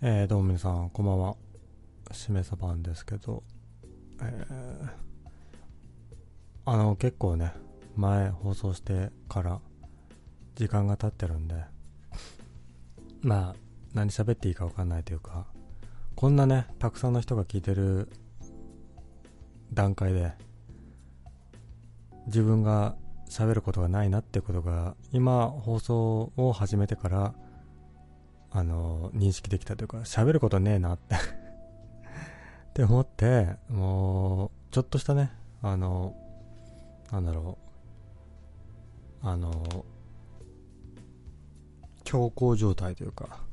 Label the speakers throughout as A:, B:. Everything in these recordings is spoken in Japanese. A: えー、どうも皆さん、こんばんは。しめさばんですけど、えーあの、結構ね、前放送してから時間が経ってるんで、まあ、何喋っていいかわかんないというか、こんなね、たくさんの人が聞いてる段階で、自分が喋ることがないなってことが、今放送を始めてから、あの認識できたというか喋ることねえなって って思ってもうちょっとしたねあのなんだろうあの強行状態というか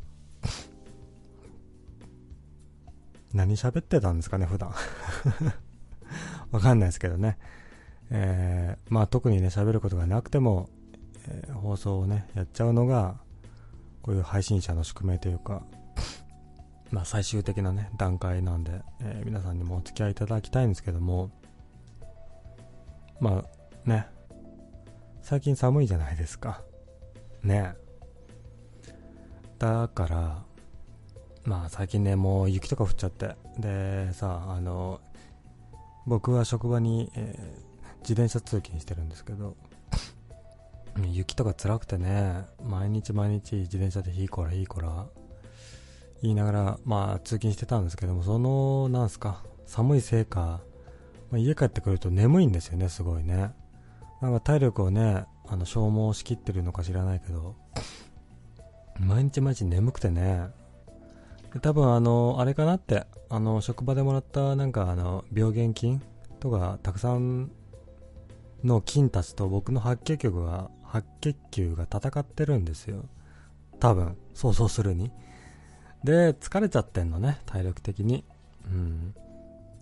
A: 何喋ってたんですかね普段 わかんないですけどねえーまあ特にね喋ることがなくても、えー放送をねやっちゃうのがこういう配信者の宿命というか、まあ最終的なね、段階なんで、えー皆さんにもお付き合いいただきたいんですけども、まあね、最近寒いじゃないですか。ねだから、まあ最近ね、もう雪とか降っちゃって、でさ、あの、僕は職場に、えー自転車通勤してるんですけど、うん雪とか辛くてね毎日毎日自転車でひいこらひいこら言いながらまあ通勤してたんですけどもそのなんすか寒いせいか、まあ家帰ってくると眠いんですよねすごいねなんか体力をねあの消耗しきってるのか知らないけど毎日毎日眠くてねで多分あのあれかなってあの職場でもらったなんかあの病原菌とかたくさんの菌たちと僕の白血球が白血球が戦ってるんですよ多分想像するにで疲れちゃってんのね体力的にうん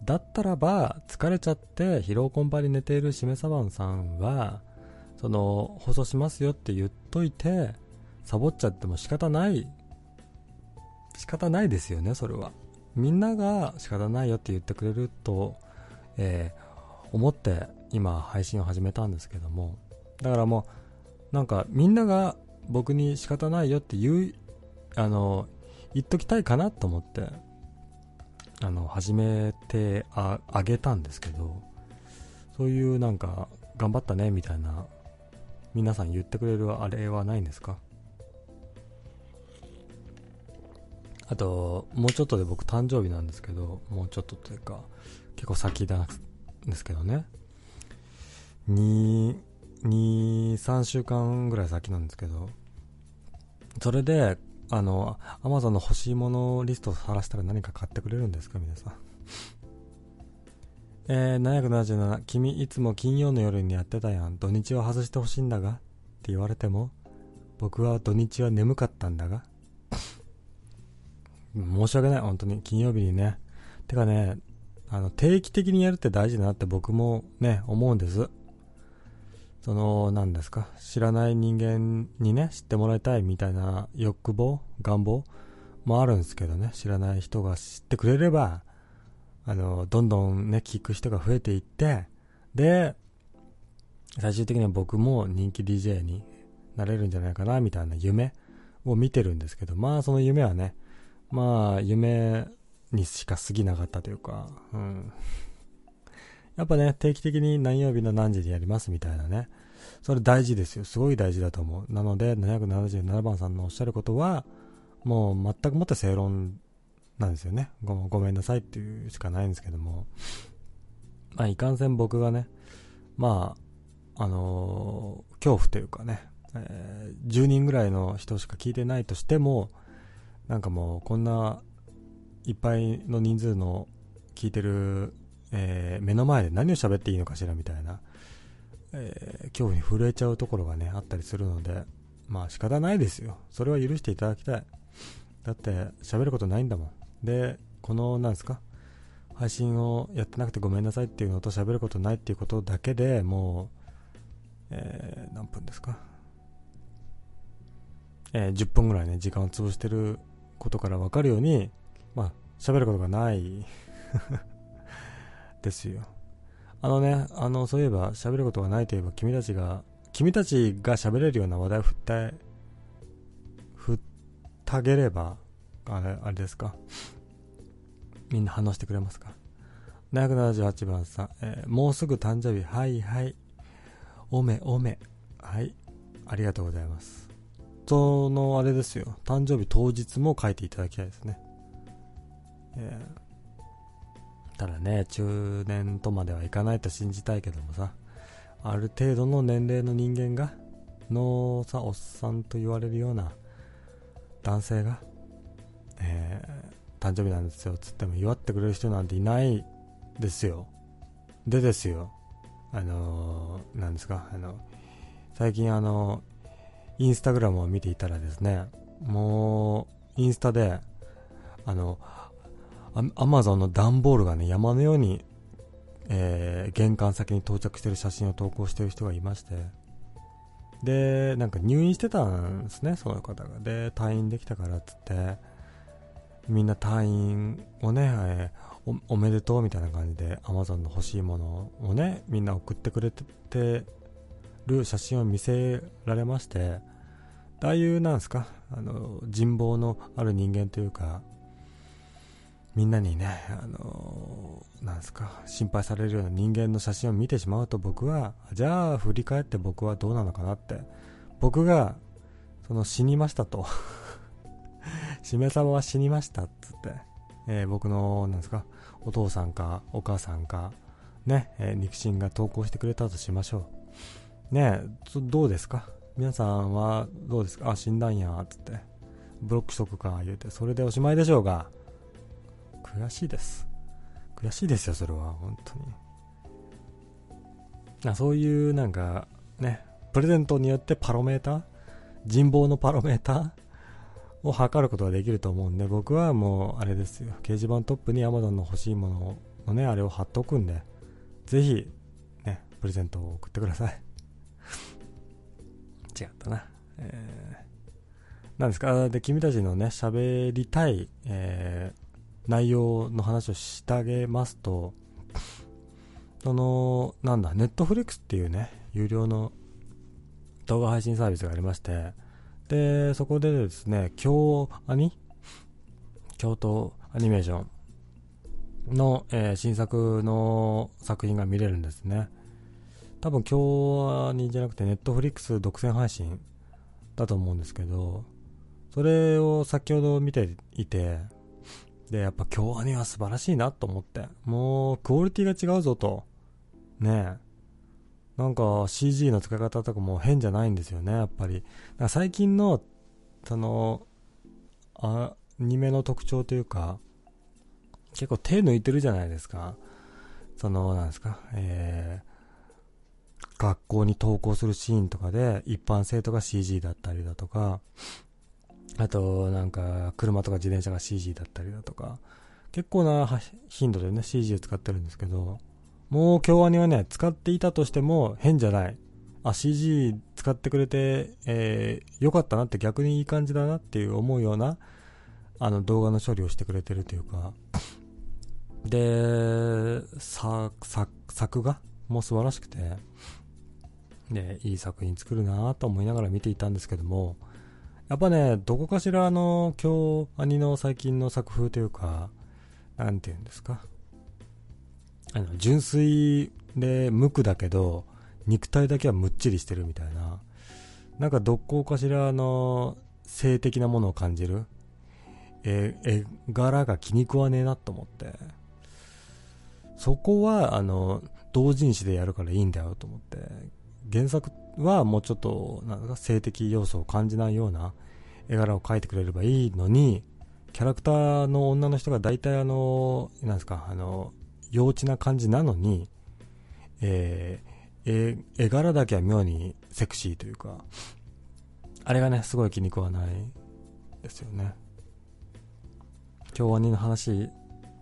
A: だったらば疲れちゃって疲労困憊に寝ているしめさばんさんはその放送しますよって言っといてサボっちゃっても仕方ない仕方ないですよねそれはみんなが仕方ないよって言ってくれると、えー、思って今配信を始めたんですけどもだからもうなんかみんなが僕に仕方ないよって言うあの言っときたいかなと思ってあの始めてああげたんですけどそういうなんか頑張ったねみたいな皆さん言ってくれるあれはないんですかあともうちょっとで僕誕生日なんですけどもうちょっとというか結構先だですけどね23週間ぐらい先なんですけどそれであのアマゾンの欲しいものリストを晒したら何か買ってくれるんですか皆さんえー、777君いつも金曜の夜にやってたやん土日は外してほしいんだがって言われても僕は土日は眠かったんだが申し訳ない本当に金曜日にねてかねあの定期的にやるって大事だなって僕もね思うんですその何ですか知らない人間にね知ってもらいたいみたいな欲望願望もあるんですけどね知らない人が知ってくれればあのどんどんね聞く人が増えていってで最終的には僕も人気 DJ になれるんじゃないかなみたいな夢を見てるんですけどまあその夢はねまあ夢にしか過ぎなかったというか、うん。やっぱね、定期的に何曜日の何時にやりますみたいなね。それ大事ですよ。すごい大事だと思う。なので、777番さんのおっしゃることは、もう全くもって正論なんですよね。ごごめんなさいっていうしかないんですけども。まあ、いかんせん僕がね、まあ、あのー恐怖というかね、えー10人ぐらいの人しか聞いてないとしても、なんかもうこんないっぱいの人数の聞いてる、えー目の前で何を喋っていいのかしらみたいな、えー恐怖に震えちゃうところがねあったりするのでまあ仕方ないですよそれは許していただきたいだって喋ることないんだもんでこのなんですか配信をやってなくてごめんなさいっていうのと喋ることないっていうことだけでもう、えー何分ですか、えー10分ぐらいね時間を潰してることから分かるようにまあ、喋ることがない ですよ。あのね、あの、そういえば、喋ることがないといえば、君たちが、君たちが喋れるような話題を振って、振ったげれば、あれあれですかみんな話してくれますか778番さん、えーもうすぐ誕生日はいはいおめおめはいありがとうございますそのあれですよ誕生日当日も書いていただきたいですね、えーただね中年とまではいかないと信じたいけどもさある程度の年齢の人間がのさおっさんと言われるような男性が、えー誕生日なんですよつっても祝ってくれる人なんていないですよでですよあのーなんですかあの最近あのインスタグラムを見ていたらですねもうインスタであのアアマゾンの段ボールがね山のように、えー玄関先に到着してる写真を投稿してる人がいましてでなんか入院してたんですねその方がで退院できたからっつってみんな退院をね、えーおおめでとうみたいな感じで Amazon の欲しいものをねみんな送ってくれててる写真を見せられましてああいうなんですかあの人望のある人間というかみんなにねあのなんですか心配されるような人間の写真を見てしまうと僕はじゃあ振り返って僕はどうなのかなって僕がその死にましたと しめ様は死にましたっつって、えー僕のなんですかお父さんかお母さんかね、えー肉親が投稿してくれたとしましょうねえそどうですか皆さんはどうですかあ死んだんやっつってブロックしとくか言うてそれでおしまいでしょうが悔しいです悔しいですよそれは本当にあそういうなんかねプレゼントによってパロメーター人望のパロメーターを測ることができると思うんで僕はもうあれですよ掲示板トップに Amazon の欲しいもののねあれを貼っとくんでぜひねプレゼントを送ってください違ったなえー、なんですかあで君たちのね喋りたい、えー、内容の話をしてあげますと、その、なんだ、ネットフリックスっていうね、有料の動画配信サービスがありまして、で、そこでですね、京アニ京都アニメーションの、えー新作の作品が見れるんですね。多分京アニじゃなくてネットフリックス独占配信だと思うんですけど、それを先ほど見ていて、で、やっぱ京アニは素晴らしいなと思って。もう、クオリティが違うぞと。ねえ。なんか CG の使い方とかも変じゃないんですよね、やっぱり。なんか最近の、その、アニメの特徴というか、結構手抜いてるじゃないですか。その、なんですか、えー、学校に登校するシーンとかで、一般生徒が CG だったりだとか、あと、なんか、車とか自転車が CG だったりだとか、結構なは頻度でね、CG を使ってるんですけど、もう京アニはね、使っていたとしても変じゃない。あ、CG 使ってくれて、えー、よかったなって逆にいい感じだなっていう思うような、あの動画の処理をしてくれてるというか、で、作、作、作画も素晴らしくて、で、いい作品作るなと思いながら見ていたんですけども、やっぱね、どこかしらあの、今日、アニの最近の作風というか、なんて言うんですか。あの、純粋で無垢だけど、肉体だけはむっちりしてるみたいな。なんかどこかしらあの、性的なものを感じる。え、絵柄が気に食わねえなと思って。そこは、あの、同人誌でやるからいいんだよと思って。原作はもうちょっとなんか性的要素を感じないような絵柄を描いてくれればいいのにキャラクターの女の人が大体あのなんですかあの幼稚な感じなのに、えー絵絵柄だけは妙にセクシーというかあれがねすごい気に食わないですよね京アニの話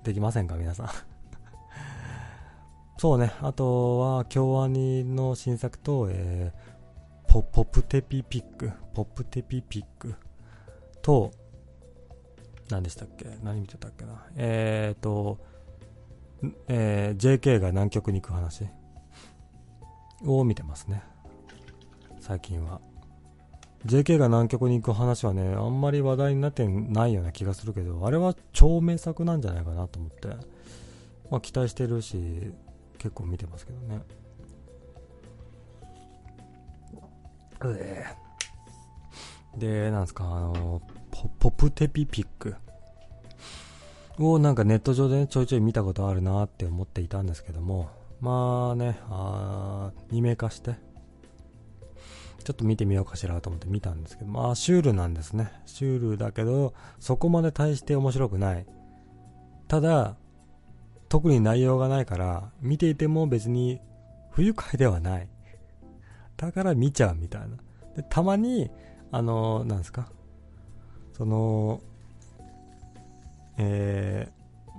A: できませんか皆さん そうね、あとは、京アニの新作と、えー、ポポプテピピック、ポプテピピックと、何でしたっけ何見てたっけなえーと、んえー JK が南極に行く話を見てますね。最近は。 JK が南極に行く話はね、あんまり話題になってないような気がするけど、あれは超名作なんじゃないかなと思って、まあ、期待してるし、結構見てますけどね。うえで、なんですか、あの、ポポプテピピックをなんかネット上で、ね、ちょいちょい見たことあるなって思っていたんですけども、まあね、あー二名化して、ちょっと見てみようかしらと思って見たんですけど、まあシュールなんですね。シュールだけど、そこまで大して面白くない。ただ、特に内容がないから、見ていても別に不愉快ではない。だから見ちゃうみたいな。で、たまに、あの、なんですか。その、え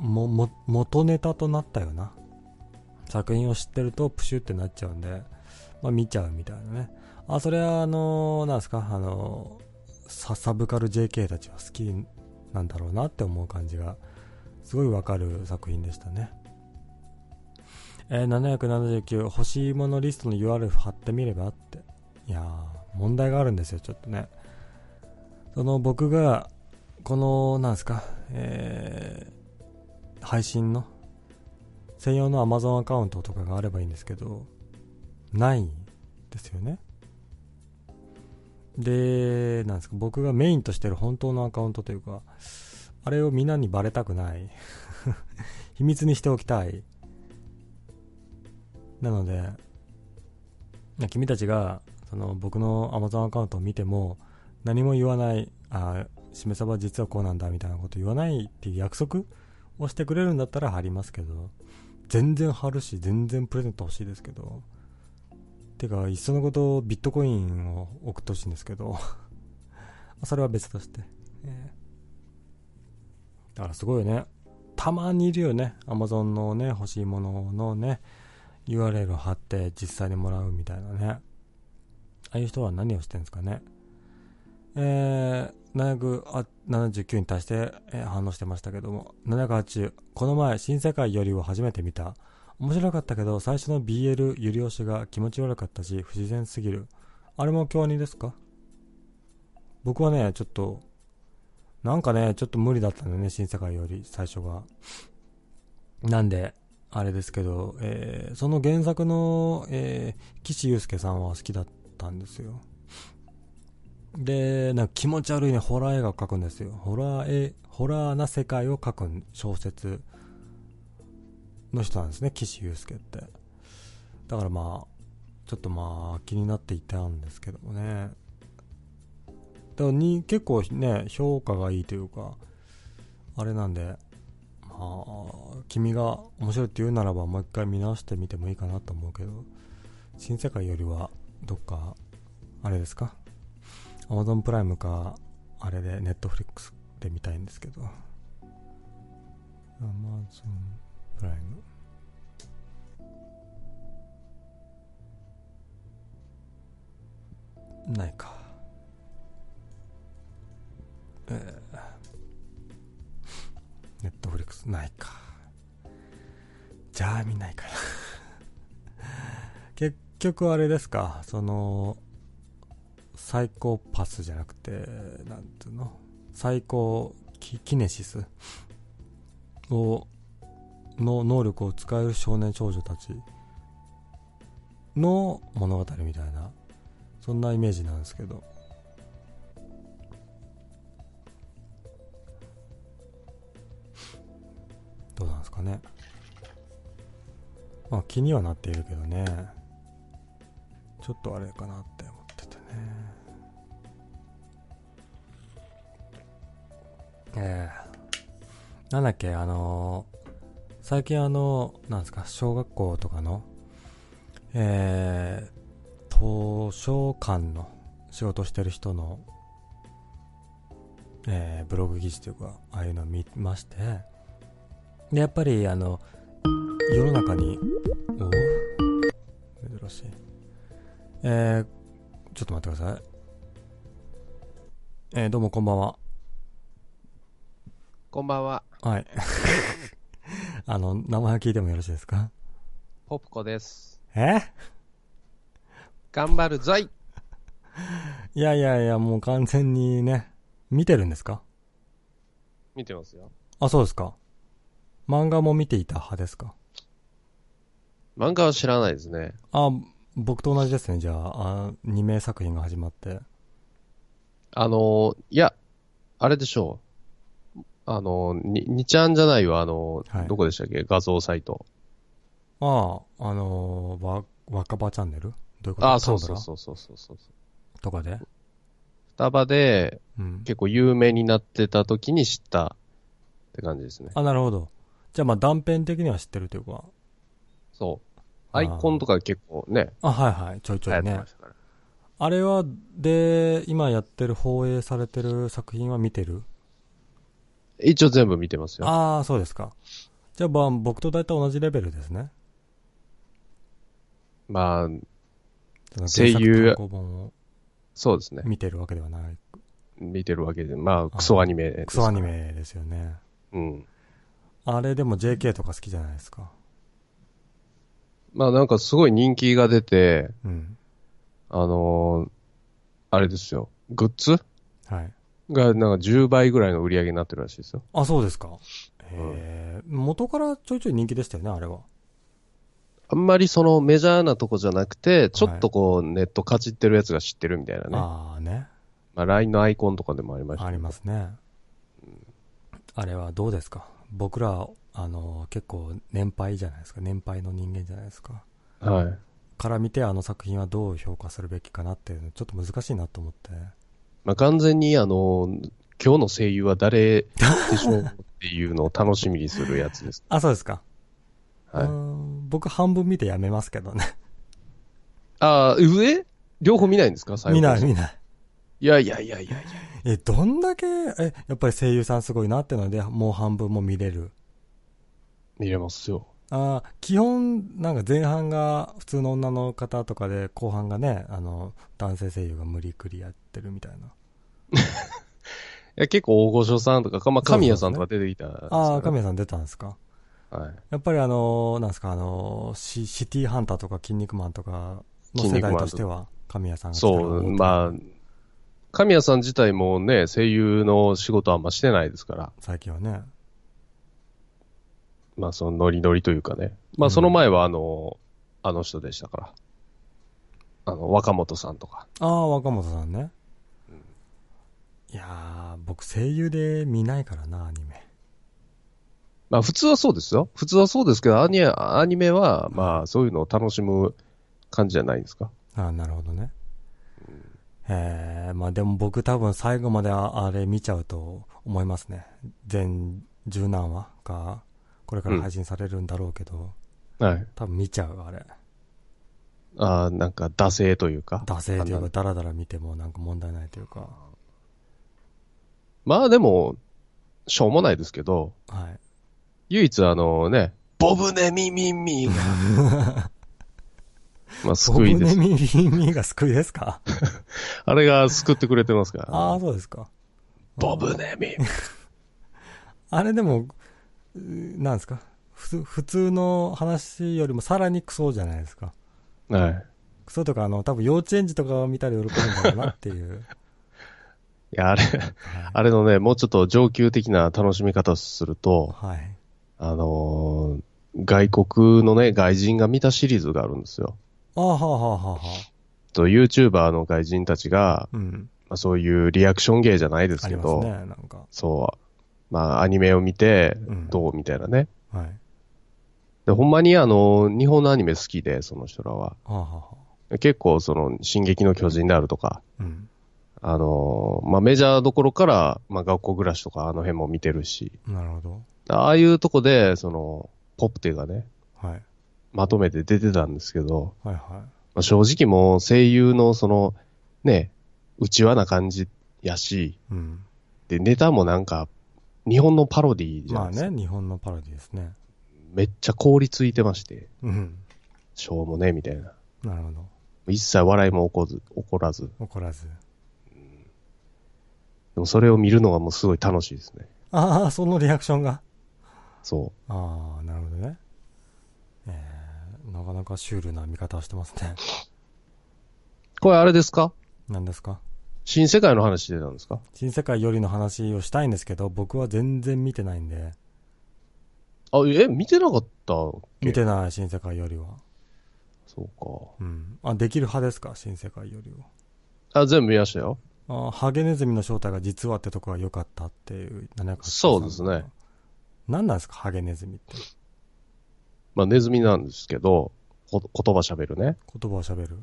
A: ー、も、も、元ネタとなったような作品を知ってるとプシュってなっちゃうんで、まあ見ちゃうみたいなね。あ、それはあのなんですか、あのサ、サブカル JK たちは好きなんだろうなって思う感じが、すごいわかる作品でしたね。えー、779、欲しいものリストの URL 貼ってみればって。いやー、問題があるんですよ、ちょっとね。その僕が、この、なんですか、えー、配信の、専用の Amazon アカウントとかがあればいいんですけど、ないんですよね。で、なんですか、僕がメインとしてる本当のアカウントというか、あれをみんなにバレたくない。 秘密にしておきたい。なので、な君たちが、その僕の Amazon アカウントを見ても、何も言わない、あしめさば実はこうなんだみたいなこと言わないっていう約束をしてくれるんだったら貼りますけど、全然貼るし、全然プレゼント欲しいですけど、てか、いっそのことビットコインを送ってほしいんですけど、 それは別として。えーだからすごいよね。たまにいるよね。Amazon のね、欲しいもののね、URL を貼って実際にもらうみたいなね。ああいう人は何をしてるんですかね。えー、779に対して、えー反応してましたけども、780、この前、新世界よりを初めて見た。面白かったけど、最初の BL ゆり押しが気持ち悪かったし、不自然すぎる。あれも京アニですか僕はね、ちょっと、なんかね、ちょっと無理だったんだよね、新世界より、最初が。なんで、あれですけど、えーその原作の、えー岸優介さんは好きだったんですよ。で、なんか気持ち悪いね、ホラー映画を描くんですよ。ホラー絵、ホラーな世界を描く小説の人なんですね、岸優介って。だからまあ、ちょっとまあ、気になっていたんですけどもね。だからに結構ね、評価がいいというか、あれなんで、まあ、君が面白いって言うならば、もう一回見直してみてもいいかなと思うけど、新世界よりは、どっか、あれですか Amazon プライムか、あれで、Netflix で見たいんですけど。Amazon プライム。ないか。えー、ネットフリックスないか。じゃあ見ないかな。 結局あれですか、その、サイコパスじゃなくて、なんていうのサイコキキネシスを、の能力を使える少年少女たちの物語みたいな、そんなイメージなんですけど。どうなんですかね。まあ気にはなっているけどね。ちょっとあれかなって思っててね。ええなんだっけ、あのー最近あの、なんですか、小学校とかの、えー、図書館の仕事してる人の、えー、ブログ記事というか、ああいうのを見まして、で、やっぱりあの、世の中に、お珍しい。えー、ちょっと待ってください。えー、どうもこんばんは。
B: こんばんは、
A: はい。 あの、名前を聞いてもよろしいですか
B: ポプコです。
A: え
B: 頑張るぞい
A: いやいやいや、もう完全にね、見てるんですか
B: 見てますよ。
A: あ、そうですか。漫画も見ていた派ですか
B: 漫画は知らないですね。
A: あ、僕と同じですね、じゃあ、あ2名作品が始まって。
B: あのー、いや、あれでしょう。あのー、に、にちゃんじゃないわ、あのー、
A: はい
B: どこでしたっけ画像サイト。
A: ああ、あのー、わ、若葉チャンネルどういうこと
B: ああ、そうそう
A: タンブ
B: そうそうそうそう。
A: ラーとかで
B: 双葉で
A: うん。
B: 結構有名になってた時に知ったって感じですね。
A: あ、なるほど。じゃあまあ断片的には知ってるというか。
B: そう。アイコンとか結構ね、
A: あ、はいはい、ちょいち
B: 流
A: ょ
B: 行
A: い
B: って
A: ね
B: ま。したから。
A: あれは、で、今やってる、放映されてる作品は見てる
B: 一応全部見てますよ。
A: ああ、そうですか。じゃあ、まあ、僕と大体同じレベルですね。
B: まあ、
A: その
B: 声優
A: 原作単行本を
B: そうですね。
A: 見てるわけではない。
B: 見てるわけで、ま
A: あ
B: あ、クソアニメですから
A: クソアニ。メですよね。
B: うん。
A: あれでも JK とか好きじゃないですか。
B: まあなんかすごい人気が出て、
A: うん。
B: あのーあれですよ。グッズ
A: はい。
B: がなんか10倍ぐらいの売り上げになってるらしいですよ。
A: あ、そうですか。えー、元からちょいちょい人気でしたよね、あれは。
B: あんまりそのメジャーなとこじゃなくて、ちょっとこうネットかじってるやつが知ってるみたいなね。
A: ああね。
B: まあ LINE のアイコンとかでもありましたけど。
A: ありますね。あれはどうですか僕ら、あの、結構年配じゃないですか。年配の人間じゃないですか。
B: はい。
A: から見てあの作品はどう評価するべきかなっていうのちょっと難しいなと思って。
B: まあ完全にあのー今日の声優は誰でしょうっていうのを楽しみにするやつ です。
A: あ、そうですか。
B: は
A: う
B: い
A: ー。ん僕半分見てやめますけどね。
B: ああ、上両方見ないんですか最後
A: 見ない見ない。
B: いやいやいやいやいや。
A: え、どんだけ、え、やっぱり声優さんすごいなってので、もう半分も見れる。
B: 見れますよ。
A: あー基本、なんか前半が普通の女の方とかで、後半がね、あの、男性声優が無理くりやってるみたいな。
B: いや、結構大御所さんとか、まあ、神谷さんと
A: そ
B: か出てきたんですよね、
A: ああ、神谷さん出たんですか
B: はい。
A: やっぱりあのー、なんですか、あのーシ、シティハンターとか、筋肉マンとかの世代としては、神谷さんが
B: そう、まあ、神谷さん自体もね、声優の仕事はあんましてないですから、
A: あ。最近はね。
B: まあ、そのノリノリというかね。ま
A: う
B: あ、
A: ん
B: その前は、あの、あの人でしたから。あの、若本さんとか。
A: ああ、若本さんね。いやー、僕声優で見ないからな、アニメ。
B: まあ、普通はそうですよ。普通はそうですけど、アニアニメは、まあ、そういうのを楽しむ感じじゃないですか。
A: ああ、なるほどね。えー、まあでも僕多分最後までああれ見ちゃうと思いますね。全十何話か、これから配信されるんだろうけど、
B: はい。
A: 多分見ちゃう、あれ。
B: ああ、なんか、惰性というか。
A: 惰性とい
B: あ
A: う
B: な
A: か、
B: ん
A: ダラダラ見てもなんか問題ないというか。
B: まあ、でも、しょうもないですけど、
A: はい。
B: 唯一あのね、ボブネミミ ミが。まあ、救いで
A: ね
B: す。
A: みみみが救いです か
B: あれが救ってくれてますから。
A: ああ、そうですか。
B: ボブネミミ。
A: あれでも、うーなんですか普通普通の話よりもさらにクソじゃないですか。
B: はい。
A: クソとか、あの、多分幼稚園児とかを見たら喜ぶんだろうなって いう。
B: いや、あれ、あれのね、もうちょっと上級的な楽しみ方をすると、
A: はい。
B: あのー外国のね、外人が見たシリーズがあるんですよ。
A: ああ、はあはあはあはあ。
B: と、YouTuber の外人たちが、
A: うん。
B: まあ、そういうリアクション芸じゃないです
A: あ
B: け
A: ります
B: ど、
A: ね、なんか。
B: そう。まあ、アニメを見て
A: うん、
B: どうみたいなね。
A: はい。
B: で、ほんまにあのー日本のアニメ好きで、その人らは。
A: はあ、はあはあ、
B: 結構その、進撃の巨人であるとか、
A: うん。
B: あのーまあ、メジャーどころから、まあ、学校暮らしとかあの辺も見てるし、
A: なるほど。
B: ああいうとこで、その、ポップテがね、
A: はい。
B: まとめて出てたんですけど、
A: はいは
B: まあ、正直もう声優のその、ね、内輪な感じやし、
A: い。うん。
B: で、ネタもなんか、日本のパロディじゃ
A: ま
B: ない
A: あ
B: ですか。
A: ね、日本のパロディですね。
B: めっちゃ凍りついてまして、
A: うん。
B: しょうもね、みたいな。
A: なるほど。
B: 一切笑いも起こず、起こらず。
A: 怒らず。
B: でもそれを見るのがもうすごい楽しいですね。
A: ああ、そのリアクションが。
B: そ
A: ああ、なるほどね。えー、なかなかシュールな見方をしてますね。
B: う。これあれですか
A: 何ですか
B: 新世界の話でなんですか
A: 新世界よりの話をしたいんですけど、僕は全然見てないんで、
B: あ、え、見てなかったっけ
A: 見てない、新世界よりは。
B: そう
A: うん。あ、できる派ですか新世界よりは。
B: か。あ、全部見ましたよ。
A: あハゲネズミの正体が実はってとこが良かったっていう783
B: そうですね。
A: 何なんですかハゲネズミって。
B: まあ、ネズミなんですけど、こ言葉喋るね。
A: 言葉を喋る。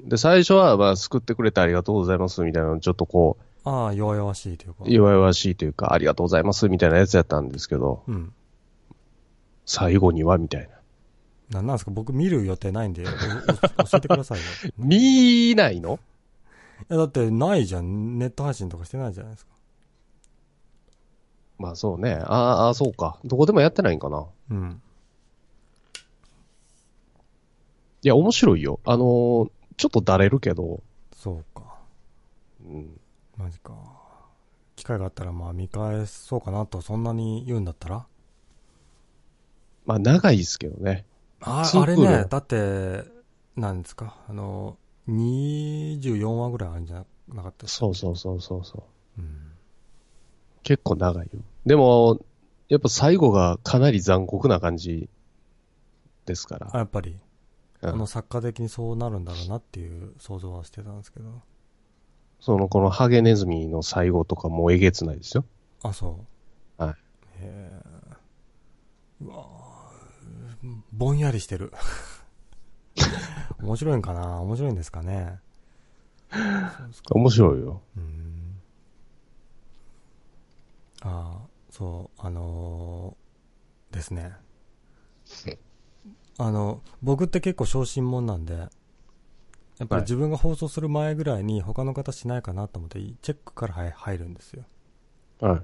B: で、最初は、まあ、救ってくれてありがとうございます、みたいな、ちょっとこ
A: ああ、弱々しいというか
B: う、。弱々しいというか、ありがとうございます、みたいなやつやったんですけど、
A: うん。
B: 最後には、みたいな。
A: なんなんですか僕見る予定ないんで、おお 教えてくださいよ。
B: 見ないの
A: いやだってないじゃん。ネット配信とかしてないじゃないですか。
B: まあ、そうね。あーあー、そうか。どこでもやってないんかな。
A: うん。
B: いや、面白いよ。あのーちょっとだれるけど、
A: そうか。
B: うん。
A: マジか。機会があったらまあ見返そうかなと、そんなに言うんだったら。
B: まあ、長いですけどね。
A: あ
B: ツー
A: あ
B: ク
A: れ
B: ール
A: ね、だって、なんですか。あの、24話ぐらいあるんじゃなかったですか
B: そうそうそうそうそう。
A: うん。
B: 結構長いよ。でも、やっぱ最後がかなり残酷な感じですから。
A: あやっぱり、
B: うん
A: この作家的にそうなるんだろうなっていう想像はしてたんですけど。
B: その、このハゲネズミの最後とかもうえげつないですよ。
A: あ、そう。
B: は
A: へ
B: い。
A: え。うわーぼんやり してる。面白いんかな面白いんですか ね。そうですか
B: 面白いよ。
A: うーん。ああ、そう、あのーですね。 あの、僕って結構小心者なんで、やっぱ
B: はい
A: り自分が放送する前ぐらいに他の方しないかなと思って、チェックから入入るんですよ。
B: は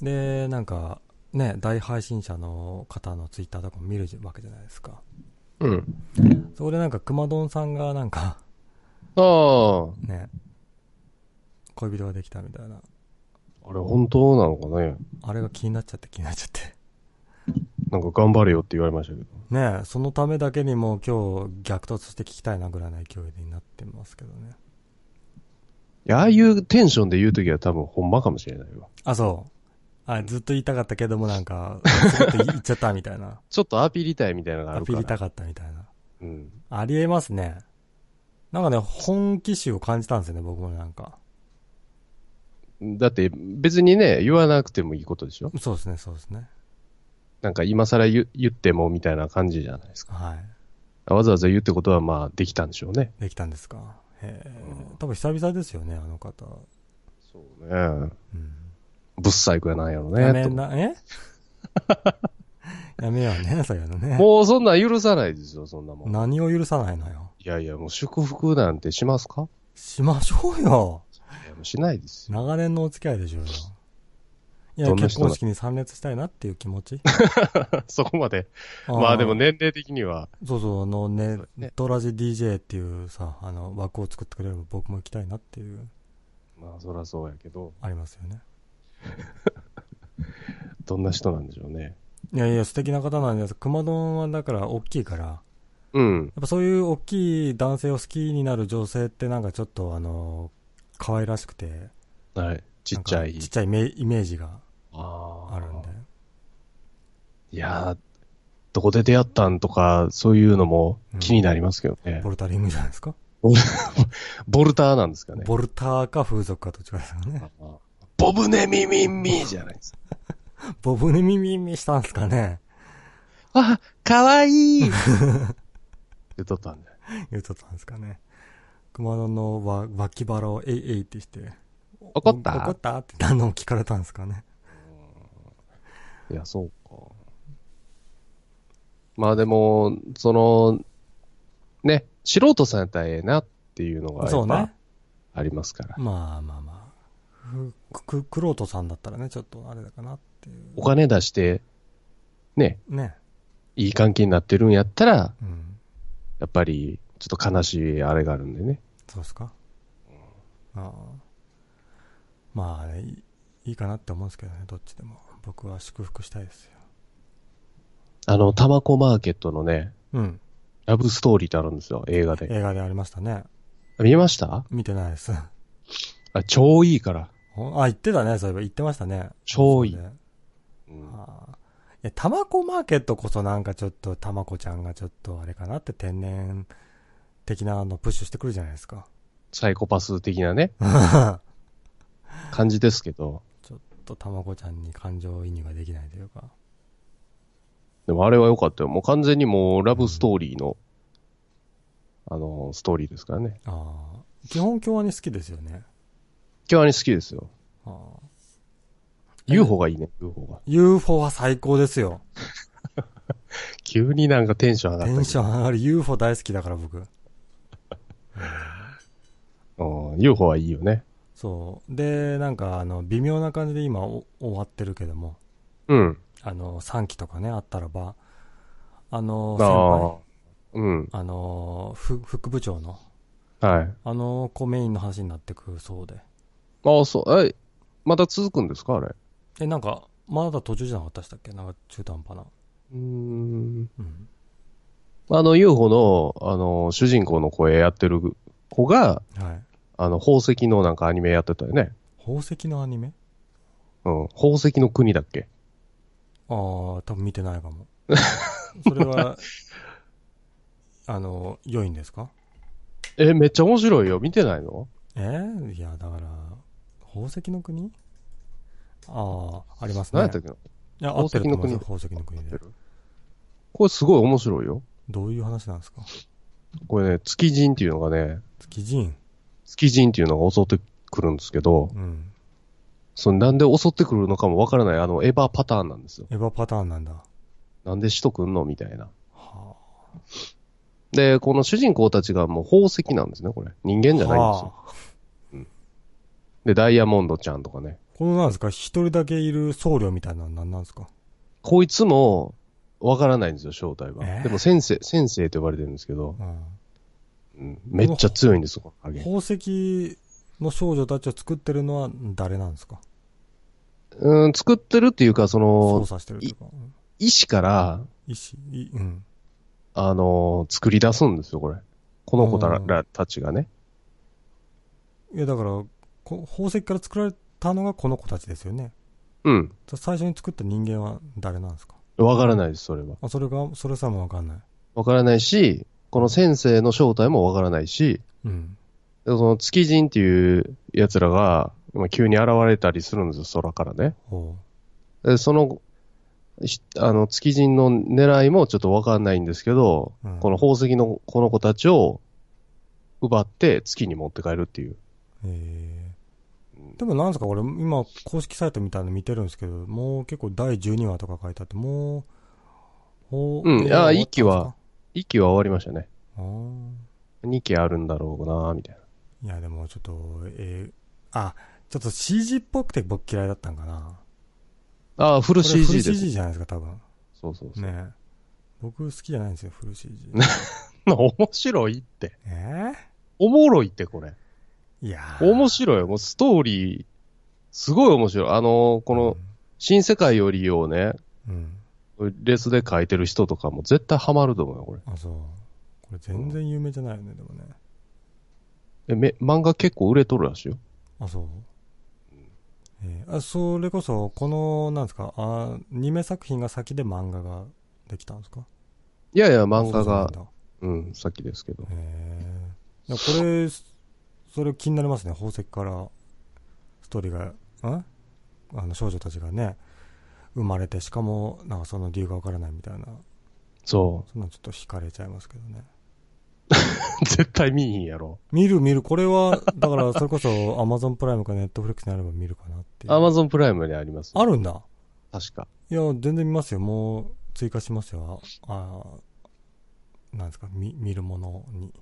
B: い。
A: で、なんか、ね、大配信者の方のツイッターとかも見るわけじゃないですか。
B: うん。
A: そこでなんか、熊丼さんがなんか、
B: ああ、あ
A: ね、恋人ができたみたいな
B: れ本当なのかね。
A: あれが気になっちゃって気になっちゃって。
B: なんか頑張れよって言われましたけど。
A: ねえ、そのためだけにもう今日逆突して聞きたいなぐらいの勢いになってますけどね。
B: いや、ああいうテンションで言うときは多分ほんまかもしれないわ。
A: あ、そう。あ、ずっと言いたかったけどもなんか、ちょっと言っちゃったみ たいな。
B: ちょっとアピリたいみたいなのがあ
A: ア
B: るか
A: ピ
B: ら。
A: りたかったみたいな。
B: うん。
A: ありえますね。なんかね、本気臭を感じたんですよね、僕もなんか。
B: だって別にね、言わなくてもいいことでしょ
A: そうですね、そうですね。
B: なんか今更言言ってもみたいな感じじゃないですか。
A: はい。
B: わざわざ言うってことはまあできたんでしょうね。
A: できたんですか。へえ。多分久々ですよね、あの方。
B: そうね。
A: うん。
B: ぶっ細工やなんやろ
A: や
B: ね。
A: め
B: と
A: な、 えやめようね、そういうのね。
B: もうそんなん許さないですよ、そんなもん。
A: 何を許さないのよ。
B: いやいや、もう祝福なんてしますか
A: しましょうよ。
B: いや、もうしないですよ。
A: 長年のお付き合いでしょうよ。いや、
B: どんな
A: 結
B: 人だ
A: 婚式に参列したいなっていう気持ち。
B: そこま で。
A: ー
B: まあでも。年齢的には、
A: そうそう、あのね
B: そう、ね
A: ドラジ DJ っていうさ、あの、枠を作ってくれれば僕も行きたいなっていう、
B: まあそらそうやけど、
A: ありますよね。
B: どんな人なんでしょうね。
A: いやいや、素敵な方なんです。熊丼はだから大きいから、や
B: うん。
A: っぱそういう大きい男性を好きになる女性ってなんかちょっとあの、可愛らしくて、
B: はい。ちっちゃ
A: なん
B: い
A: かちっ。ちゃいめイメージが
B: あー
A: あるんで。
B: いやー、どこで出会ったんとか、そういうのも気になりますけどね。
A: ボルタリングじゃないですか
B: ボルターなんですかね。
A: ボルターか風俗かどっちかですよね。
B: あーボブネミミンミーじゃないですか。
A: ボブに耳にしたんすかね
B: あ、かわい い言っとったんだよ。
A: 言うとったんですかね。熊野のわ脇腹をえいえいってして。
B: 怒った
A: 怒ったって何度も聞かれたんですかね。
B: いや、そうか。まあでも、その、ね、素人さんやったらええなっていうのがや
A: そ
B: っ
A: う
B: ぱ
A: ね。
B: ありますから。
A: まあまあまあ。ふく、く、くろうとさんだったらね、ちょっとあれだかなってい
B: お金出して、ね、
A: う。ね。
B: いい関係になってるんやったら、
A: うん。
B: やっぱり、ちょっと悲しいあれがあるんでね。
A: そうですか。ああ。まあ、いいいいかなって思うんですけどね、どっちでも。僕は祝福したいですよ。
B: あの、タマコマーケットのね、
A: うん。
B: ラブストーリーってあるんですよ、映画で。
A: 映画でありましたね。
B: 見ました
A: 見てないです。
B: あ、超いいから。
A: ほあ、言ってたね、そういえば。言ってましたね。
B: 超いい
A: そうね
B: うん
A: あーいや、たまこマーケットこそなんかちょっと、たまこちゃんがちょっとあれかなって天然的なのプッシュしてくるじゃないですか。
B: サイコパス的 なね、
A: ちょ
B: 感じですけど。
A: っとたまこちゃんに感情移入ができないというか。
B: でもあれは良かったよ。もう完全にもうラブストーリーの、あの、ストーリーですからね。
A: ああ。基本共和に好きですよね。
B: 今日に好きですよ。
A: あー
B: UFO がいいね、UFO が。
A: UFO は最高ですよ。
B: 急になんかテンション上がった
A: テ
B: けど。
A: ンション上がる UFO 大好きだから僕。
B: うん、UFO はいいよね。
A: そう。で、なんかあの、微妙な感じで今お終わってるけども、
B: うん。
A: あの、3期とかね、あったらば、あの、先輩
B: ああ。うん。
A: あのーふ、副部長の、
B: はい。
A: あの子メインの話になってくそうで。
B: ああ、そう。え、また続くんですかあれ。
A: え、なんか、まだ途中じゃなかったでしたっけなんか中途半端な。
B: うーん。
A: うん。
B: あの、UFO の、あの、主人公の声やってる子が、
A: はい。
B: あの、宝石のなんかアニメやってたよね。
A: 宝石のアニメ
B: うん。宝石の国だっけ
A: ああ、多分見てないか も。それは、あの、良いんですか
B: え、めっちゃ面白いよ。見てないの
A: えーいや、だから、宝石の国ああ、ありますね。
B: 何やったっけな、
A: いや、合ってると思いますよ
B: 宝
A: 宝石の国で。
B: これすごい面白いよ。
A: どういう話なんですか
B: これね、月人っていうのがね、
A: 月人。
B: 月人っていうのが襲ってくるんですけど、
A: うん。
B: そのなんで襲ってくるのかもわからない、あの、エヴァパターンなんですよ。
A: エヴァパターンなんだ。は
B: なんでしとくんのみたいな。
A: あ。
B: で、この主人公たちがもう宝石なんですね、これ。人間じゃないんですよ。
A: はあ
B: で、ダイヤモンドちゃんとかね。
A: このなんですか、一人だけいる僧侶みたいなのなんなんですか
B: こいつも、わからないんですよ、正体は。
A: えー
B: でも先生、先生と呼ばれてるんですけど、
A: うん。
B: うんめっちゃ強いんですよ、この影。
A: 宝石の少女たちを作ってるのは誰なんですか
B: うん、作ってるっていうか、そ
A: 操
B: の、
A: 作してるというか。うん
B: 意志から、
A: 意思、いうん。
B: あのー作り出すんですよ、これ。この子た
A: うん
B: らたちがね。
A: いや、だからこ、宝石から作られたのがこの子たちですよね。
B: うん。
A: じゃあ最初に作った人間は誰なんですか
B: わからないです、それは。
A: あ、それが、それさえもわかんない。
B: わからないし、この先生の正体もわからないし、
A: うん。
B: でその月人っていう奴らが、まあ急に現れたりするんですよ、空からね。
A: ほ
B: でその、ひあの、月人の狙いもちょっとわかんないんですけど、
A: うん
B: この宝石のこの子たちを奪って月に持って帰るっていう。
A: う。えー。でもなんですか、俺、今、公式サイトみたいなの見てるんですけど、もう結構第12話とか書いてあって、もう、ほ映画終わったんです
B: うんあ
A: か
B: 一期は。一期は終わりましたね。
A: あー
B: 二期あるんだろうなみたい
A: いや、でもちょっと、えーあ、ちょっと CG っぽくて僕嫌いだったんかな。
B: な。ああ、フル
A: これ
B: CG です。
A: フル CG じゃないですか、多分。
B: そうそうそう。
A: ね僕好きじゃないんですよ、フル CG。
B: 面白いって。
A: えー
B: おもろいって、これ。
A: いやー
B: 面白いよ。もうストーリー、すごい面白い。あのーこの、、新世界よりをね、
A: うん。うん
B: レスで書いてる人とかも絶対ハマると思うよ、これ。
A: あ、そう。これ全然有名じゃないよね、でもね。
B: え、め、漫画結構売れとるらしいよ。
A: あ、そう。えーあ、それこそ、この、なんですか、あ、アニメ作品が先で漫画ができたんですか
B: いやいや、漫画
A: そうな
B: が
A: ん、だ
B: うん、さっきですけど。
A: へえこれ、それ気になりますね、宝石から、ストーリーが、んあの少女たちがね、生まれて、しかも、なんかその理由がわからないみたいな、
B: そ
A: そんなんちょっと惹かれちゃいますけどね。
B: う。 絶対見いひんやろ。
A: 見る見る、これは、だからそれこそ Amazon プライムか Netflix にあれば見るかなっていう。
B: アマゾンプライムにあります。
A: あるんだ
B: 確か。
A: いや、全然見ますよ。もう、追加しますよ。あ、あなんですか、見、見るものに。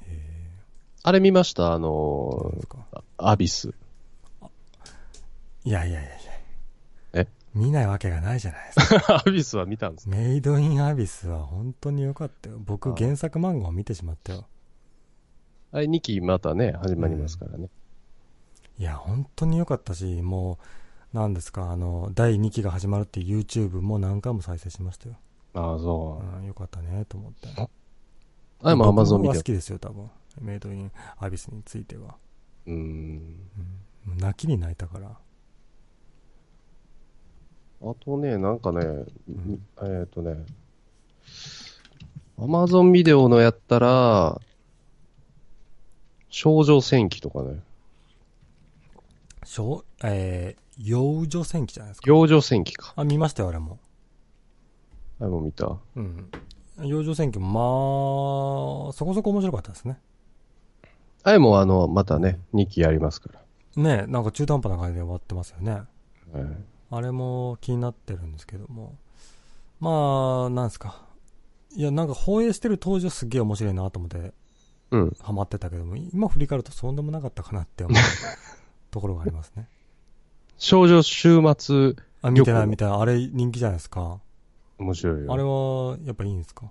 A: へ
B: あれ見ましたあ
A: えなん
B: の
A: ですか。
B: ーアビス。
A: いやいやいやいや。
B: え
A: 見ないわけがないじゃないですか。
B: アビスは見たんですか
A: メイドインアビスは本当に良かったよ。
B: あ
A: 僕
B: あ
A: 原作漫画を見てしまったよ。
B: あれ2期またね、始まりますからね。
A: いや、本当に良かったし、もう、なんですか、あの、第2期が始まるって YouTube も何回も再生しましたよ。
B: ああ、そう。
A: うん、良かったね、と思って。
B: あ、まあ、アマゾ
A: 僕
B: ンビ
A: は
B: デ
A: 好
B: オ。
A: きですよ、多分。メイドインアビスについては。
B: うーん。
A: うん泣きに泣いたから。
B: あとね、なんかね、
A: ん
B: えっ、とね、アマゾンビデオのやったら、少女戦記とかね。
A: 小、えー、幼女戦記じゃないですか。
B: 幼女戦記か。
A: あ、見ましたよ、あれも。
B: あれも見た。
A: うん。幼女戦記も、まあ、そこそこ面白かったですね。
B: あれもあの、またね、2期やりますか
A: ねえなんか中途半端な感じで終わってますよね。
B: ら。はい
A: あれも気になってるんですけども。まあ、なんですか。いや、なんか放映してる当時はすっげえ面白いなと思って
B: うん。
A: ハマってたけども、今振り返るとそんでもなかったかなって思う ところがありますね。
B: 少女週末、
A: あ、見てな
B: よ
A: い
B: く
A: 見てない。あれ人気じゃないですか。
B: 面白いよ。
A: あれは、やっぱいいんですか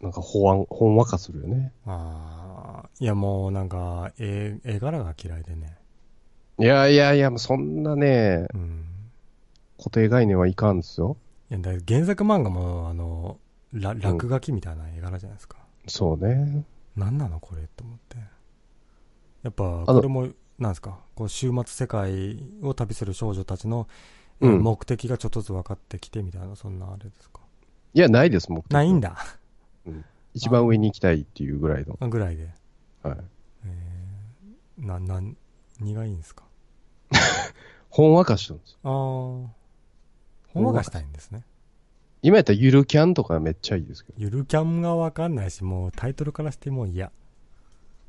B: なんか、ほわん、ほんわかするよね。
A: ああ、いやもうなんか、絵、絵柄が嫌いでね。
B: いやいやいや、もうそんなね、
A: うん。
B: 固定概念はいかんですよ。
A: いや、だから原作漫画も、あの、ら落書きみたいな絵柄じゃないですか。
B: そうね。
A: なんなのこれと思って。やっぱ、
B: あの
A: これも、なんですか、こう、終末世界を旅する少女たちの、
B: うん
A: 目的がちょっとずつ分かってきてみたいな、そんなあれですか。
B: いや、ないです、もう。
A: ないんだ。
B: 一番上に行きたいっていうぐらいの。
A: ぐらいで。
B: はい。
A: えー、な、な、何がいいんですか。
B: ほんわかしてるんですよ。
A: ああ、ほんわかしたいんですね。
B: 今やったらゆるキャンとかめっちゃいいですけ
A: ゆるキャンが分かんないし、もうタイトルからしてもう嫌。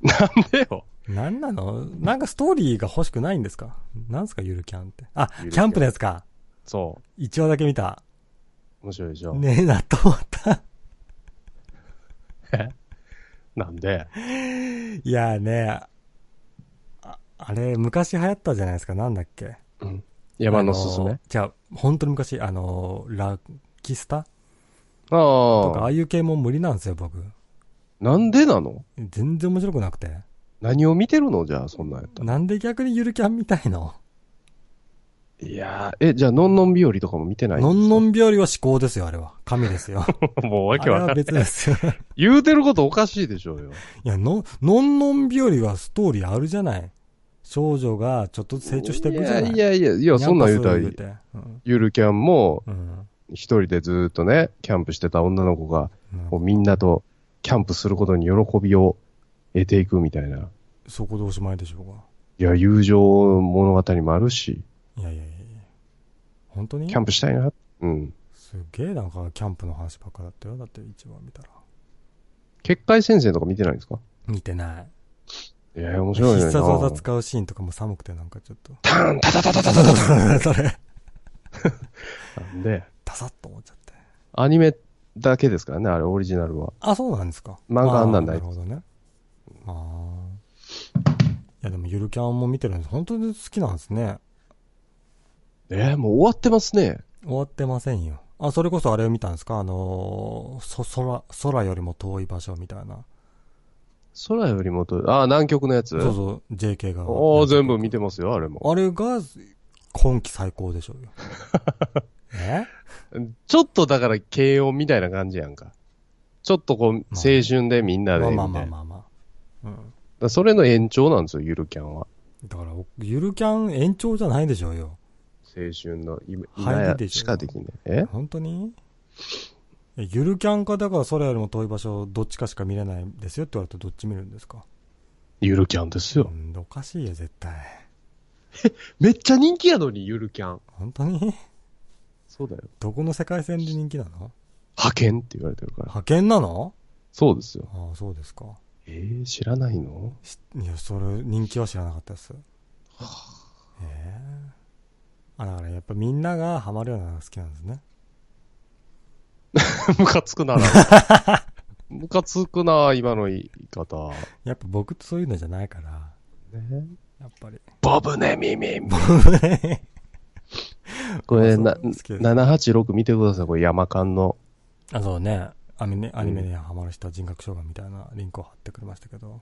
B: ど。なんでよ
A: なんなのなんかストーリーが欲しくないんですかなんすかゆるキャンって。あ、
B: ゆるキャン
A: キャンプのやつか。
B: そ
A: 1話だけ見た。
B: う。面白いでしょ。
A: ねえな、と思った。
B: なんで。
A: いやーねあ、あれ、昔流行ったじゃないですか。なんだっけ
B: 山のすす
A: あ
B: め。
A: じゃあ、本当に昔、あのー、ラキスタ
B: あ
A: とか、あ
B: あ
A: あいう系も無理なんですよ、僕。
B: なんでなの
A: 全然面白くなくて。
B: 何を見てるのじゃあ、そんなんやったら。
A: なんで逆にゆるキャンみたいの
B: いやー、え、じゃあ、のんのん日和とかも見てない
A: のんの
B: ん。
A: ん日和は思考ですよ、あれは。神ですよ。
B: も
A: あ
B: う わけ
A: れ
B: わか
A: は
B: んない。
A: 別ですよ。
B: 言うてることおかしいでしょうよ。
A: いや、の、のんのん日和はストーリーあるじゃない。少女がちょっとずつ成長していくじゃない。
B: いやいやいや、いや、そんなん言うたら
A: ニャンコス言うてうん
B: ゆるキャンも、
A: うん。
B: 一人でずーっとね、キャンプしてた女の子が、
A: うん
B: こうみんなとキャンプすることに喜びを得ていくみたいな。
A: そこでおしまいでしょう
B: いや、友情物語もあるし、
A: か。いやいやいやいや本当に
B: キャンプしたいな。うん。
A: すげえなんかキャンプの話ばっかだったよ。だって一番見たら。
B: 結界先生とか見てないんですか
A: 見てない。
B: いや、面
A: 必
B: 白いねんな。
A: 殺技使うシーンとかも寒くてなんかちょっと。
B: ターンタタタタタタタ
A: それ、
B: なんで、
A: ダサッと思っちゃって。
B: アニメだけですからね、あれオリジナルは。
A: あ、そうなんですか。
B: 漫画あんなんだ
A: あーなるほどね。ああ。いやでもゆるキャンも見てるんです。本当に好きなんですね。
B: えーもう終わってますね。
A: 終わってませんよ。あ、それこそあれを見たんですかあのーそ、空、空よりも遠い場所みたいな。
B: 空よりもと、あー、南極のやつ。
A: そうそう、JK が。
B: おー、全部見てますよ、あれも。
A: あれが、今季最高でしょう よ。え
B: ちょっとだから軽音みたいな感じやんか。ちょっとこう、青春でみんなで
A: まあ
B: みたいな。
A: まあまあまあまあ。うん。
B: だからそれの延長なんですよ、ゆるキャンは。
A: だから、ゆるキャン延長じゃないでしょうよ。
B: 青春の今
A: 入り
B: 今や
A: でしょ
B: しかできない。え
A: 本当にえゆるキャンか、だから空よりも遠い場所、どっちかしか見れないですよって言われたらどっち見るんですか
B: ゆるキャンです
A: う
B: よ。
A: ん、おかしいよ、絶対。
B: めっちゃ人気やのに、ゆるキャン。
A: 本当に
B: そうだよ。
A: どこの世界線で人気なの
B: 派遣って言われてるから。
A: 派遣なの
B: そうですよ。
A: ああ、そうですか。
B: えー、知らないの
A: しいや、それ、人気は知らなかったです。ええあ、だからやっぱみんながハマるようなのが好きなんですね。
B: ムカつくなら。 ムカつくな、今の言い方。
A: やっぱ僕ってそういうのじゃないから、
B: ね、
A: やっぱり。
B: ボブね、ミミミ。これ、な、
A: 好きです
B: 786見てください。これ、山間の。
A: あ、そうね。アニメアニメにハマる人は人格障害みたいなリンクを貼ってくれましたけど。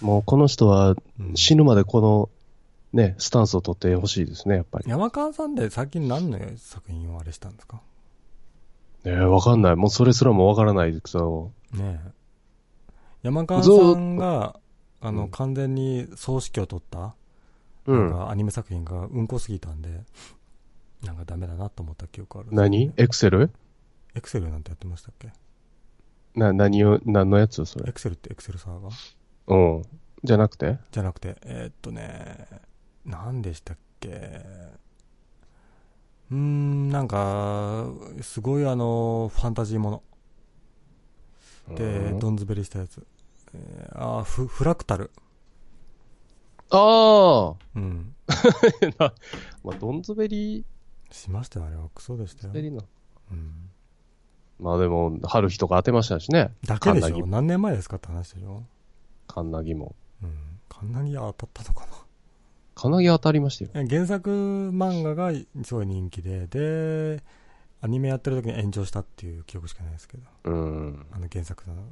B: もう、この人は
A: うん
B: 死ぬまでこの、ね、スタンスを取ってほしいですね、やっぱり。
A: 山川さんで最近何の作品をあれしたんですか
B: えー、わかんない。もうそれすらもわからないですけど、
A: ねえ。山川さんが、あの、
B: うん
A: 完全に総指揮を取った、
B: う
A: なん
B: ん。
A: かアニメ作品がうんこすぎたんで、なんかダメだなと思った記憶ある。
B: 何エクセル
A: エクセルなんてやってましたっけ
B: な、何を、何のやつそれ
A: エ。クセルってエクセルサーバー
B: うん。じゃなくて
A: じゃなくて、えーっとね、何でしたっけうーん、なんか、すごいあの、ファンタジーもの。で、
B: うん
A: どんずべりしたやつ。えーあーフ、フラクタル。
B: ああ
A: うん。
B: まあ、ドンズベリー、
A: しましたよ、あれは。クソでしたよ
B: ベ。リーな。
A: うん。
B: まあでも、春日とか当てましたしね。
A: だけで
B: カ
A: し
B: ンナギ
A: ょ何年前ですかって話でしょ
B: カンナギも。
A: うん。カンナギは当たったのか
B: カンナギ当たりましたよ。
A: な。え原作漫画がすごい人気で、で、アニメやってる時に炎上したっていう記憶しかないですけど、
B: うん。
A: あの原作だな。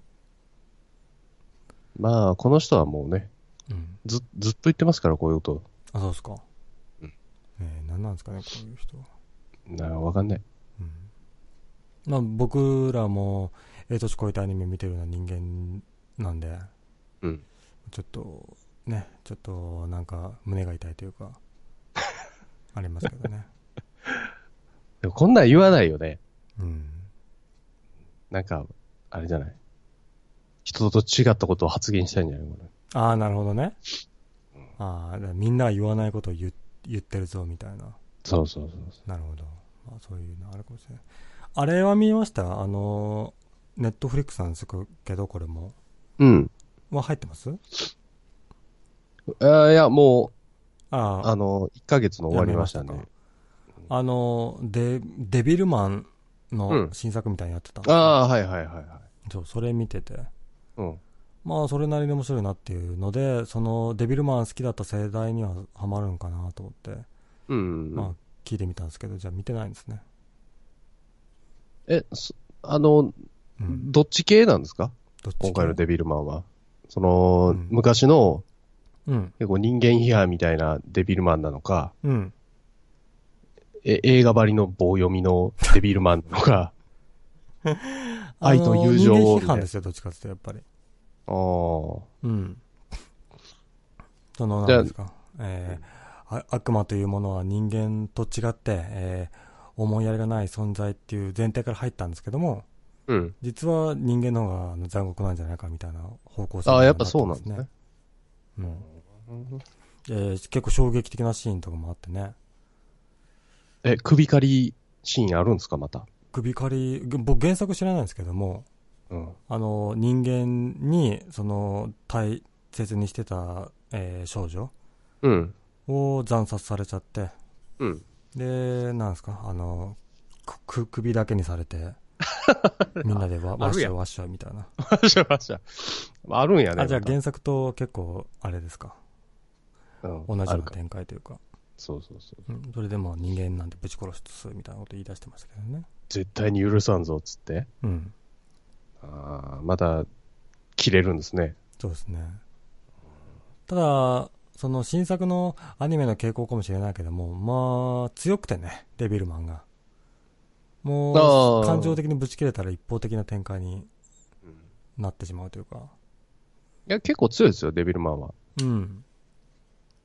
B: まあ、この人はもうね、
A: うん。
B: ず、ずっと言ってますから、こういうこと。
A: あ、そうですか。
B: うん
A: ねえ、何なんですかね、こういう人は。
B: なあわかんない。
A: うん。まあ、僕らも、ええ年超えたアニメ見てるような人間なんで、
B: うん。
A: ちょっと、ね、ちょっと、なんか、胸が痛いという か、ありますけどね。
B: でもこんなん言わないよね。
A: うん。
B: なんか、あれじゃない。人と違ったことを発言したいんじゃないこれ。
A: ああ、なるほどね。ああ、だからみんなが言わないことを言言ってるぞ、みたいな。
B: そうそうそうそ
A: なるほど。まあ、そういうのあるかもしれない。あれは見ましたあの、ネットフリックスなんですけど、これも。
B: う。うん。
A: は入ってます
B: えーいや、も
A: あ
B: う、
A: あ、
B: あの、1ヶ月の終わりました
A: やめ
B: ね
A: ま。あの、デ、デビルマンの新作みたいにやってた。
B: ああー、はいはいはいはい。
A: そう、それ見てて。
B: うん。
A: まあ、それなりに面白いなっていうので、その、デビルマン好きだった世代にはハマるんかなと思って、
B: うん。
A: まあ、聞いてみたんですけど、じゃあ見てないんですね。
B: え、そあの、
A: うん。
B: どっち系なんですか
A: どっち
B: 今回の
A: デ
B: デビルマンは。その、
A: うん
B: 昔の
A: うん。
B: 結構人間批判みたいなデビルマンなのか、
A: うん。
B: え映画ばりの棒読みのデビルマンな のか、愛と友情
A: あ
B: を
A: の人間批
B: みたい
A: 判
B: な
A: ですよ、どっちかっていうと、やっぱり。
B: あー
A: うん。その、
B: じゃあ
A: なんですか。えーあ悪魔というものは人間と違って、えー思いやりがない存在っていう前提から入ったんですけども、
B: うん。
A: 実は人間の方があの残酷なんじゃないかみたいな方向性
B: ああ、
A: に
B: や
A: な
B: っぱそうなんです
A: っ
B: ね。
A: てますね。うん。えー結構衝撃的なシーンとかもあってね。
B: え、首狩りシーンあるんですかまた。
A: 首狩り、ぐ僕原作知らないんですけども、
B: うん。
A: あの、人間に、その、大切にしてた、えー少女
B: うん。
A: を惨殺されちゃって、
B: うん。
A: で、なんですか、あの、く、く首だけにされて、 みんなでわ、
B: あ
A: わっ
B: る
A: し
B: や
A: ょい
B: ん
A: わっしょいみたいな。
B: わしゃわしゃ。あるんやね。
A: あ、じゃあ
B: また
A: 原作と結構、あれですか。
B: うん
A: 同じよ
B: あ
A: う
B: る
A: な
B: か
A: 展開というか。
B: そうそうそう。
A: うん、それでも人間なんてぶち殺すみたいなこと言い出してましたけどね。
B: 絶対に許さんぞ、つって。
A: うん。
B: ああ、また、切れるんですね。
A: そうですね。ただ、その新作のアニメの傾向かもしれないけども、まあ、強くてね、デビルマンが。も
B: あ
A: う、
B: ー
A: 感情的にぶち切れたら一方的な展開になってしまうというか。
B: いや、結構強いですよ、デビルマンは。
A: うん。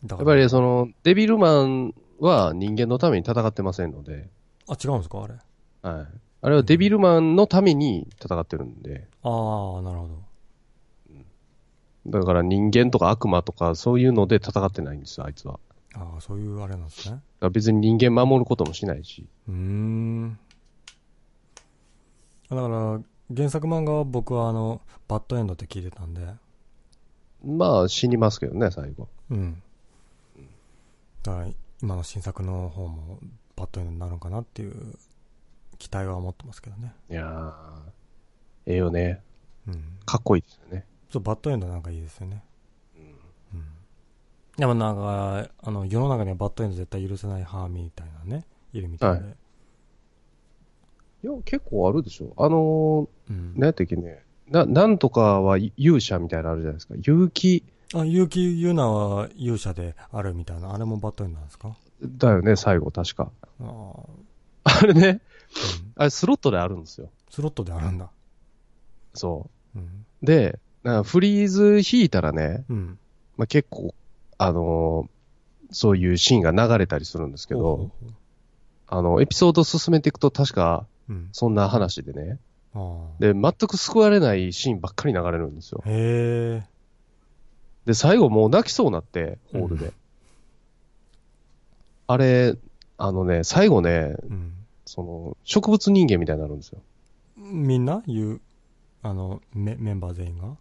A: だ
B: や
A: か
B: っ
A: ら
B: ぱりその、デビルマンは人間のために戦ってませんので、
A: あ、違うんですかあれ。あ
B: はい。あれはデビルマンのために戦ってるんで、
A: あ、なるほど。
B: だから人間とか悪魔とかそういうので戦ってないんですよ、あいつは。だか
A: ああ、そういうあれなんですね。
B: ら別に人間守ることもしないし。
A: うーん。だから、原作漫画は僕はあの、バッドエンドって聞いてたんで、
B: まあ死にますけどね、最後。
A: うん。だから、今の新作の方もバッドエンドになるのかなっていう期待は持ってますけどね。
B: いやー、ええよね。
A: うん。
B: かっこいいですよね。
A: そう、バッドエンドなんかいいですよね。うん。でもなんか、あの、世の中にはバッドエンド絶対許せない派みたいなね、いるみたいで。
B: ははいや、結構あるでしょ。あの
A: うん
B: ー、。なんやったっけね。な、なんとかは勇者みたいなのあるじゃないですか。勇気
A: あ、結城優奈は勇者であるみたいな、あれもバッドエンドなんですか
B: だよね、最後確か。
A: あー、
B: あれね、
A: うん、
B: あれスロットであるんですよ。
A: スロットであるんだ。
B: そう。
A: うん。
B: で、だからフリーズ引いたらね、
A: うん。
B: まあ、結構、あのーそういうシーンが流れたりするんですけ
A: ほうほう
B: ど、
A: ほ
B: あの、エピソード進めていくと確か、
A: う。うん。
B: そんな話でね、
A: ああ。
B: で、全く救われないシーンばっかり流れるんですよ。
A: へえ。
B: で、最後もう泣きそうになって、ホールで。あれ、あのね、最後ね、
A: うん。
B: その、植物人間みたいになるんですよ。
A: みんな言う、あの、メメンバー全員が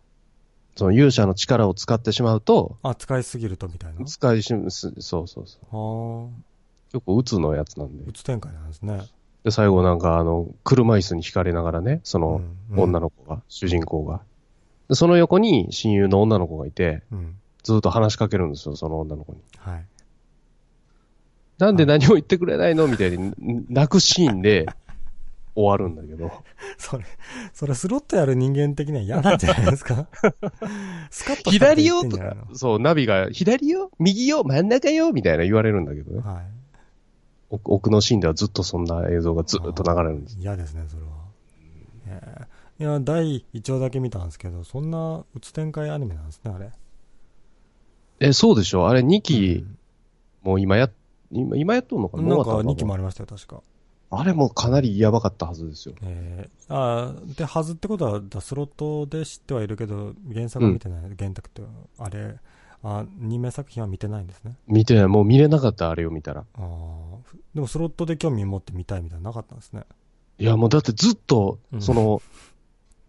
B: その勇者の力を使ってしまうと、
A: あ、使いすぎるとみたいな。
B: 使いしす、そうそうそう。
A: ああ。
B: 結構鬱のやつなんで
A: う。つ展開なんですね。
B: で、最後なんか、あの、車椅子に惹かれながらね、その、女
A: の。
B: の子が、主人公が。で、その横に親友の女の子がいて、
A: うん。
B: ずっと話しかけるんですよ、その女の子に。
A: はい。
B: なんで何も言ってくれないのみたいに、泣くシーンで 終わるんだけど。
A: それ、それスロットやる人間的には嫌 なんじゃないですかスカッとしたこと
B: 左
A: 言っ
B: よ
A: てん
B: と
A: じゃない
B: か
A: の、
B: そう、ナビが、左よ右よ真ん中よみたいな言われるんだけどね。
A: はい。
B: 奥奥のシーンではずっとそんな映像がずっと流れるんです。
A: 嫌ですね、それは。えーいや、第1話だけ見たんですけど、そんな、うつ展開アニメなんですね、あれ。
B: え、そうでしょあれ2期、
A: うん
B: もう今や、今、今やっとんのかな
A: なん
B: 終
A: か
B: わったの
A: 2期もありましたよ、確か。
B: あれもかなりやばかったはずですよ。
A: えー、あーで、はずってことは、だスロットで知ってはいるけど、原作は見てない、原作って、あれ、あ、2名作品は見てないんですね。
B: 見てない、もう見れなかった、あれを見たら。
A: あーふでもスロットで興味持って見たいみたいなのなかったんですね。
B: いや、もうだってずっと
A: う、ん
B: その、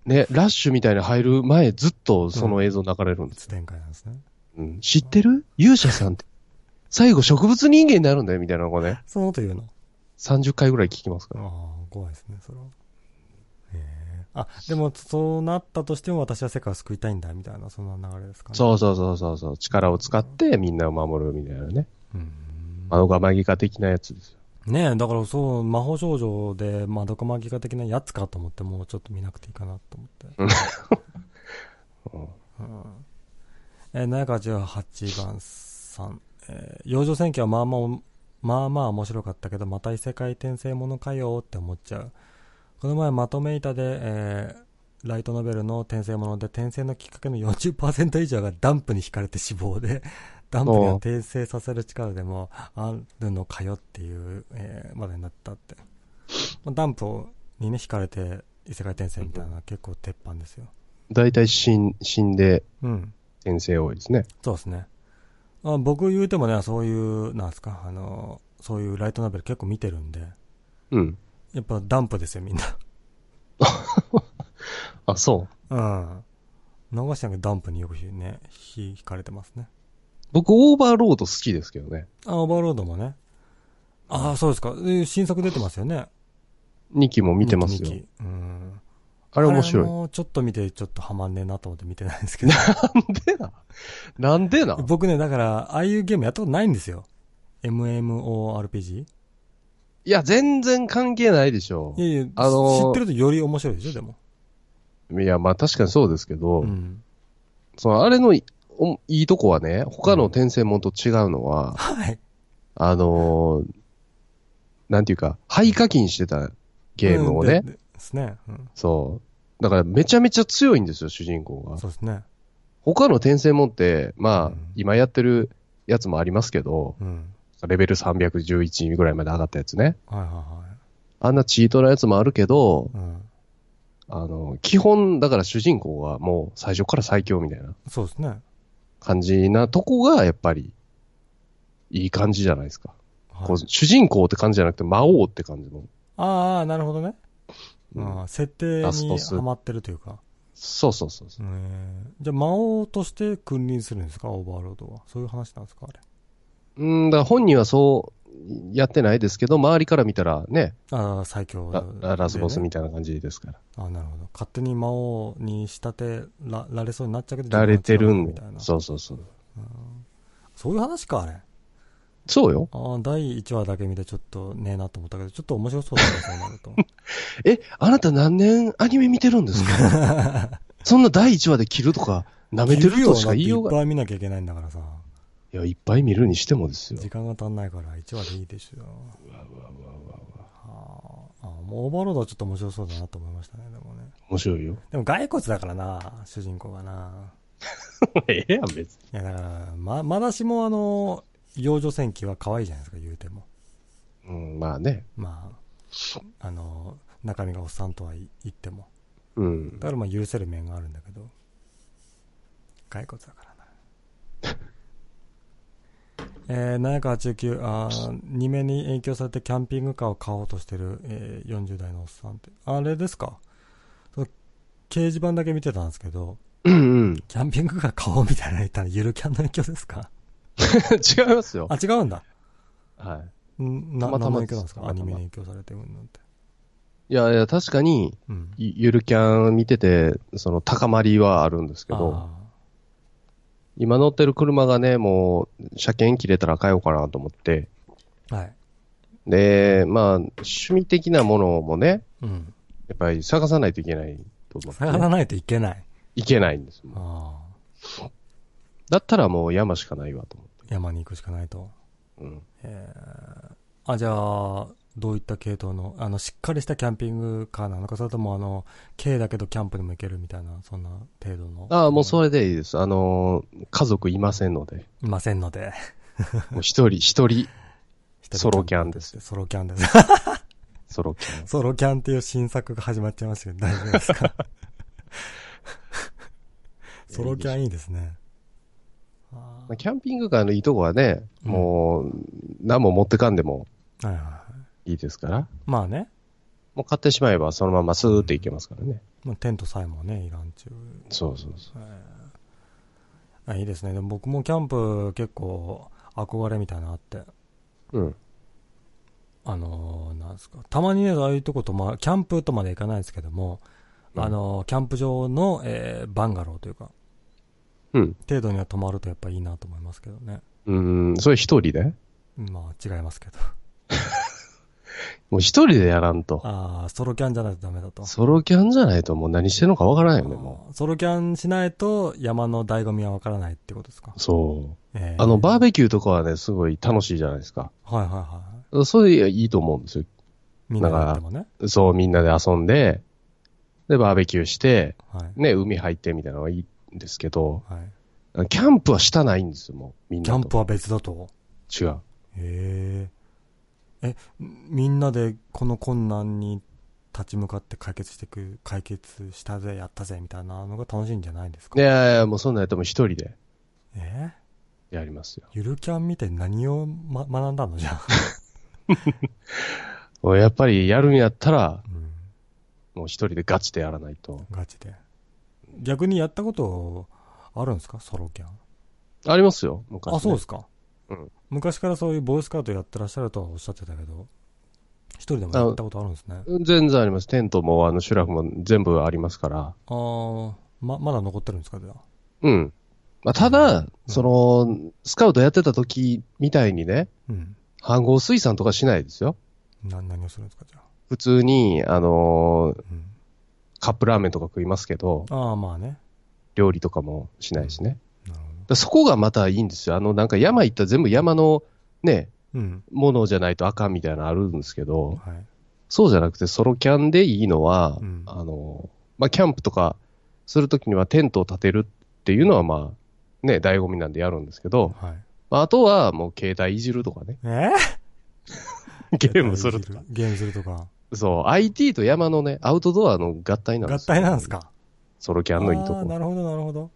B: ね、ラッシュみたいに入る前、ずっとその映像流れるん
A: う
B: です
A: つ。展開なんですね。
B: うん、知ってる勇者さんって、最後植物人間になるんだよ、みたいなのをね、
A: そのこと言うの
B: 30回ぐらい聞きますから。
A: ああ、怖いですね、それは。ええあ、でも、そうなったとしても私は世界を救いたいんだ、みたいな、そんな流れですかね。う。
B: そうそうそうそうそう、力を使ってみんなを守るみたいなね。
A: うん
B: あ、のがマギカ的なやつですよ。
A: ねえ、だからそう、魔法少女で、まあ、ドカマギカ的なやつかと思って、もうちょっと見なくていいかなと思って。えー、
B: うん
A: 718番さん。えー、養生選挙はまあまあお、まあまあ面白かったけど、また異世界転生ものかよって思っちゃう。この前まとめ板で、えーライトノベルの転生もので、転生のきっかけの40%以上がダンプに惹かれて死亡で、 ダンプが転生させる力でもあるのかよっていう、えーまでになったって。まあダンプにね、惹かれて異世界転生みたいなのは結構鉄板ですよ。
B: 大体死ん死んで
A: うん。
B: 転生多いですね。
A: そうですね。あ僕言うてもね、そういう、なんですか、あの、そういうライトノベル結構見てるんで、
B: うん。
A: やっぱダンプですよ、みんな。
B: あ、そ
A: う
B: う。
A: ん。長橋さんがダンプによくね、ひ惹かれてますね。
B: 僕、オーバーロード好きですけどね。
A: あ、オーバーロードもね。ああ、そうですか。え新作出てますよね。
B: 2期も見てますよ
A: 二。期うん。
B: あれ面白い。
A: あれもちょっと見て、ちょっとハマんねえなと思って見てないんですけ ど。
B: なんでななんでな
A: 僕ね、だから、ああいうゲームやったことないんですよ。MMORPG?
B: いや、全然関係ないでしょ
A: いやいや、
B: あのー
A: 知ってるとより面白いでしょ、でも。
B: う。いや、まあ確かにそうですけど、
A: うん。
B: そのあれのいおいいとこはね、他の転生もんと違うのは、
A: はい。
B: あのーなんていうか、廃課金してたゲームをね
A: う、んででですね、うん
B: そう。だからめちゃめちゃ強いんですよ、主人公が。
A: そうですね。
B: 他の転生もんって、
A: う
B: まあ
A: ん、
B: 今やってるやつもありますけど、
A: うん。
B: レベル311ぐらいまで上がったやつね。
A: はいは
B: あんなチートなやつもあるけど
A: い、はい。うん。
B: あの、基本、だから主人公はもう最初から最強みたいな
A: そうですね。
B: 感じなとこが、やっぱり、いい感じじゃないですか。
A: は
B: こ
A: いう
B: 主人公って感じじゃなくて魔王って感じの。
A: ああ、なるほどね。
B: うん
A: あー設定
B: ラスボ
A: に
B: ス
A: ハマってるというか。
B: そうそうそうそ
A: え。
B: う
A: ーじゃあ、魔王として君臨するんですか、オーバーロードは。そういう話なんですか、あれ。
B: うん、だから本人はそうやってないですけど、周りから見たらね、
A: ああ、最強で
B: ラ
A: ね、
B: ラスボスみたいな感じですから。
A: あーなるほど。勝手に魔王に仕立てらられそうになっちゃうけど、
B: られてるん
A: み
B: で
A: たいな。
B: そうそうそう。
A: そういう話か、あれ。
B: そうよ。
A: ああ、第1話だけ見てちょっとねえなと思ったけど、ちょっと面白そうだね、そうなる と。
B: え、あなた何年アニメ見てるんですか そんな第1話で切るとか、舐めてるとしか言いようが
A: いっぱい見なきゃいけないんだからさ。
B: いや、いっぱい見るにしてもですよ。
A: 時間が足んないから1話でいいでしょ。はあもうオーバーロードはちょっと面白そうだなと思いましたね、でもね。
B: 面白いよ。
A: でも骸骨だからな、主人公がな。
B: ええやん、別に。
A: いや、だから、ま、まだしもあの、幼女戦記は可愛いじゃないですか、言うても。
B: うん、まあね。
A: まあ、あの、中身がおっさんとは言っても。
B: うん
A: だ。からまあ許せる面があるんだけど、骸骨だ からな。えー、789、あー2面に影響されてキャンピングカーを買おうとしてる、えー40代のおっさんって、あれですかその掲示板だけ見てたんですけど、
B: うんうん。
A: キャンピングカー買おうみたいなの言ったらゆるキャンの影響ですか
B: 違いますよ。
A: あ、違うんだ。
B: は
A: んな
B: たまたま
A: 何の影響なんです
B: たま
A: か
B: たま
A: アニメに影響されてるなんて。
B: い。いやいや、確かに、
A: うん。
B: ゆゆるキャン見てて、その高まりはあるんですけど、
A: あ
B: 今乗ってる車がね、もう、車検切れたら買おうかなと思って、
A: ーはい。
B: で、まあ、趣味的なものもね、
A: うん。
B: やっぱり探さないといけないと思って
A: 下が
B: ね、
A: らないといけない。
B: いけないんですもん。
A: ああ。
B: だったらもう山しかないわと思
A: 山に行くしかないと。
B: って。うん。
A: えーあ、じゃあ、どういった系統の、あの、しっかりしたキャンピングカーなのか、それとも、あの、軽だけどキャンプにも行けるみたいな、そんな程度の。
B: ああ、もうそ
A: れ。
B: れでいいです。あのー家族いませんの で、
A: いませんので。
B: もう一人、一人、 ソロキャンですよ。
A: ソロキャンです。
B: ソロキャン。
A: ソロキャンっていう新作が始まっちゃいましたけど、大丈夫です かソロキャンいいですね。あ
B: まあキャンピングカーのいいとこはね、
A: うん
B: もう、何も持ってかんでも
A: ーはいはいはい。
B: いいですから、
A: まあね、
B: もう買ってしまえばそのままスーっていけますからね。
A: まあテントさえもね、いらんちゅう
B: そうそうそ
A: あいいですね。でも僕もキャンプ結構憧れみたいなのあって。
B: う。うん。
A: あのーなんですか。たまにね、ああいうとこと、まあ、キャンプとまで行かないですけども、
B: うん
A: あのーキャンプ場の、えーバンガローというか、
B: うん。
A: 程度には泊まるとやっぱいいなと思いますけどね。
B: うん、それ一人で
A: まあ、違いますけど。
B: もう一人でやらんと。
A: ああ、ソロキャンじゃないとダメだと。
B: ソロキャンじゃないともう何してんのかわからないよね、も
A: あーソロキャンしないと山の醍醐味はわからないってことですか
B: う。。そう。
A: え
B: あの、バー
A: ベ
B: ベキューとかはね、すごい楽しいじゃないですか。
A: はいはいは
B: それいいと思うんですよ。
A: い。みんながやってもね。
B: そう、みんなで遊んで、で、バーベキューして、
A: はい。
B: ね、海入ってみたいなのがいいんですけど、
A: はい。
B: キャンプはしたないんですよ、もう、みん
A: キ
B: な
A: ャ
B: と。
A: ンプは別だと。
B: 違う。
A: へえ。え、みんなでこの困難に立ち向かって解決していく、解決したぜ、やったぜ、みたいなのが楽しいんじゃないですか。
B: いやいや、もうそんなんやっても一人で
A: え
B: やりますよ。
A: ゆるキャン見て何を、ま、学んだのじゃ あ。
B: もうやっぱりやるんやったら、
A: うん。
B: もう一人でガチでやらないと。
A: ガチで。逆にやったことあるんですかソロキャン。
B: ありますよ、昔、ね。
A: あ、そうですか。
B: うん
A: 昔からそういうボーイスカートやってらっしゃるとはおっしゃってたけど、一人でもやったことあるんですね。
B: 全然あります。テントも、あの、シュラフも全部ありますから。
A: あー、ま、まだ残ってるんですかじゃあ。
B: うん。まあ、ただ、その、スカウトやってた時みたいにね、
A: うん。
B: 飯合水産とかしないですよ。
A: な、何をするんですかじゃあ。
B: 普通に、あのー
A: うん。
B: カップラーメンとか食いますけど、
A: ああ、まあね。
B: 料理とかもしないしね。
A: なるほ
B: だそこがまたいいんですよ。あの、なんか山行ったら全部山のね、
A: ど。うん。
B: ものじゃないとあかんみたいなのあるんですけど、
A: はい。
B: そうじゃなくてソロキャンでいいのは、
A: うん
B: あの、まあ、キャンプとかするときにはテントを建てるっていうのはまあ、ね、醍醐味なんでやるんですけど、
A: はい。
B: まあ、あとはもう携帯いじると かね、
A: えー、
B: ゲームするとか。
A: ゲームするとか。
B: そう、IT と山のね、アウトドアの合体なんで
A: 合
B: すよ
A: 体なんですか
B: ソロキ
A: あ
B: ャンのいいと
A: ー
B: こ。
A: なるほど、なるほど。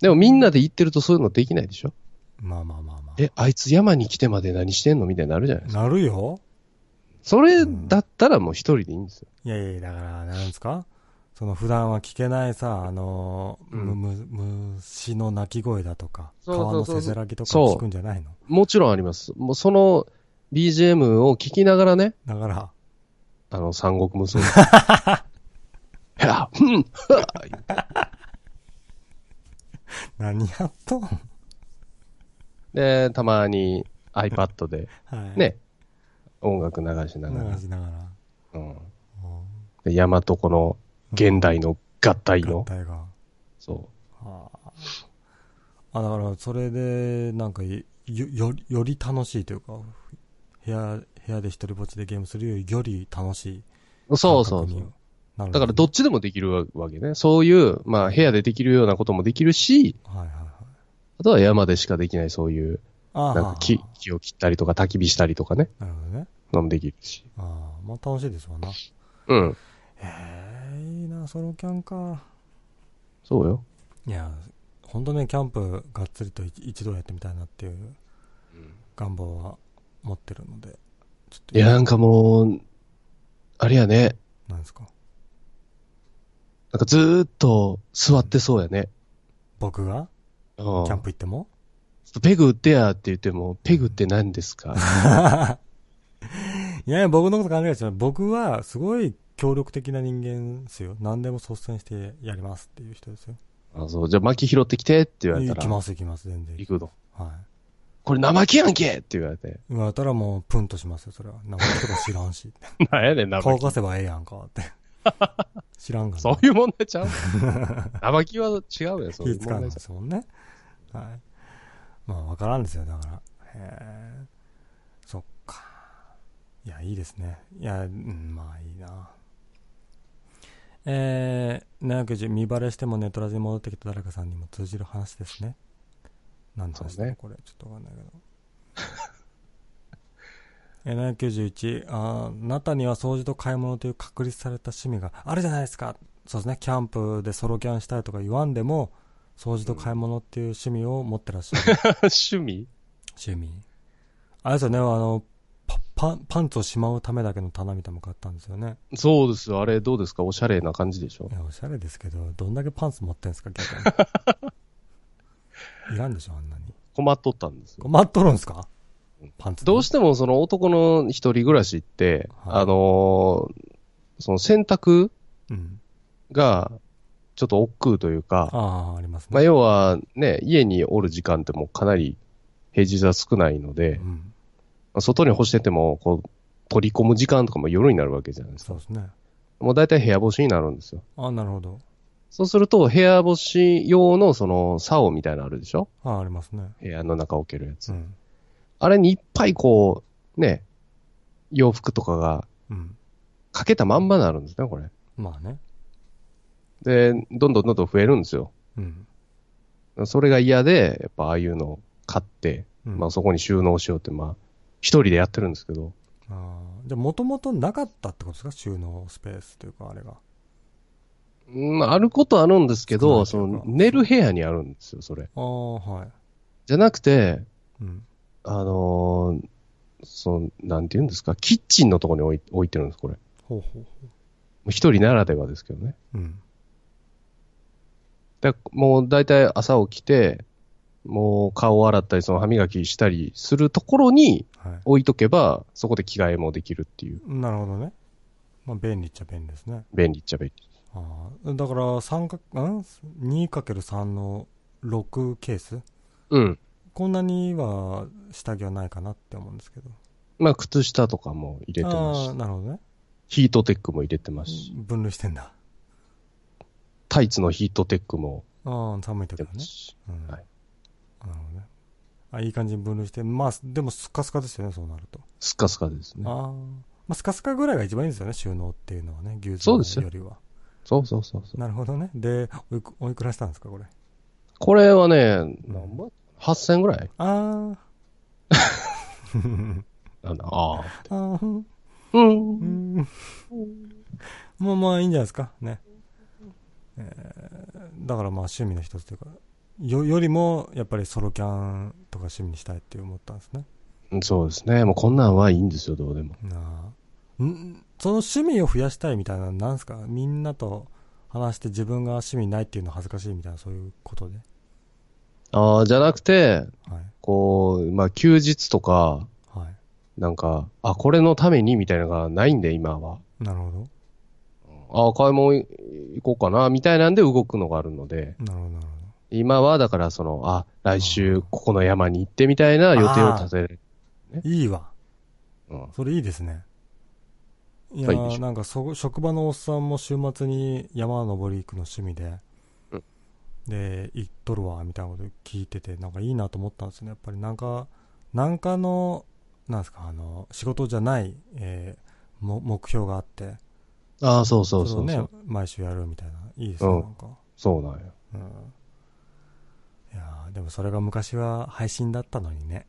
B: でもみんなで行ってるとそういうのできないでしょ
A: まあまあまあまあ。
B: え、あいつ山に来てまで何してんのみたいになるじゃないですか。
A: なるよ
B: それだったらもう一人でいいんですよ。
A: いやいや、だから、なんですかその普段は聞けないさ、あのー、
B: うん
A: む、む、虫の鳴き声だとか、
B: そうそう
A: 川の
B: そうそう
A: せせらぎとか
B: そう
A: 聞くんじゃないの
B: もちろんあります。もうその BGM を聞きながらね、
A: だから、
B: あの、三国 無双。はぁ、うん、はぁ言うて
A: 何やっとんは
B: で、たまに iPad で
A: い。。
B: ね、音楽流しなが
A: 流しながら。
B: ら、うん。
A: うん
B: で山とこの現代の合体
A: 合
B: の、
A: 体が。
B: そ
A: あーあだからそれでなんかいよよりより楽しいというか部屋部部屋で一人ぼっちでゲームするよりより楽しい
B: そうそ
A: 感
B: う
A: 覚
B: そ
A: に
B: う。
A: なる
B: だからどっちでもできるわけね。そういう、まあ部屋でできるようなこともできるし、
A: はいはいはい
B: あとは山でしかできないそういう、
A: あ
B: な
A: あ
B: んか木木を切ったりとか焚き火したりとかね、
A: なるほどね
B: のもできるし。
A: ああまあ楽しいですわなへ
B: うん。
A: えいいなソロキャンか
B: そうよ。
A: いや本当ねキャンプがっつりと一一度はやってみたいなっていう願望は持ってるのでちょっ
B: いや、なんかもう、あれやね。
A: なんですか
B: なんかずーっと座ってそうやね。
A: 僕が
B: うん。
A: キャンプ行っても
B: ペグ売ってやって言っても、ペグって何ですか
A: いやいや、僕のこと考えちゃう。僕はすごい協力的な人間ですよ。何でも率先してやりますっていう人ですよ。
B: あそう、じゃあ薪拾ってきてって言われた
A: 行
B: ら。
A: きます行きます、全然。
B: 行くの。
A: は
B: これ生木やんけって言われて。
A: い。言われたらもうプンとしますよ、それは。名前とか知らんし。
B: なん やねん、生
A: 乾
B: 木。
A: かせばええやんかって。 知らんがな。
B: そういう問 題ちゃう生木は違うやん、そうい
A: 気使う
B: う問
A: ん
B: 題
A: で
B: じ
A: すもんね。はい。まあ、わからんですよ、だから。へえ。そっか。いや、いいですね。いや、うん、まあ、いいな。えー、790、見バレしてもネトラジに戻ってきた誰かさんにも通じる話ですね。なんで
B: そ
A: す
B: うです
A: ね
B: ね、
A: これ。ちょっとわかんないけど。 えー791、あーあなたには掃除と買い物という確立された趣味があるじゃないですか。そうですね、キャンプでソロキャンしたいとか言わんでも、掃除と買い物っていう趣味を持ってらっしゃる。
B: ゃん。趣味
A: 趣味。あれですよね、あの、パパンパンツをしまうためだけの棚みたいなの買ったんですよね。
B: そうですよ。あれ、どうですかおしゃれな感じでしょ
A: いや、おしゃれですけど、どんだけパンツ持ってんすか、逆 に。いらんでしょ、あんなに。
B: 困っとったんですよ。
A: 困っとるんすかパンツ。
B: どうしても、その男の一人暮らしって、
A: はい
B: あのーその洗濯
A: うん。
B: が、ちょっと億劫というか、
A: ああ、あります
B: まあ、
A: ね。
B: 要はね、家におる時間ってもうかなり平日は少ないので、
A: うん。
B: まあ外に干してても、こう、取り込む時間とかも夜になるわけじゃないです
A: そ
B: か
A: う。ですね。
B: もう大体部屋干しになるんですよ。
A: ああ、なるほど。
B: そうすると、部屋干し用のその、竿みたいなのあるでしょ
A: ああ、ありますね。
B: 部屋の中置けるやつ。
A: うん。
B: あれにいっぱいこう、ね、洋服とかが
A: うん。
B: かけたまんまになるんですね、これ。
A: まあね。
B: で、どんどんどんどん増えるんですよ。
A: うん。
B: それが嫌で、やっぱああいうのを買って、
A: うん、
B: まあそこに収納しようって、まあ、一人でやってるんですけど、
A: あーじゃあ、もともとなかったってことですか収納スペースというか、あれが。
B: うん、まああることあるんですけ
A: 少
B: ど、そ
A: ない
B: の
A: というか
B: 寝る部屋にあるんですよ、それ。
A: ああ、はい。
B: じゃなくて、
A: うん。
B: あのーその、なんて言うんですか、キッチンのところに置い置いてるんです、これ。
A: ほうほうほ
B: 一人ならではですけどね。
A: う。うん。
B: だもう大体朝起きて、もう顔を洗ったり、その歯磨きしたりするところに
A: はい。
B: 置いとけば、そこで着替えもできるっていう、
A: なるほどね。まあ、便利っちゃ便利ですね。
B: 便利っちゃ便利。
A: ああ。だから、三か、ん ?2×3 の6ケース
B: うん。
A: こんなには下着はないかなって思うんですけど。
B: まあ、靴下とかも入れてます
A: ああ、
B: し、
A: なるほどね。
B: ヒートテックも入れてますし、
A: 分類してんだ。
B: タイツのヒートテックも
A: ああ、寒い時
B: 入
A: は
B: れてま
A: ね
B: す。し、
A: うん。
B: はい
A: なるほどね。あ、いい感じに分類して。まあ、でもスカスカですよね、そうなると。
B: スッカスカですね。
A: ああ。まあ、スカスカぐらいが一番いいんですよね、収納っていうのはね、牛
B: そう
A: 丼
B: ですよ
A: よりは。
B: そうそうそうそう。
A: なるほどね。で、おいくおいくらしたんですか、これ。
B: これはね、なんぼ ?8000 ぐらい
A: ああ。
B: なんだああ。
A: あー
B: う。
A: うんん。まあまあいいんじゃないですか。ね。えーだからまあ趣味の一つというか、よ、よりもやっぱりソロキャンとか趣味にしたいって思ったんですね。
B: そうですね。もうこんなんはいいんですよ、どうでも。
A: なあ。んその趣味を増やしたいみたいな、なんですかみんなと話して自分が趣味ないっていうの恥ずかしいみたいな、そういうことで。
B: ああ、じゃなくて、
A: はい。
B: こう、まあ、休日とか、
A: はい。
B: なんか、あ、これのためにみたいなのがないんで、今は。
A: なるほど。
B: あ買い物い行こうかな、みたいなんで動くのがあるので、
A: なるほど、なるほど。
B: 今はだから、その、あ、来週ここの山に行ってみたいな予定を立てる。
A: いいわ。
B: うん
A: それいいですね。いや
B: はいいいでし
A: ー
B: ょ
A: なんかそ、職場のおっさんも週末に山登り行くの趣味で、
B: うん
A: で、行っとるわ、みたいなこと聞いてて、なんかいいなと思ったんですよね。やっぱりなんか、なんかのなんですか、あの、仕事じゃない、えーも、目標があって、
B: ああ、そうそうそう
A: れ
B: そ
A: を
B: う
A: ね。、毎週やるみたいな、いいですね、
B: うん
A: なんか。
B: そうなんや。
A: うん。いやーでもそれが昔は配信だったのにね。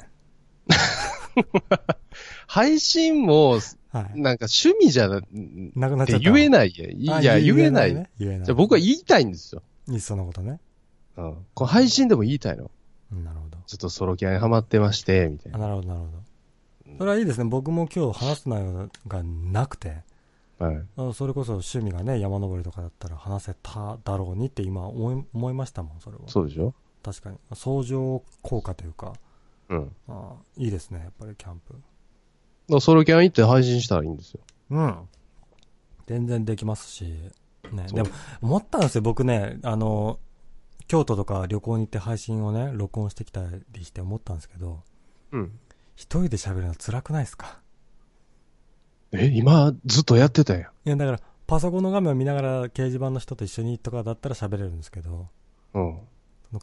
B: 配信も、
A: はい。
B: なんか趣味じゃな、っ
A: なくなっちゃ
B: て
A: った。
B: 言えないやん。い
A: あ
B: や、言えない。
A: ね言えない。
B: じゃあ僕は言いたいんですよ。
A: いっそのことね。
B: うん。こう配信でも言いたいの。
A: うんなるほど。
B: ちょっとソロキャンにハマってまして、みたい
A: あ
B: な。
A: なるほど、なるほど。それはいいですね。僕も今日話す内容がなくて、
B: はい。
A: あそれこそ趣味がね、山登りとかだったら話せただろうにって今思い思いましたもん、それは。
B: そうでしょ
A: 確かに。相乗効果というか、
B: うん。
A: あいいですね、やっぱりキャンプ。
B: ソロキャン行って配信したらいいんですよ。
A: うん。全然できますし、ね。
B: そう
A: でも、思ったんですよ、僕ね、あの、京都とか旅行に行って配信をね、録音してきたりして思ったんですけど、
B: うん。
A: 一人で喋るの辛くないですか
B: え、今、ずっとやってたや
A: いや、だから、パソコンの画面を見ながら掲示板の人と一緒にとかだったら喋れるんですけど、
B: ん。うん。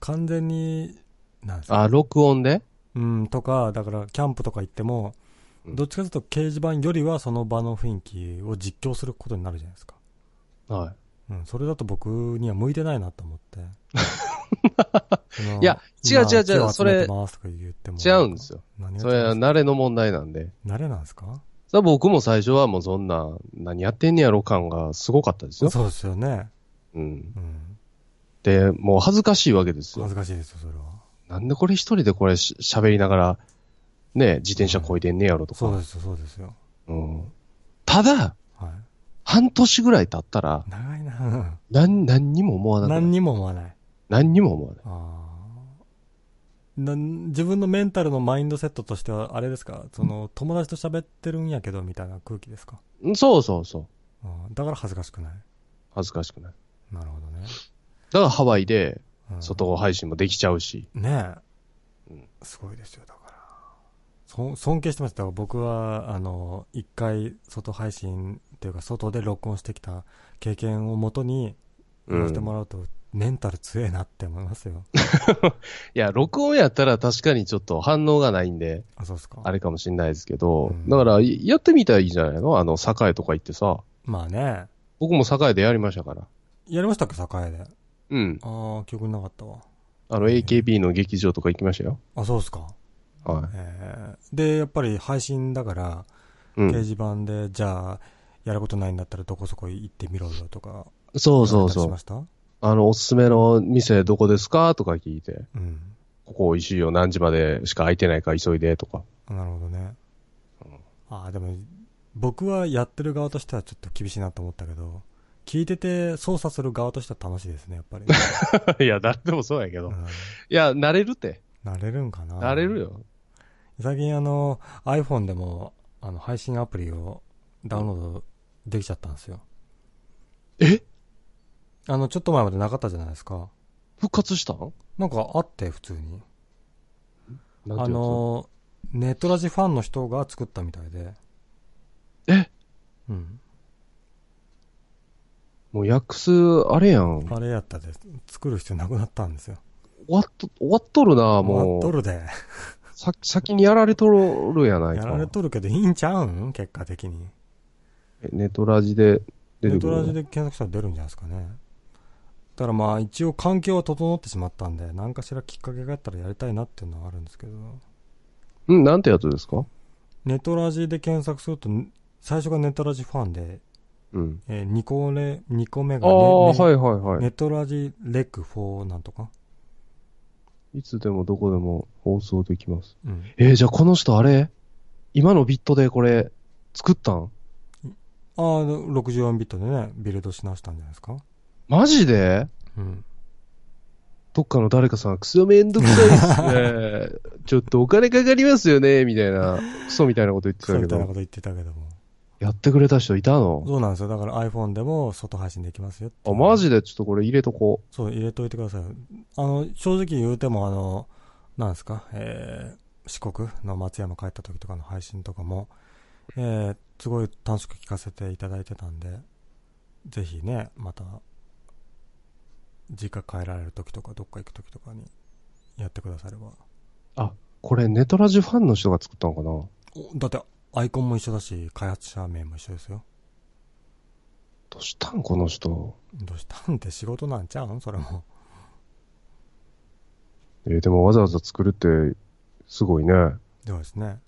A: 完全に、なんですか
B: あ、録音で
A: うん、とか、だから、キャンプとか行っても、
B: うん
A: どっちかというと掲示板よりはその場の雰囲気を実況することになるじゃないですか。
B: は
A: うん、それだと僕には向いてないなと思っ て。その
B: いや違う
A: 今
B: 違う違う
A: 今
B: それ
A: 集めてますとか言っても
B: い。違うんですよ。
A: 何
B: それは
A: が違うんで
B: 慣れの問題なんで。
A: すか慣れなんですか
B: さ僕も最初はもうそんな、何やってんねやろ感がすごかったですよ。
A: そうですよね。
B: うん。
A: うん。
B: で、もう恥ずかしいわけです
A: 恥
B: よ。
A: ずかしいですよ、それは。
B: なんでこれ一人でこれし喋りながら、ね、自転車こいでんねやろと
A: そう
B: か。
A: ですよ、そうですよ。
B: うん。ただ、
A: は
B: 半年ぐらい経ったら
A: い。、長いな。
B: なん、何にも思わなくな
A: 何
B: い。
A: にも思わない。
B: 何にも思わない。
A: あーなん自分のメンタルのマインドセットとしては、あれですか、その友達と喋ってるんやけどみたいな空気ですか。
B: うんそうそうそう。
A: あーだから恥ずかしくない。
B: 恥ずかしくない。
A: なるほどね。
B: だからハワイで、
A: うん
B: 外配信もできちゃうし。
A: ねえ、
B: うん
A: すごいですよだからそ尊敬してますだから僕はあの一回外配信というか外で録音してきた経験をもとに
B: うん
A: 言わせてもらうと、メンタル強えなって思いますよ
B: いや、録音やったら確かにちょっと反応がないんで、
A: あそうですか
B: あれかもしんないですけど、
A: うん
B: だから、いやってみたらいいじゃないのあの、堺とか行ってさ、
A: まあね
B: 僕も堺でやりましたから。
A: やりましたっけ栄で
B: うん。
A: ああ記憶になかったわ
B: あの、AKB の劇場とか行きましたよ。
A: あそうですか、
B: は
A: えーでやっぱり配信だから、
B: い。う
A: 掲
B: ん。
A: 示板でじゃあやることないんだったらどこそこ行ってみろよとか
B: そうそう
A: 言わ
B: そ
A: れたりしま
B: う。
A: した
B: あの、おすすめの店どこですかとか聞いて、
A: うん
B: ここ美味しいよ、何時までしか空いてないから急いで、とか。
A: なるほどね
B: うん。
A: ああ、でも、僕はやってる側としてはちょっと厳しいなと思ったけど、聞いてて操作する側としては楽しいですね、やっぱり。
B: いや、誰でもそうやけ
A: う
B: ど。い
A: ん
B: や、慣れるって。
A: 慣れるんかな。
B: 慣れる。よ。
A: 最近あの、iPhone でも、あの、配信アプリをダウンロードできちゃったんですよ。
B: え
A: あの、ちょっと前までなかったじゃないですか。
B: 復活したん
A: なんかあって、普通に。
B: なんて
A: あ
B: いうの
A: の、ネットラジファンの人が作ったみたいで。
B: え
A: うん。
B: もう、ヤックス、あれやん。終
A: あれやったです。作る必要なくなったんですよ。
B: わっと、終わっとる
A: も
B: な、も
A: う。
B: う。
A: 取るで。
B: さ先にやられとるやない
A: や
B: か。
A: られとるけどいいんちゃうん結果的に。
B: ネトラジで出
A: ネ
B: て
A: ト
B: く
A: ラジ
B: る。
A: で検索したら出るんじゃないですかね。だからまあ一応環境は整ってしまったんで、何かしらきっかけがあったらやりたいなっていうのはあるんですけど、
B: うん、なんてやつですか
A: ネトラジで検索すると、最初がネトラジファンで、
B: うん。
A: え2個目、二個目
B: あ
A: がね、
B: あ、
A: ね
B: はいはいはい。
A: ネトラジレク4なんとか。
B: いつでもどこでも放送できます。
A: うん。
B: えー、じゃあこの人あれ今のビットでこれ作ったん
A: ああ、64ビットでね、ビルドし直したんじゃないですか。
B: マジで
A: うん。
B: どっかの誰かさん、クソめんどくさいっ すね。ちょっとお金かかりますよね、みたいな、クソみたいなこと言って
A: そう
B: たけ
A: みたいな
B: ど
A: こ、と言ってたけども。
B: やってくれた人いたの
A: そうなんですよ。だから iPhone でも外配信できますよってい
B: あ、
A: う
B: マジでちょっとこれ入れとこ
A: そう、入れといてください。あの、正直言うても、あの、なんですか、えー四国の松山帰った時とかの配信とかも、えーすごい短縮聞かせていただいてたんで、ぜひね、また、実家帰られる時とか、どっか行く時とかに、やってくだされば。
B: う。これネトラジファンの人が作ったのかな
A: おだってアイコンも一緒だし、開発者名も一緒ですよ。
B: どうしたんこの人。
A: どうしたんって 仕事なんちゃうんそれ も。
B: えーでもわざわざ作るって、すごいね。
A: そうですね。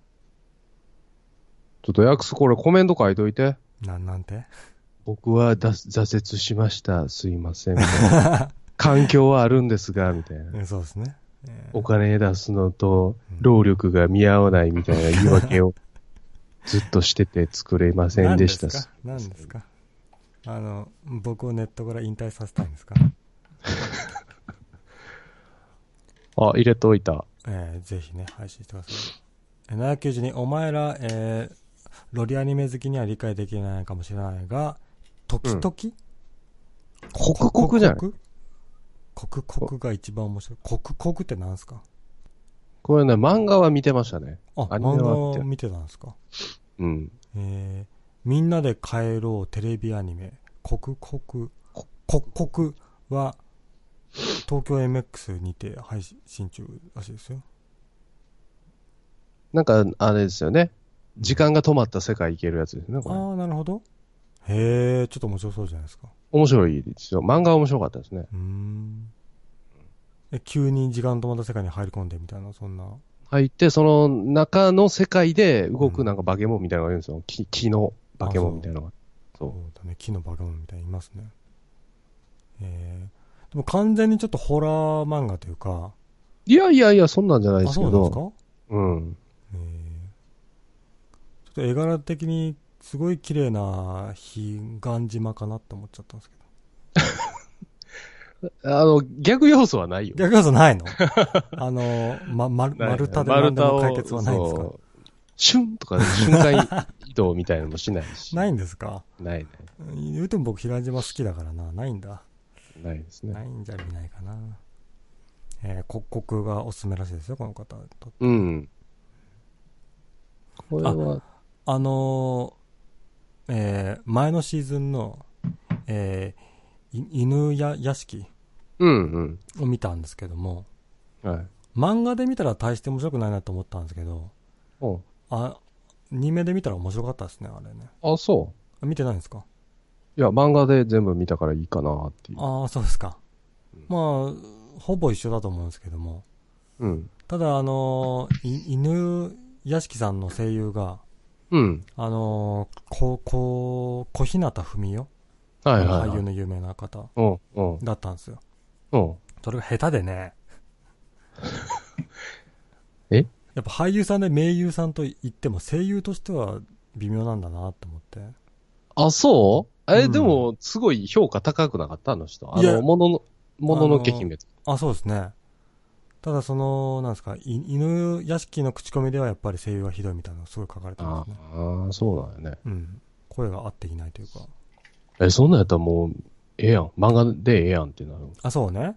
B: ちょっとヤックスこれコメント書いといて。
A: なんなん て
B: 僕はだ挫折しました。すいません。みたいな 環境はあるんですが、みたいな。
A: うんそうですね。えー
B: お金出すのと
A: うん
B: 労力が見合わないみたいな言い 訳をずっとしてて作れませんでし
A: 何
B: た。
A: ですか何ですかあの、僕をネットから引退させたいんですか
B: あ、入れといた。
A: えーぜひね、配信してください。えー792、お前ら、えーロリアニメ好きには理解できないかもしれないが、時々、
B: 刻々じゃん。
A: 刻々刻々が一番面白い。刻々って何すか
B: これね、漫画は見てましたね。
A: あ、
B: アニメは
A: 漫画を
B: 見て
A: 見てたんですか
B: うん。
A: えー、みんなで帰ろうテレビアニメ、刻々、刻々は、東京 MX にて配信中らしいですよ。
B: なんか、あれですよね。時間が止まった世界行けるやつですね、こ
A: ああー、
B: れ。
A: なるほど。へえ、ちょっと面白そうじゃないですか。
B: 面白いですよ。漫画は面白かったですね。
A: うーんえ急に時間止まった世界に入り込んでみたいな、そんな。
B: 入って、その中の世界で動くなんか化け物みたいなのがいるんですよ。木木の化け物みたいなのが。
A: そ
B: そう
A: だね、木の化け物みたいにいますね。えー、でも完全にちょっとホラー漫画というか、
B: いやいやいや、そんなんじゃないで
A: あ、
B: す
A: そ
B: け
A: うなんで
B: ど。
A: すか
B: うん。
A: えー、ちょっと絵柄的にすごい綺麗な彼岸島かなって思っちゃったんですけど。
B: あの、逆要素はないよ。
A: 逆こそない のあの、ま、まる、丸太で何でも解決はないんです
B: 丸
A: か
B: 太をそうシュンとか、瞬間移動みたいなのもしない し。。
A: ないいんですか
B: ないね。
A: 言うても僕、平島好きだからな。ないんだ。
B: ないですね。
A: ないんじゃ見ないかな。えー、国国がおすすめらしいですよ、この方にとって。
B: うん。これは、
A: あのーえー前のシーズンの、えーい犬や屋敷
B: うん
A: を見たんですけども、
B: うん。はい。
A: 漫画で見たら大して面白くないなと思ったんですけど、
B: お
A: あ、アニメで見たら面白かったですね、あれね。
B: あ、そ
A: あ見てないんですか
B: う。いや、漫画で全部見たからいいかなっていう。
A: ああ、そうですか。まあ、ほぼ一緒だと思うんですけども、
B: うん。
A: ただ、あのーい犬屋敷さんの声優が、
B: うん。
A: あのー、こ、こ、小日向文世、
B: はいは
A: 俳
B: い、は
A: 優
B: い。
A: の有名な方
B: うん、うん、
A: だったんですよ。
B: うん。
A: それが下手でね。
B: え
A: やっぱ俳優さんで名優さんと言っても声優としては微妙なんだなって思って。
B: あ、そうえ、
A: うん
B: でも、すごい評価高くなかったあの人。あ
A: いや
B: の、ものの、もののけ姫。
A: あ、そうですね。ただその、なんですか、い犬屋敷の口コミではやっぱり声優がひどいみたいなのがすごい書かれて
B: あ
A: ますね。
B: あ、そうなんやね。
A: うん。声が合っていないというか。
B: え、そんなんやったらもう、ええやん。漫画でええやんってなる。
A: あ、そうね。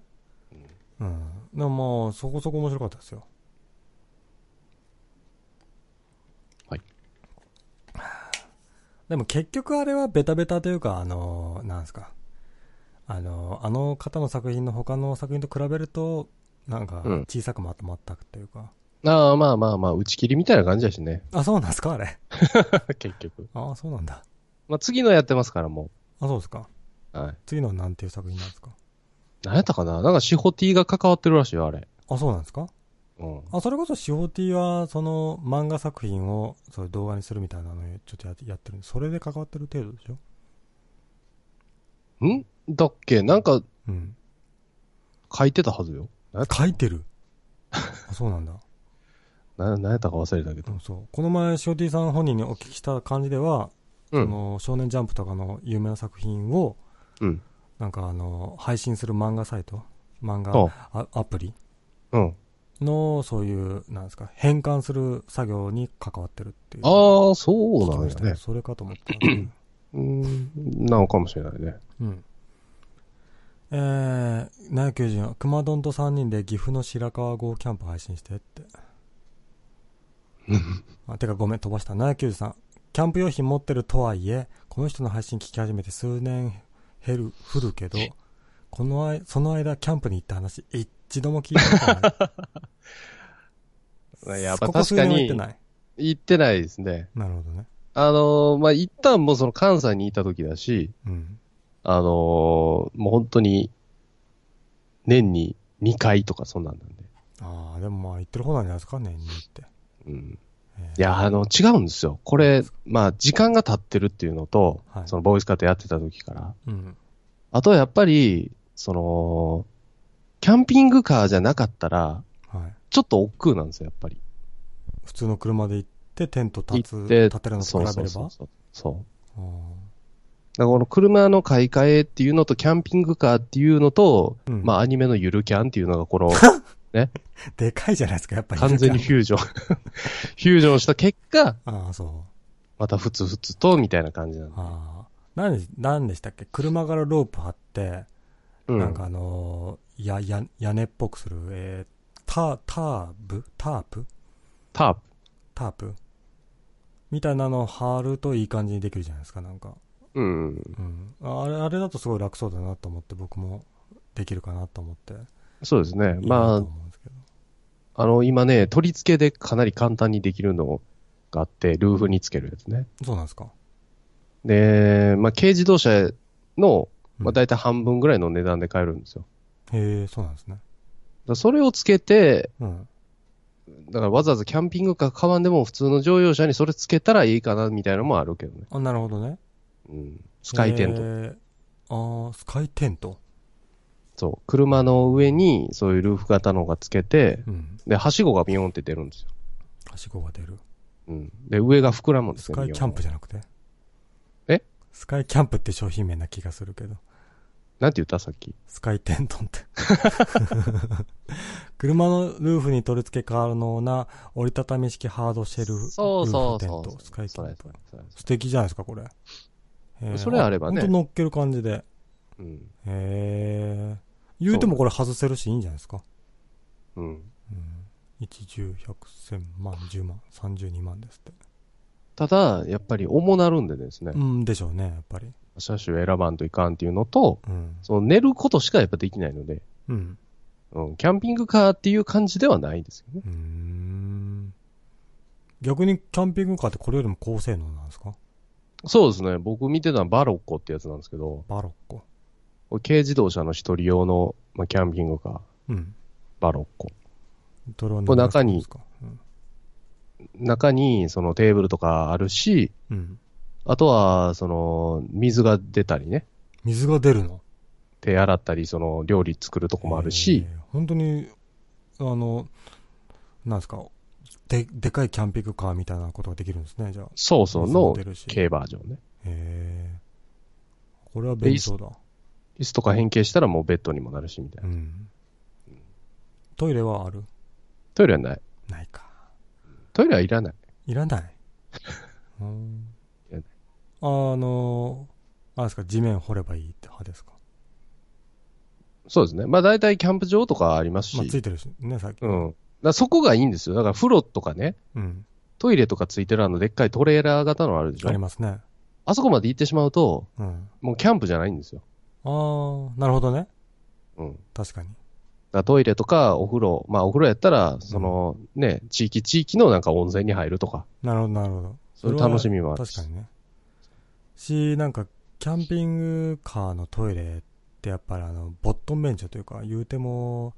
A: うん。でももう、そこそこ面白かったですよ。
B: はい。
A: でも結局あれはベタベタというか、あのー、なんですか。あのー、あの方の作品の他の作品と比べると、なんか
B: うん、
A: 小さくまとまったというか。
B: ああ、まあまあまあ、打ち切りみたいな感じだしね。
A: あ、そうなんですかあれ。
B: 結局。
A: ああ、そうなんだ。
B: まあ、次のやってますから、も
A: あ、そうですか。
B: う。はい。
A: 次のなんていう作品なんですか
B: 何やったかななんか、シホティが関わってるらしいよ、あれ。
A: あ、そうなんですか
B: うん。
A: あ、それこそシホティは、その、漫画作品を、それ動画にするみたいなのをちょっとやってやってるんで、それで関わってる程度でしょ
B: んだっけなんか、
A: うん。
B: 書いてたはずよ。何やった
A: 書いてるあそうなんだ。
B: な何やったか忘れたけ
A: で
B: ど。
A: もそう。この前、ショーティさん本人にお聞きした感じでは、
B: う
A: そ
B: ん。
A: の、少年ジャンプとかの有名な作品を、
B: うん。
A: なんかあの、配信する漫画サイト、漫画
B: そう
A: あアプリ
B: うん。
A: の、そういう、なんですか、変換する作業に関わってるっていう。
B: ああ、そうなん
A: 聞きま
B: や
A: したけど
B: ね。
A: それかと思ったんですけど。
B: うん。なのかもしれないね。
A: うん。えー、7 9人は、熊丼と3人で岐阜の白川郷キャンプ配信して って。あてかごめん、飛ばした。7 9 3キャンプ用品持ってるとはいえ、この人の配信聞き始めて数年減る、降るけど、このあい、その間キャンプに行った話、一度も聞いたことない。
B: やっぱ
A: ここ数
B: 確か
A: 年は行っ
B: に
A: て、ない。
B: 行ってないですね。
A: なるほどね。
B: あのーまあ、一旦もうその関西にいた時だし、
A: うん。
B: あのーもう本当に、年に2回とかそんなんなんで。
A: ああ、でもまあ、言ってる方なんじゃないですか、年にって。
B: うん。
A: えー
B: いや、あの、違うんですよ。これ、まあ、時間が経ってるっていうのと、
A: はい
B: その、ボーイスカートやってた時から。
A: うん。
B: あとはやっぱり、その、キャンピングカーじゃなかったら、
A: はい。
B: ちょっと億劫なんですよ、やっぱり。
A: 普通の車で行って、テント立
B: 行
A: つ、
B: って、
A: 立てるのと
B: そう
A: 比べ
B: そう
A: れ
B: そう
A: ば
B: そう。そう。
A: あ
B: だからこの車の買い替えっていうのと、キャンピングカーっていうのと、
A: うん
B: まあアニメのゆるキャンっていうのがこの
A: ーでかいじゃないですか、やっぱり。
B: 完全にフュージョン、フ ュージョンした結果、
A: ああ、そう。
B: またふつふつとみたいな感じなんだ。
A: ああ。何で、何でしたっけ車からロープ張って、
B: うん、
A: なんかあのーや、や、屋根っぽくする、えー、タ、ターブタープ
B: タープ。
A: タープみたいなのを貼るといい感じにできるじゃないですか、なんか。
B: うん。
A: うん。あれ、あれだとすごい楽そうだなと思って、僕もできるかなと思って。
B: そうですね。
A: いいなと
B: ま
A: 思うんですけど。
B: あ、あの、今ね、取り付けでかなり簡単にできるのがあって、ルーフにつけるやつね。
A: そうなんですか。
B: で、まあ、軽自動車の、ま
A: う
B: あ、
A: ん
B: 大体半分ぐらいの値段で買えるんですよ。
A: へえ、そうなんですね。
B: だからそれをつけて、
A: うん。
B: だからわざわざキャンピングカー買わんでも普通の乗用車にそれつけたらいいかなみたいなのもあるけどね。
A: あ、なるほどね。
B: うん。スカイテント。
A: えーああ、スカイテント。
B: そう。車の上にそういうルーフ型のがつけて、
A: うん。
B: で、はしごがビヨンって出るんですよ。
A: はしごが出る。
B: うん。で、上が膨らむんです
A: ス
B: よ。
A: カイキャンプ
B: ビヨン
A: じゃなくて
B: え
A: スカイキャンプって商品名な気がするけど。
B: なんて言ったさっき。
A: スカイテントンって。 車のルーフに取り付け可能な折りたたみ式ハードシェルルーフ
B: そうそう
A: テン
B: そう
A: ト。スカイキ
B: そ
A: ャ
B: れ
A: ンプ。
B: それそ
A: 素敵じゃないですか、これ。え
B: それあればね
A: ほんと乗っける感じで。
B: れうん。
A: えー、言うてもこれ外せるしいいんじゃないですか。
B: うん。
A: うん。1、10、100、1000万、10万、32万ですって。
B: ただ、やっぱり重なるんでですね
A: う、んでしょうね、やっぱり。
B: 車種を選ばんといかんっていうのと、
A: うん。
B: その寝ることしかやっぱできないので、
A: うん。
B: うん、キャンピングカーっていう感じではないですよね。
A: うーん逆にキャンピングカーってこれよりも高性能なんですか
B: そうですね。僕見てたのはバロッコってやつなんですけど、
A: バロッコ。
B: 軽自動車の一人用の、まあ、キャンピングカー、
A: うん。
B: バロッコ。
A: ドローン
B: これ中に
A: ですかうん。
B: 中にそのテーブルとかあるし、
A: うん。
B: あとは、その、水が出たりね、
A: 水が出るの。
B: 手洗ったり、その、料理作るとこもあるし
A: え、ー。本当に、あの、なんですか、で、でかいキャンピングカーみたいなことができるんですね、じゃあ。
B: そうそうの
A: 水も出るし
B: 軽バージョンね。
A: えー。これは便利そうだ。
B: 椅子とか変形したらもうベッドにもなるし、みたいうな。
A: ん。トイレはある
B: トイレはない。
A: ないか。
B: トイレはいらない。
A: いら ない。うーん。
B: いらない
A: あの、あれですか、地面掘ればいいって派ですか
B: そうですね。まあ大体キャンプ場とかありますし、
A: まあ、ついてるしね、さっき。
B: うん。だからそこがいいんですよ。だから風呂とかね、
A: うん。
B: トイレとかついてるあのでっかいトレーラー型のあるでしょ
A: ありますね。
B: あそこまで行ってしまうと、
A: うん。
B: もうキャンプじゃないんですよ。
A: あー、なるほどね。
B: うん。だか
A: 確かに。
B: らトイレとかお風呂、まあお風呂やったら、そのね、地域地域のなんか温泉に入るとか、
A: なるほど、なるほど。
B: そういう
A: れは
B: 楽しみもある
A: 確
B: し。
A: かにね。し、なんか、キャンピングカーのトイレってやっぱりあの、ボットン便所というか、言うても、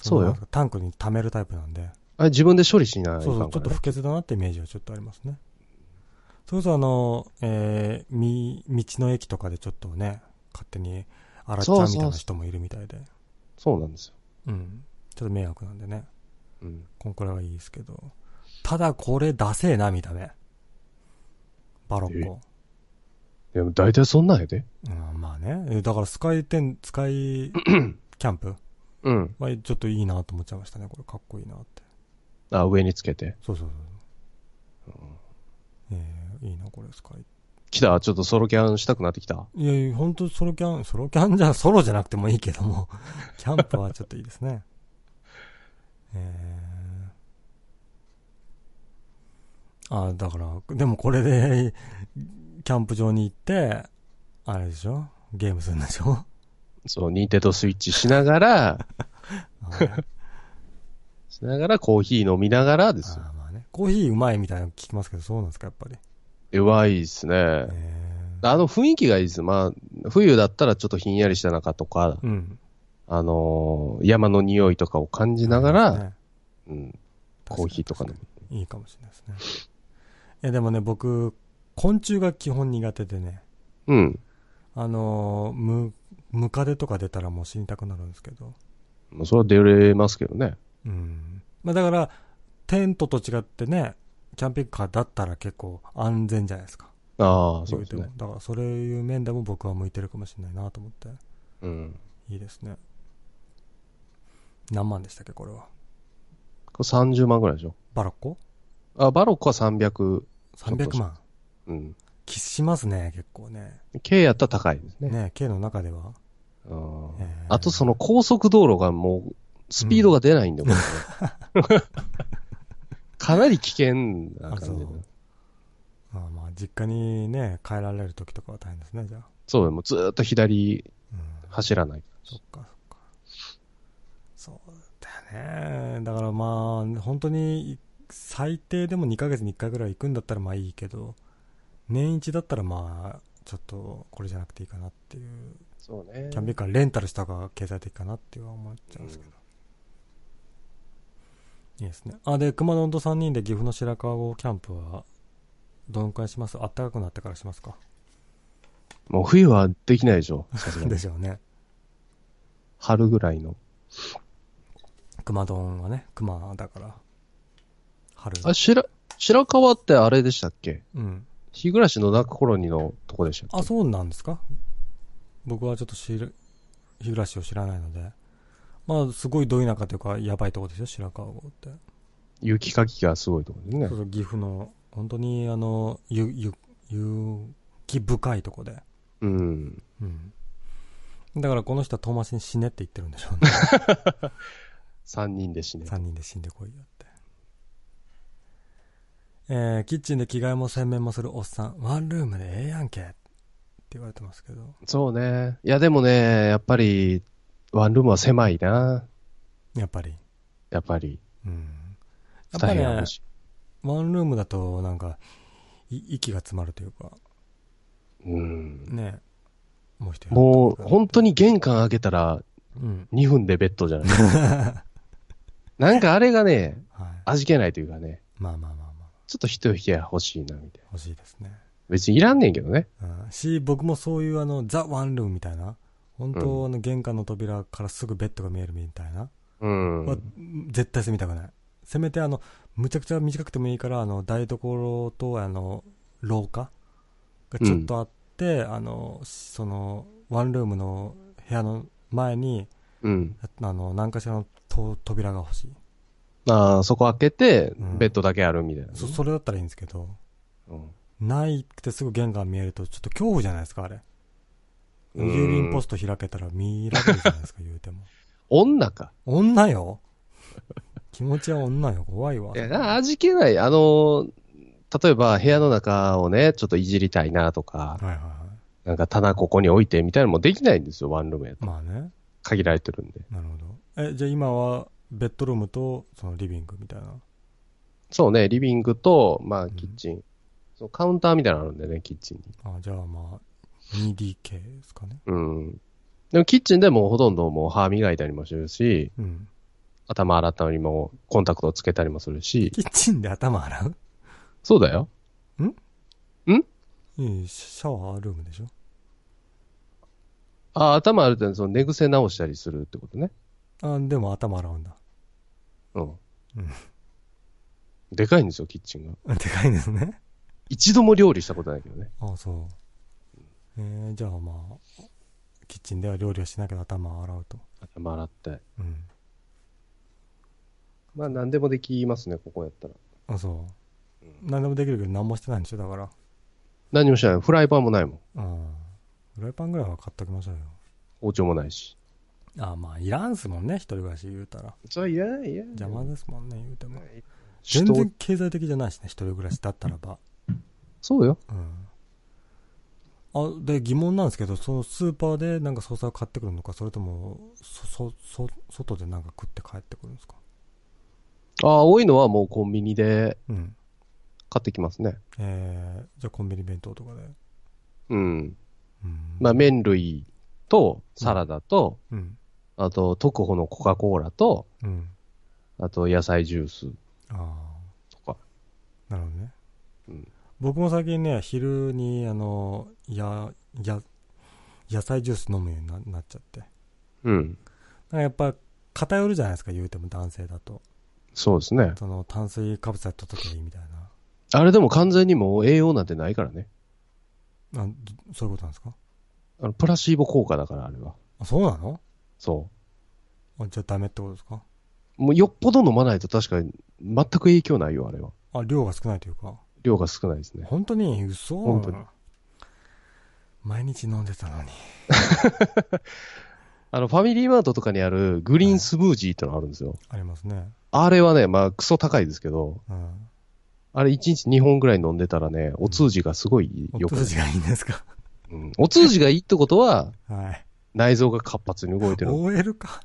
B: そうよ
A: の。タンクに溜めるタイプなんで。
B: あれ自分で処理しない
A: そうそう、ちょ
B: か
A: っ
B: ん
A: と
B: からね
A: 不潔だなってイメージはちょっとありますね。それこそあの、えー、み、道の駅とかでちょっとね、勝手に洗っちゃうみたいな人もいるみたいで。
B: そうなんですよ。
A: うん。ちょっと迷惑なんでね。
B: うん。
A: こんくらいはいいですけど。ただこれダセえな、見た目。バロッコ。
B: でも大体そんなんやで。
A: うん、まあね。えだからスカイテン、スカ イキャンプ
B: うん。
A: はちょっといいなと思っちゃいましたね。これかっこいいなって。
B: あ、上につけて。
A: そうそうそう。えー、いいな、これスカイ
B: 来たちょっとソロキャンしたくなってきた
A: いやいや、本当ソロキャン、ソロキャンじゃ、ソロじゃなくてもいいけども、 キャンプはちょっといいですね。えー、あ、だから、でもこれで、キャンプ場に行って、あれでしょゲームするんでしょ
B: そう、ニンテンドースイッチしながら、
A: あー
B: しながらコーヒー飲みながらですよ。
A: あーまあね。コーヒーうまいみたいなの聞きますけど、そうなんですか、やっぱり。
B: うまいですね。
A: え
B: あの雰囲気がいいです。まあ、冬だったらちょっとひんやりした中とか
A: ー、うん。
B: あのー山の匂いとかを感じながら、
A: ね
B: うん、コーヒーとか飲む。
A: いいかもしれないですね。いや、でもね、僕、昆虫が基本苦手でね、
B: うん。
A: あのーム、ムカデとか出たらもう死にたくなるんですけど、
B: まあそれは出れますけどね。
A: うん。まあだから、テントと違ってね、キャンピングカーだったら結構安全じゃないですか。
B: ああ、そうです
A: 言
B: ね
A: て。もだから、そういう面でも僕は向いてるかもしれないなと思って、
B: うん。
A: いいですね。何万でしたっけ、これは。
B: これ30万ぐらいでしょ。
A: バラッコ
B: あ、バロックは300。
A: ?300 万。
B: うん。
A: キスしますね、結構ね。
B: K やったら高いですね。
A: ね、K の中では。
B: うん
A: えー
B: あとその高速道路がもう、スピードが出ないんで、これね かなり危険な感じ
A: あ
B: で
A: そう。まあまあ、実家にね、帰られる時とかは大変ですね、じゃあ。
B: そうよ、もうずーっと左
A: うん。
B: 走らない。
A: そっか、そっか。そうだよね。だからまあ、本当に、最低でも2ヶ月に1回ぐらい行くんだったらまあいいけど、年一だったらまあ、ちょっと、これじゃなくていいかなっていう、
B: そうね
A: キャンピングカーレンタルした方が経済的かなっていうのは思っちゃうんですけど。いいですね。あ、で、熊本3人で岐阜の白川キャンプは、どのくらいしますあったかくなってからしますか
B: もう冬はできないでしょ。さすが に
A: でしょうね。
B: 春ぐらいの。
A: 熊丼はね、熊だから。春。
B: あ、白、白川ってあれでしたっけ
A: うん。
B: 日暮らしの泣く頃にのとこでしたっ
A: あ、
B: け
A: そうなんですか僕はちょっと知る、日暮らしを知らないので。まあ、すごいど田舎というか、やばいとこですよ、白川郷って。
B: 雪かきがすごいとこですね
A: そう。そう、岐阜の、本当に、あの、ゆ、ゆ、雪深いとこで。
B: うん。
A: うん。だからこの人は遠回しに死ねって言ってるんでしょうね。
B: 三人で死ね。
A: 3人で死んでこいよって。えー、キッチンで着替えも洗面もするおっさん、ワンルームでええやんけって言われてますけど、
B: そうね。いや、でもね、やっぱり、ワンルームは狭いな。
A: やっぱり。
B: やっぱり。
A: うん。やっ
B: 二
A: ぱ
B: 部屋
A: ね
B: 欲、しい。
A: ワンルームだとなんか、い息が詰まるというか、
B: うん。
A: ね、もう一人。
B: もう、本当に玄関開けたら、
A: うん。
B: 2分でベッド じゃない。なんかあれがね、
A: はい。
B: 味気ないというかね、
A: まあまあまあまあ、
B: ちょっと一部屋欲しいな、みたいな。
A: 欲しいですね。
B: 別にいらんねんけどね。
A: うん、し、僕もそういうあの、ザ・ワンルームみたいな、本当、あの玄関の扉からすぐベッドが見えるみたいな、
B: うん。
A: は絶対住みたくない。せめてあの、むちゃくちゃ短くてもいいから、あの、台所と、あの、廊下がちょっとあって、あの、その、ワンルームの部屋の前に、
B: うん。
A: あの、何かしらのと扉が欲しい。
B: ああ、そこ開けて
A: う、ん
B: ベッドだけあるみたいなね。
A: そ、それだったらいいんですけど、
B: うん
A: ないくてすぐ玄関見えると、ちょっと恐怖じゃないですか、あれ。
B: うん
A: 郵便ポスト開けたら見られるじゃない ですか、言うても。
B: 女か。
A: 女よ気持ちは女よ、怖いわ。
B: いや、な味気ない。あのー、例えば部屋の中をね、ちょっといじりたいなとか、
A: はいはいは
B: なんか棚ここに置いてみたいなのもできないんですよ、ワンルームや
A: い。
B: と。
A: まあね。
B: 限られてるんで。
A: なるほど。え、じゃあ今は、ベッドルームと、そのリビングみたいな。
B: そうね、リビングと、まあ、
A: ん
B: キッチン。そうカウンターみたいなのあるんでね、キッチンに。
A: あ、じゃあまあ、2DK ですかね。
B: うん。でもキッチンでもうほとんどもう歯磨いたりもするし、
A: うん。
B: 頭洗ったりもコンタクトをつけたりもするし、
A: キッチンで頭洗う
B: そうだよ。
A: いいシャワールームでしょ
B: あ、頭洗ってその寝癖直したりするってことね。
A: あ、でも頭洗うんだ。
B: うん。
A: うん
B: でかいんですよ、キッチンが。
A: でかいですね。
B: 一度も料理したことないけどね。
A: あ、そう。えー、じゃあまあ、キッチンでは料理はしないけど頭洗うと。
B: 頭洗って。
A: うん。
B: まあ、何でもできますね、ここやったら。
A: あ、そう。何でもできるけど何もしてないんでしょだから。
B: 何もしない。フライパンもないもん。
A: うん。フライパンぐらいは買っときましょうよ。
B: 包丁もないし。
A: あ、まあ、いらんすもんね、一人暮らし言うたら。
B: それいらない、いらない。
A: 邪魔ですもんね、言うても。
B: 人
A: 全
B: を
A: 然経済的じゃないしね、一人暮らしだったらば。
B: そうよ。
A: うん。あ、で、疑問なんですけど、そのスーパーでなんか惣菜を買ってくるのか、それとも、そ、そ、そ、外でなんか食って帰ってくるんですか
B: ああ、多いのはもうコンビニで
A: うん。
B: 買ってきますね。
A: えー、じゃあコンビニ弁当とかで。
B: うん。
A: うん。
B: まあ、麺類と、サラダと、
A: うん。
B: あと、特保のコカ・コーラと、
A: うん。
B: あと、野菜ジュース
A: ああ。
B: とか。
A: なるほどね、
B: うん
A: 僕も最近ね昼にあのやや野菜ジュース飲むようにななっちゃって
B: う
A: な
B: ん。
A: んかやっぱ偏るじゃないですか言うても男性だと
B: そうですね。
A: その炭水化物やった時はいいみたい
B: あれでも完全にもう栄養なんてないからね。
A: なあどそういうことなんですか
B: あの、プラシーボ効果だから、あれは。
A: あそうなの
B: そ
A: あじゃあダメってことですか
B: う。もうよっぽど飲まないと確かに全く影響ないよ、あれは。
A: あ量が少ないというか
B: 量が少ないですね。
A: 本当に嘘
B: 本当に
A: 毎日飲んでたのに
B: あの、ファミリーマートとかにあるグリーンスムージーってのがあるんですよ。
A: ありますね
B: あれはね、まあ、クソ高いですけど、
A: うん
B: あれ1日2本ぐらい飲んでたらね、お通じがすごい
A: お
B: 良くな
A: 通
B: る
A: じがいいんですか
B: うんお通じがいいってことは、
A: はい
B: 内臓が活発に動いてる。
A: OL か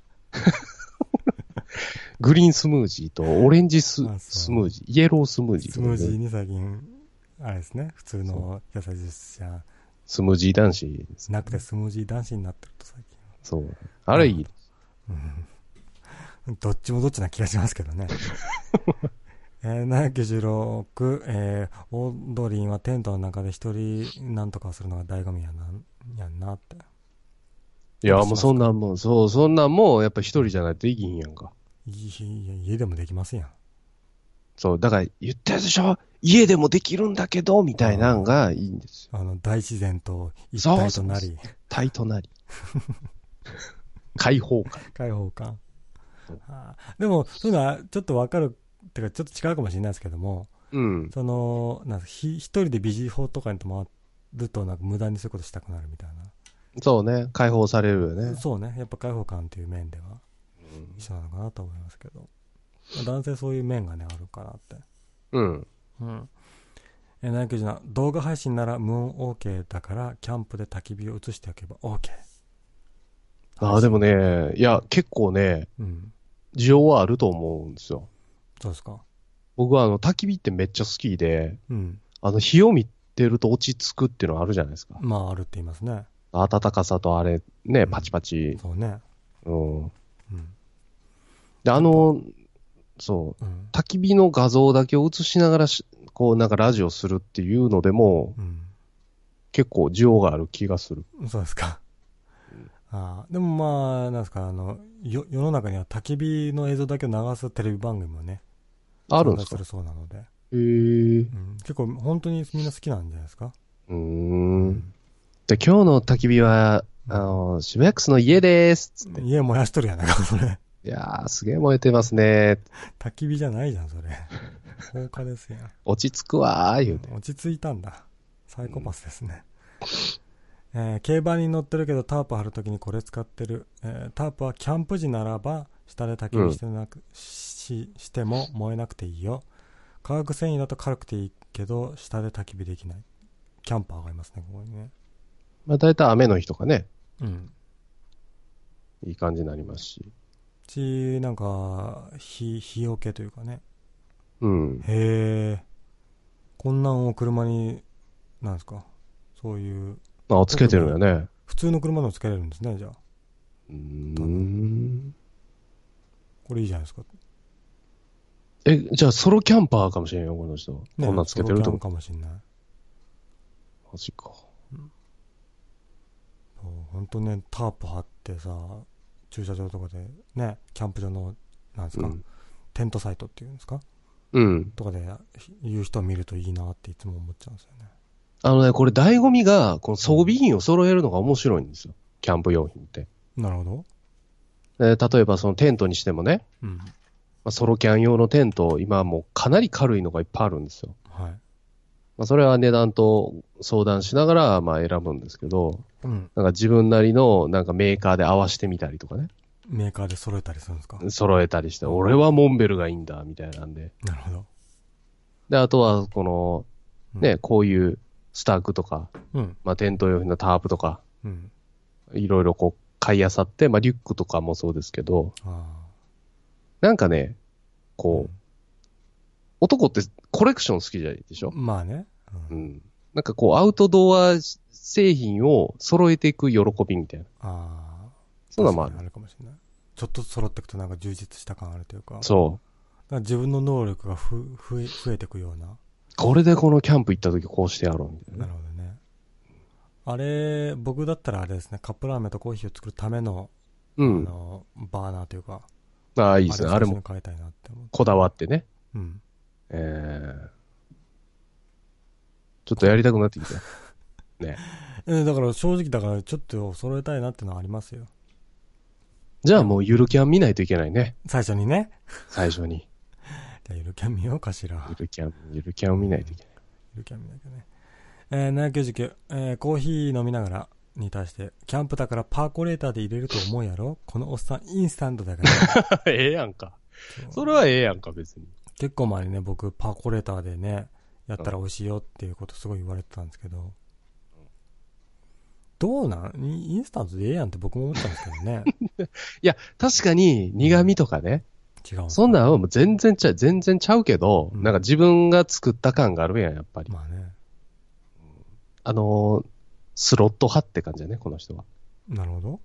B: グリーンスムージーとオレンジス
A: あそう
B: スムージー、イエロースムージー
A: スムージーに最近、あれですね、普通の野菜ジュースじゃ
B: スムージー男子です。
A: なくてスムージー男子になってると最近。
B: そう。あれいい。
A: うんどっちもどっちな気がしますけど ね。えー、96、えー、オードリンはテントの中で一人なんとかするのが醍醐味やな、やんなって。
B: いや、もうそんなんもう、そう、そんなんもうやっぱ一人じゃないといいんやんか。
A: いいい家でもできますやん。
B: そう、だから言ったでしょ家でもできるんだけど、みたいなんがいいんですよ。
A: あの、大自然と一体とな
B: そう
A: り、
B: タイとなり。 解放感。
A: 開放感
B: そう。
A: あーでも、そういうのはちょっとわかる、ってかちょっと違うかもしれないですけども、
B: うん。
A: そのなんかひ一人でビジ法とかに泊まるとなんか無駄にそういうことしたくなるみたい
B: そうね。解放されるよ
A: な、
B: ね。
A: そうねやっぱ開放感という面では一緒なのかなと思いますけどまあ男性そういう面がねあるかなって
B: うん。
A: うんえ何九時な動画配信なら無音 OK だからキャンプで焚き火を映しておけば OK
B: ああ、でもね、いや、結構ね、
A: うん
B: 需要はあると思うんですよ。
A: そうですか
B: 僕はあの、焚き火ってめっちゃ好きで、
A: うん
B: あの、火を見てると落ち着くっていうのはあるじゃないですか。
A: まああるって言いますね
B: 暖かさとあれ、ね、
A: ん
B: パチパチ。
A: そうね
B: うん。
A: うん
B: で、あの、そう、
A: うん
B: 焚き火の画像だけを映しながらし、こう、なんかラジオするっていうのでも、
A: うん
B: 結構需要がある気がする。
A: そうですかあーでもまあなんですかあのよ世の中には焚き火の映像だけを流すテレビ番組もね
B: あるんです
A: 存在
B: か
A: るそうなので、
B: へー
A: うん、結構本当にみんな好きなんじゃないですか
B: うーん。で、今日の焚き火は、あの、渋谷区の家です。つって。
A: 家燃やしとるやないかそれ
B: いやー、すげえ燃えてますね。
A: 焚き火じゃないじゃんそれ放火ですやん
B: 落ち着くわー、言うて。
A: 落ち着いたんだサイコパスですね、えー競馬に乗ってるけどタープ張るときにこれ使ってる、えータープはキャンプ時ならば下で焚き火してなく、ししても燃えなくていいよ化学繊維だと軽くていいけど下で焚き火できないキャンパーがいますねここにね
B: まあ、大体雨の日とかね、
A: うん
B: いい感じになりますし。
A: うちなんか日日よけというかね
B: うん。
A: へえこんなんを車になんですかそういう
B: あ、つけてるよね。
A: 普通の車でもつけれるんですねじゃあ
B: うーん。
A: これいいじゃないですか
B: え、じゃあソロキャンパーかもしれんよ、この人。
A: ね
B: こんなんつけてる
A: ソ
B: と
A: ロキャンか
B: 思
A: もしんない。
B: う。マジか。
A: そう本当ね、タープ張ってさ、駐車場とかで、ね、キャンプ場の、なんです
B: う
A: か、
B: ん。
A: テントサイトっていうんですか
B: うん。
A: とかでひ言う人を見るといいなっていつも思っちゃうんですよね。
B: あのね、これ醍醐味が、この装備品を揃えるのが面白いんですよ。キャンプ用品って。
A: なるほど。
B: で例えばそのテントにしてもね、
A: うん。
B: まあ、ソロキャン用のテント、今はもうかなり軽いのがいっぱいあるんですよ。
A: はい。
B: まあ、それは値段と相談しながら、まあ選ぶんですけど、
A: うん。
B: なんか自分なりの、なんかメーカーで合わせてみたりとかね、
A: メーカーで揃えたりするんですか
B: 揃えたりして、俺はモンベルがいいんだ、みたいなんで。
A: なるほど。
B: で、あとは、この、
A: う
B: ね、こういうスタークとか、
A: うん。
B: まあ、テント用品のタープとか、
A: うん。
B: いろいろこう、買い漁って、まあ、リュックとかもそうですけど、
A: あ
B: なんか
A: あ。
B: ね、こう、男ってコレクション好きじゃないでしょ、
A: まあね。
B: う
A: うん
B: ん、なんかこう、アウトドア製品を揃えていく喜びみたいな。
A: ああ。
B: そういうの
A: 確
B: はま
A: か
B: あ
A: にあるかもしれない。ちょっとずつ揃っていくとなんか充実した感あるというか。
B: る。そう。
A: なんか自分の能力がふ増え増えていくような。
B: これでこのキャンプ行った時こうしてやろうみたい
A: な。
B: な
A: るほどね。あれ、僕だったらあれですね、カップラーメンとコーヒーを作るための、
B: う
A: あ
B: ん。
A: の、バーナーというか、
B: ああ、いいですね。あれも
A: を変えたいなって思う。
B: こだわってね。
A: うん。
B: えー、ちょっとやりたくなってきた。ね。
A: え、だから正直だからちょっと揃えたいなってのはありますよ。
B: じゃあもうゆるキャン見ないといけないね。
A: 最初にね。
B: 最初 に。
A: じゃあゆるキャン見ようかしら。
B: ゆるキャン、ゆるキャンを見ないといけない。
A: ゆるキャン見なきゃね。えー、799、えー、コーヒー飲みながらに対して、キャンプだからパーコレーターで入れると思うやろこのおっさんインスタントだから。
B: ええやんか。それはええやんか、別に。
A: 結構前にね、僕、パーコレーターでね、やったら美味しいよっていうことすごい言われてたんですけど、どうなんイインスタントでええやんって僕も思ったんですけど ね。
B: いや、確かに苦味とかね。
A: 違うんです
B: そんなんはもう全然ちゃう、全然ちゃうけど、
A: うん
B: なんか自分が作った感があるやん、やっぱり。
A: まあね。
B: あのースロット派って感じだね、この人は。
A: なるほど。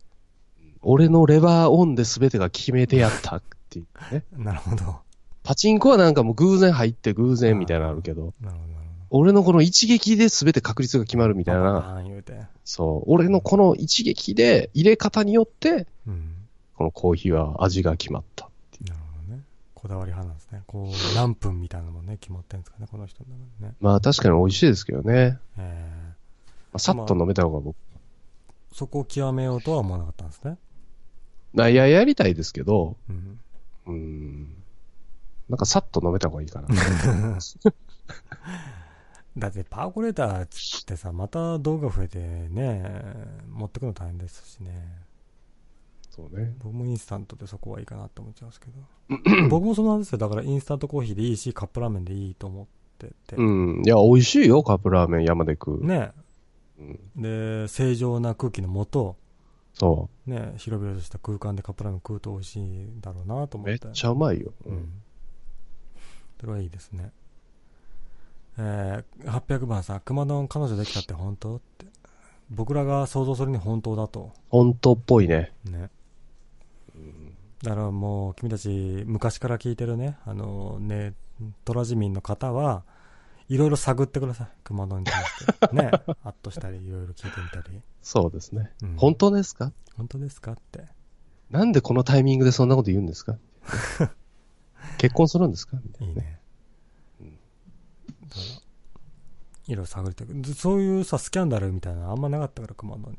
B: 俺のレバーオンで全てが決めてやったっていう ね。
A: なるほど。
B: パチンコはなんかもう偶然入って偶然みたいなのあるけど、
A: なるほど、なる
B: 俺のこの一撃で全て確率が決まるみたい
A: ほど。
B: な、
A: ああ、言うて。
B: そう、俺のこの一撃で入れ方によって、
A: うん。
B: このコーヒーは味が決まった。
A: なるほどね。こだわり派なんですね。こう、何分みたいなのもね、決まってるんですかね、この人の中でね。
B: まあ確かに美味しいですけどね。
A: え
B: まあ、さっと飲めた方が
A: ー、
B: 僕、
A: そこを極めようとは思わなかったんですね。
B: まあ、いや、やりたいですけど、
A: うん。
B: うーん。なんかさっと飲めた方がい いかな。
A: だってパーコレーターっつってさまた道具が増えてね持ってくの大変ですしね
B: そうね。
A: 僕もインスタントでそこはいいかなって思っちゃうんですけ ど僕もそのなんですよだからインスタントコーヒーでいいしカップラーメンでいいと思ってて、
B: うん。いや、美味しいよ、カップラーメン山で食う。
A: ね
B: うん、
A: で正常な空気のもと
B: そ
A: ね広々とした空間でカップラーメン食うと美味しいんだろうなと
B: う。
A: 思
B: め
A: っ
B: ってちゃうまいよ。
A: う。んそれはいいですねえー、800番さん熊丼彼女できたって本当って僕らが想像するに本当だと
B: 本当っぽいね。
A: ね、だからもう君たち昔から聞いてるねあのねトラジミンの方はいろいろ探ってください熊野に対して ねアッとしたりいろいろ聞いてみたり、
B: そうですね。
A: うん
B: 本当ですか
A: 本当ですかって
B: なんでこのタイミングでそんなこと言う んですか結婚するんですかみたい
A: いい
B: なね。
A: ねだからいろいろ探ってくそういうさスキャンダルみたいなのあんまなかったから熊野に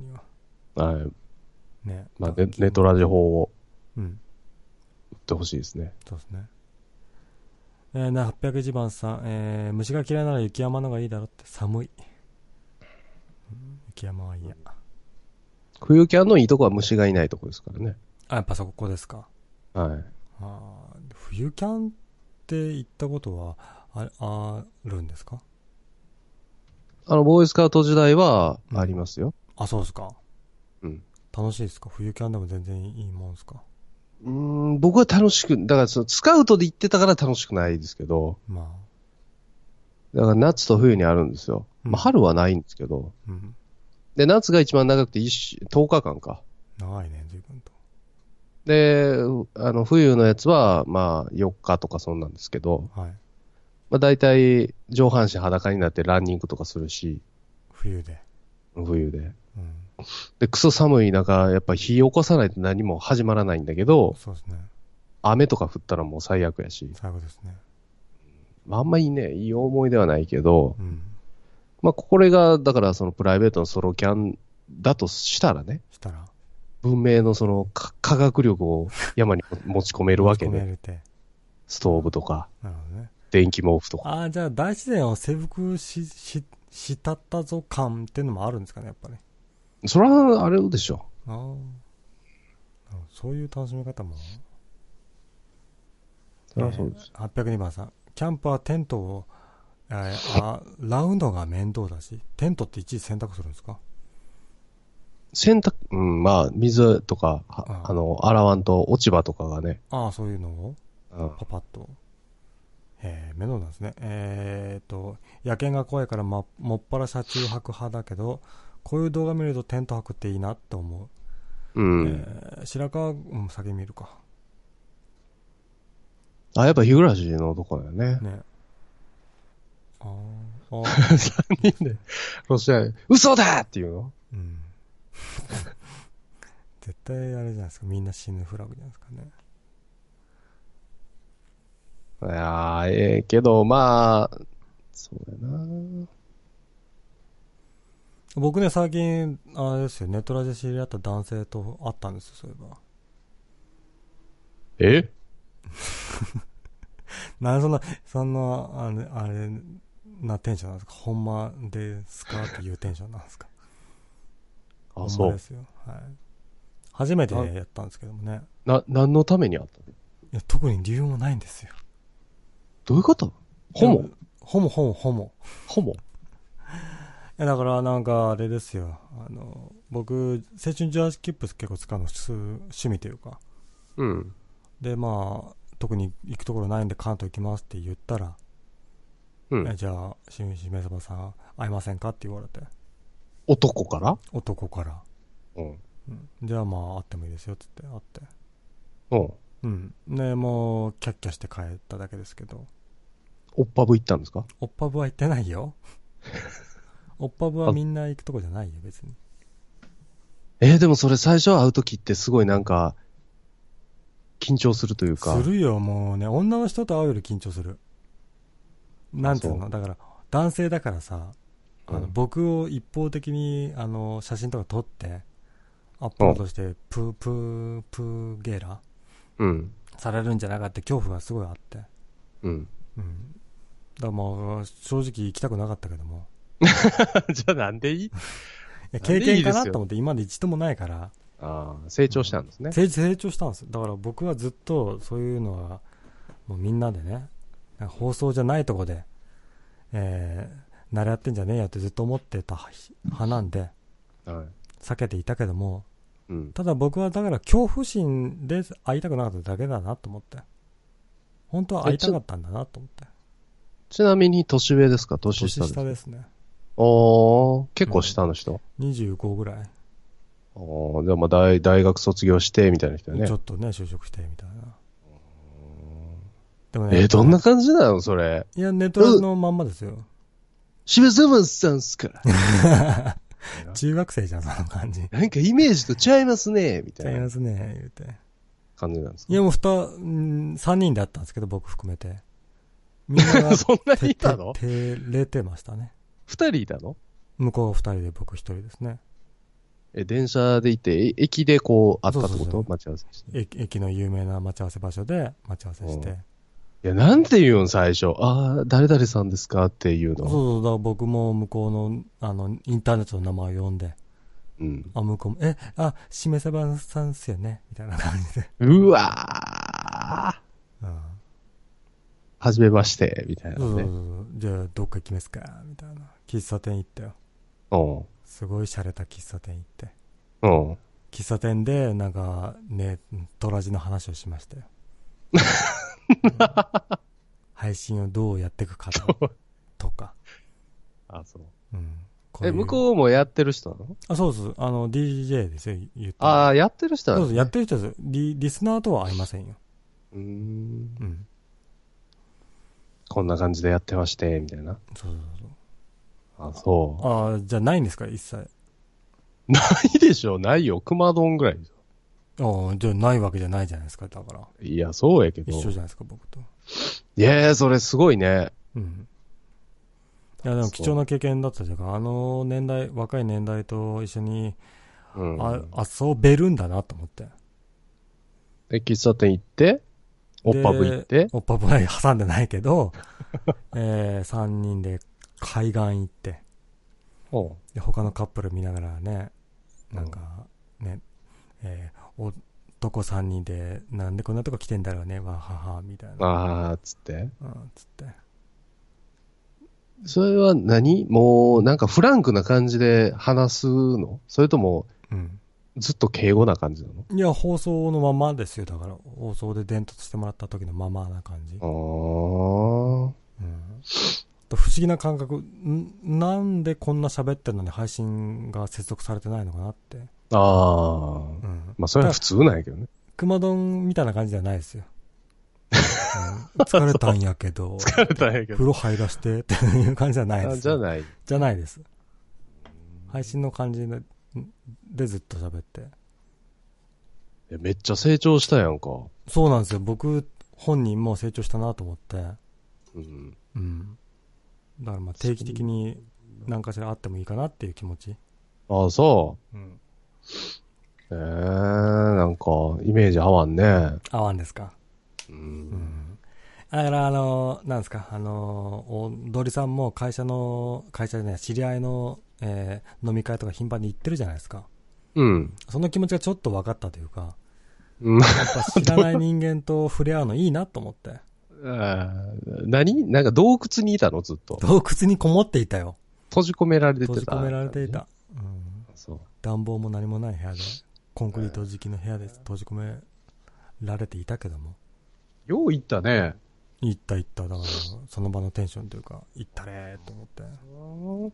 A: は
B: はい。
A: ね
B: まあ、ネネットラジ法を
A: うん
B: 売ってほしいですね。
A: そうですね。えー、な、801番さん、えー、虫が嫌いなら雪山の方がいいだろって寒い。うん雪山は嫌。
B: 冬キャンのいいとこは虫がいないとこですからね。
A: あ、やっぱそこですか。
B: はい。
A: あー冬キャンって行ったことはああるんですか
B: あの、ボーイスカウト時代はありますよ。
A: あ、そうですか。
B: うん。
A: 楽しいですか冬キャンでも全然いいもんですか
B: うーん、僕は楽しく、だからそのスカウトで行ってたから楽しくないですけど、
A: ま
B: だから夏と冬にあるんですよ。
A: うん
B: まあ、春はないんですけど、
A: あ、うん。
B: で、夏が一番長くて一週10日間か。
A: 長いね、随分と。
B: で、あの、冬のやつは、まあ、4日とかそんなんですけど、
A: はい。
B: まあ、大体、上半身裸になってランニングとかするし、
A: 冬で。
B: 冬で。
A: うん。
B: で、クソ寒い中、やっぱ火起こさないと何も始まらないんだけど、
A: そうですね。
B: 雨とか降ったらもう最悪やし、
A: 最後ですね。
B: まあ、あんまりね、いい思いではないけど、
A: うん。
B: まあ、これが、だからそのプライベートのソロキャンだとしたらね、
A: したら、
B: 文明のそのか科学力を山に持ち込めるわけ
A: 持ち込
B: ね。
A: めれて。
B: ストーブとか、
A: なるほどね。
B: 電気毛布とか。
A: ああ、じゃあ大自然を征服し、し、したったぞ感っていうのもあるんですかね、やっぱり。
B: それはあれでしょ。
A: ああ。そういう楽しみ方も。
B: それはそうです。
A: 802番さん。キャンプはテントを、えー、あラウンドが面倒だし、テントって一時選択するんですか
B: 洗濯、うん、まあ、水とか、は
A: あ
B: あの、洗わんと落ち葉とかがね、
A: ああ、そういうのを
B: うん
A: パパッと。えーメロンなんですね。えーっと、野犬が怖いから、ま、もっぱら車中泊派だけど、こういう動画見るとテント泊っていいなって思う。
B: うん。
A: えー白川、うん、先見るか。
B: あ、やっぱ日暮らしの男だよね。
A: ね。あーあー
B: 3人で、ロシア、嘘だっていうの
A: うん。 絶対あれじゃないですか。みんな死ぬフラグじゃないですかね。
B: いやー、ええけど、まあ、そうだな。
A: 僕ね、最近、あれですよ、ネットラジで知り合った男性と会ったんですよ、そういえば。
B: え
A: なんでそんな、そんな、あれ、あれなテンションなんですかほんまですかっていうテンションなんですか
B: あ、
A: ほんま
B: そう
A: で。すよ。はい。初めてやったんですけどもね。
B: な、何のためにあったの
A: いや、特に理由もないんですよ。
B: どういうことホモ
A: ホモ、ホモ、ホモ。
B: ホモ
A: いや、だからなんか、あれですよ。あの、僕、青春ジャージキップス結構使うのす趣味というか。
B: うん。
A: で、まあ、特に行くところないんで関東行きますって言ったら、
B: う
A: え
B: ん。
A: じゃあ、しめしめさばさん、会いませんかって言われて、
B: 男から
A: 男から。
B: うん。
A: うんじゃあまあ、会ってもいいですよって言って、会って。
B: うん。
A: うん。ねもう、キャッキャして帰っただけですけど、
B: おっぱぶ行ったんですか
A: おっぱぶは行ってないよ。おっぱぶはみんな行くとこじゃないよ、別に。
B: えーでもそれ最初会うときってすごいなんか、緊張するという
A: す
B: か。
A: るよ、もうね。女の人と会うより緊張する。なんていう
B: そ
A: のだから、男性だからさ、あの
B: うん
A: 僕を一方的にあの写真とか撮って、アップロードして、プープープーゲーラ
B: うん。
A: されるんじゃなかって恐怖がすごいあって。
B: うん。
A: うん。だからまあ、正直行きたくなかったけども。
B: じゃあなんでいい
A: いや
B: なん
A: 経
B: でいいですよ
A: 験かなと思って、今まで一度もないから、
B: ああ、成長したんですね。
A: 成成長したんですよだから僕はずっとそういうのはもうみんなでねなんか放送じゃないとこで、えー、慣れ合ってんじゃねえよってずっと思ってた派なんで
B: はい。
A: 避けていたけども
B: うん。
A: ただ僕はだから恐怖心で会いたくなかっただけだなと思って本当は会いたかったんだなと思って
B: ちなみに年上ですか年
A: 年
B: 下です
A: 下
B: か
A: ですね
B: おー、結構下の人。
A: 25ぐらい、
B: おー、でも大大学卒業して、みたいな人ね
A: ちょ。っとね就職してみたいなでも
B: えーどんな感じなのそれ。
A: いやネットラジのまんまですよ
B: 渋沢さんっすから。
A: 中学生じゃんその感じ
B: なんかイメージと違いますね、み
A: ち
B: た
A: ゃい
B: い
A: ま
B: な
A: すね、言うて。
B: 感じなんですか、
A: いや、もう二、うん三人だったんですけど、僕含めて。みんな が
B: そんなに
A: て、
B: いたの
A: て、照れてましたね。
B: 二人いたの
A: 向こう二人で僕一人ですね。
B: え、電車で行って、え駅でこう、会ったって
A: そう
B: こ
A: そうそ
B: と
A: う
B: 待ち合わせして。
A: 駅、駅の有名な待ち合わせ場所で待ち合わせして。
B: いや、なんて言うん最初。ああ、誰々さんですかっていう
A: そう
B: の。
A: そう、だから僕も向こうの、あの、インターネットの名前を呼んで、
B: うん。
A: あ、向こうも、え、あ、しめさばさんっすよねみたいな感じで。
B: うわー。
A: うん。
B: はじめまして、みたいな
A: そうそうそう
B: ね。
A: そう。じゃあ、どっか行きますかみたいな。喫茶店行ったよ。
B: うん。
A: すごい洒落た喫茶店行って。
B: うん。
A: 喫茶店で、なんか、ね、トラジの話をしま したよ。うん配信をどうやっていくかととか。
B: あ、そう。
A: うん、こうい
B: え、
A: う
B: 向こうもやってる人なの
A: あ、そうです。あの、DJ ですよ、言って。
B: あ
A: あ、
B: あ、やってる人な
A: そ
B: の
A: うです。やってる人ですリ。リスナーとは会いませんよ。
B: うーん。
A: うん。
B: こんな感じでやってまして、みたいな。
A: そうそう
B: あ、そ
A: そう。あじゃあないんですか、一切。
B: う。ないでしょないよ。熊丼ぐらいでしょ
A: ああ、じゃあないわけじゃないじゃないですか、だから。
B: いや、そうやけど。
A: 一緒じゃ
B: い
A: ないですか、僕と。
B: やー、それすごいね。
A: うん。いや、でも貴重な経験だったというか、あの年代、若い年代と一緒に
B: うん。
A: あ、遊べるんだなと思って。
B: で、喫茶店行って、おっぱぶ行って、
A: おっぱぶは挟んでないけど、 えー、3人で海岸行って、
B: おう
A: で、他のカップル見ながらね、なんか、ね、えー、男3人で、なんでこんなとこ来てんだろうね、わはは、みたいな。
B: あー、つって。
A: うん、つって。
B: それは何もう、なんかフランクな感じで話すのそれとも、
A: うん。
B: ずっと敬語な感じない
A: や、放送のままですよ。だから、放送で伝達してもらった時のままな感じ。
B: の
A: と不思議な感覚んなんでこんな喋ってるのに配信が接続されてないのかなって、
B: ああ。
A: うん、
B: まあ、それは普通なんやけど ね。
A: 熊丼みたいな感じじゃない ですよ、うん疲れたんやけど
B: 疲れたんやけ
A: 風
B: ど。
A: 呂入らしてっていう感じじゃない
B: あ
A: です
B: じゃ
A: よ
B: ない。
A: じゃないです配信の感じででずっと喋って
B: えめっちゃ成長したやんか。
A: そうなんですよ僕本人も成長したなと思って
B: うん。
A: うんだからまあ定期的に何かしらあってもいいかなっていう気持ち、
B: ああ、そ
A: うん、
B: う。ええなんか、イメージ合わんね。
A: 合わんですか
B: う。
A: うんんだから、あの、なんですか、あの、踊りさんも会社の、会社でね、知り合いの、えー飲み会とか頻繁に行ってるじゃないですか。
B: うん。
A: その気持ちがちょっと分かったというか、
B: うん
A: やっぱ知らない人間と触れ合うのいいなと思って。
B: あー何なんか洞窟にいたのずっと。
A: 洞窟にこもっていたよ。
B: 閉じ込められてた。
A: 閉じ込められてい。た。うん、
B: そう。
A: 暖房も何もない部屋で、コンクリート敷きの部屋で閉じ込められていたけども。
B: よう行ったね。
A: 行った行った、だから、その場のテンションというか、行ったれーと思っ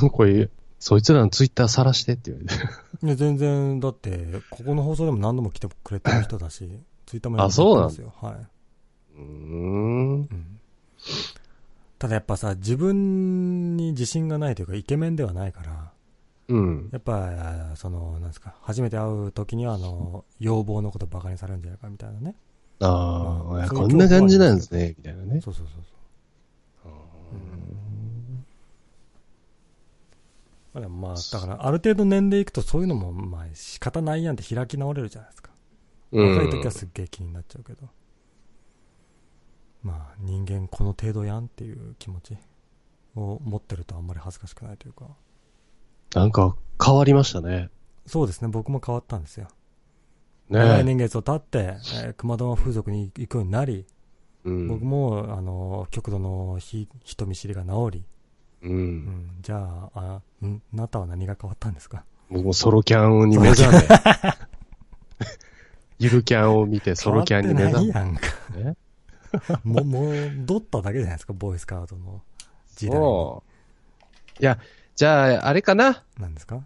A: て。
B: これ、そいつらのツイッター晒してって言われて。
A: いや、全然、だって、ここの放送でも何度も来てくれてる人だし、ツイッターもや
B: あそうなんだ
A: ですよ。はい。
B: うーん。
A: うん。ただやっぱさ、自分に自信がないというか、イケメンではないから、
B: うん。
A: やっぱ、その、なんですか、初めて会う時には、あの、要望のことバカにされるんじゃないかみたいなね。
B: あ
A: まあ
B: あ、いや
A: そう
B: こんな感じなんですね、みたいなね。
A: そうそうそうそう。まあでもまあ、だから、ある程度年齢いくとそういうのも、まあ、仕方ないやんって開き直れるじゃないですか。
B: うん
A: 若い時はすっげえ気になっちゃうけど。まあ、人間この程度やんっていう気持ちを持ってるとあんまり恥ずかしくないというか。
B: なんか変わりましたね。
A: そうですね、僕も変わったんですよ。長い
B: ね
A: 年月を経って、えー熊玉風俗に行くようになり、
B: うん
A: 僕も、あの、極度のひ人見知りが治り、
B: う。
A: うんん、じゃあ、あ、んあなたは何が変わったんですか
B: 僕もソロキャンに目覚め。 ゆるキャンを見てソロキャンに目
A: 変わって
B: 覚め
A: ないやんか。
B: たね。
A: も、もう、戻っただけじゃないですか、ボーイスカウトの時代に。
B: そう。いや、じゃあ、あれかな。
A: なんですか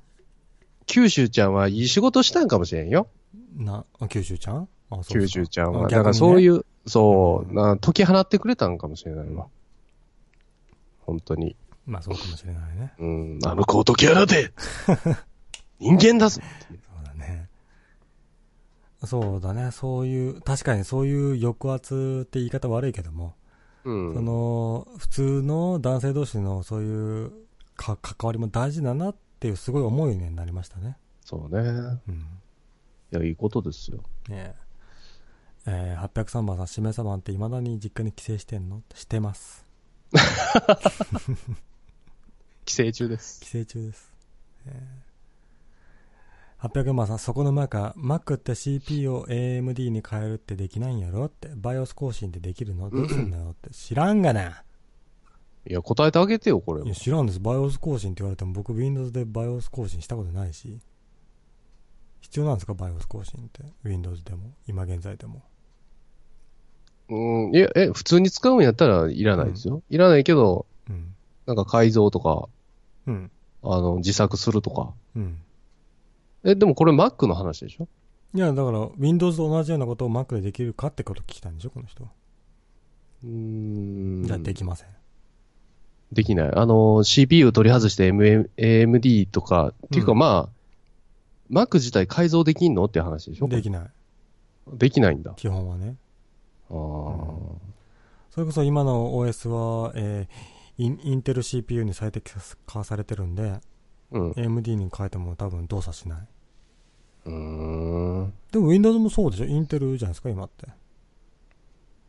B: 九州ちゃんはいい仕事したんかもしれんよ。
A: な、あ九州ちゃんあ、そう
B: 九州ちゃんは。
A: あ逆にね
B: だからそういう、そう、な解き放ってくれたんかもしれないわ。本当に。
A: まあそうかもしれないね。
B: うん、あの子を解き 放て人間だ
A: そ
B: ぞ
A: うだね。そうだね。そういう、確かにそういう抑圧って言い方悪いけども、
B: うん。
A: その、普通の男性同士のそういうか関わりも大事だなっていうすごい思いになりましたね。
B: そうね。
A: うん。
B: いや、いいことですよ。
A: ねええー、803番さん、しめさばんって未だに実家に帰省してんのしてます。
B: 寄生虫です。
A: 帰省中です。えー、800万さん、そこのマーカー、Mac って CP を AMD に変えるってできないんやろって、BIOS 更新ってできるのどうすんだよって、知らんがな。
B: いや、答えてあげてよ、これ
A: いや、。知らんです。BIOS 更新って言われても、僕 Windows で BIOS 更新したことないし。必要なんですか ?BIOS 更新って。Windows でも、今現在でも。
B: うん、いや、え、普通に使うんやったらいらないですよ。いらないけど、
A: うん。
B: なんか改造とか、
A: うん。
B: あの、自作するとか。
A: うん。
B: え、でもこれ Mac の話でしょ
A: いや、だから、Windows と同じようなことを Mac でできるかってこと聞きたいんでしょこの人は。
B: うーん。
A: じゃあ、できません。
B: できない。あの、CPU 取り外して MM AMD とか、っていうか
A: うん
B: まあ、Mac 自体改造できんのっていう話でしょ
A: できない。
B: できないんだ。
A: 基本はね。
B: あー
A: それこそ今の OS は、えーインインテル CPU に最適化されてるんで、
B: うん。う
A: AMD に変えても多分動作しない。
B: ーん。
A: でも Windows もそうでしょインテルじゃないですか今って。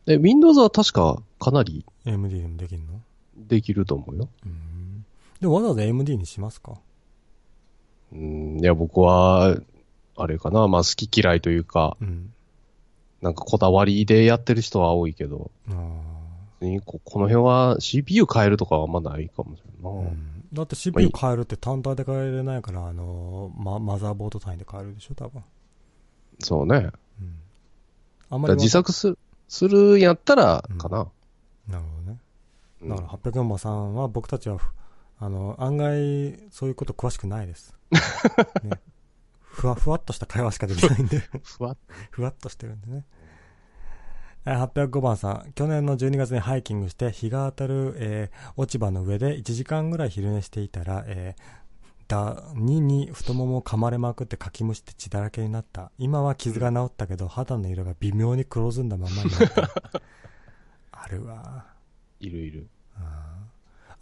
B: え、Windows は確かかなり
A: AMD でもできるの
B: できると思うよ。
A: うん。でもわざわざ AMD にしますか
B: うん、いや、僕は、あれかな、まあ好き嫌いというか、
A: うん。
B: なんかこだわりでやってる人は多いけど、
A: あ
B: 別にここの辺は CPU 変えるとかはあんまないかもしれんな
A: あ、
B: い。
A: うん。だって CPU 変えるって単体で変えれないから、あのーま、マザーボード単位で変えるでしょ多分。
B: そうね。
A: うん。あん
B: だ
A: ま
B: から
A: り
B: 自作する、するんやったら、かな。
A: なるほどね。
B: うん
A: だから、800馬さんは僕たちは、ふあの、案外、そういうこと詳しくない です。ねふわ、ふわっとした会話しかできないん で、
B: ふわっ
A: ふわっとしてるんでね。えー805番さん、去年の12月にハイキングして、日が当たる、えー落ち葉の上で1時間ぐらい昼寝していたら、えーダニに太ももを噛まれまくってかきむして血だらけになった。今は傷が治ったけど、肌の色が微妙に黒ずんだままにな った。あるわ。
B: いるいる。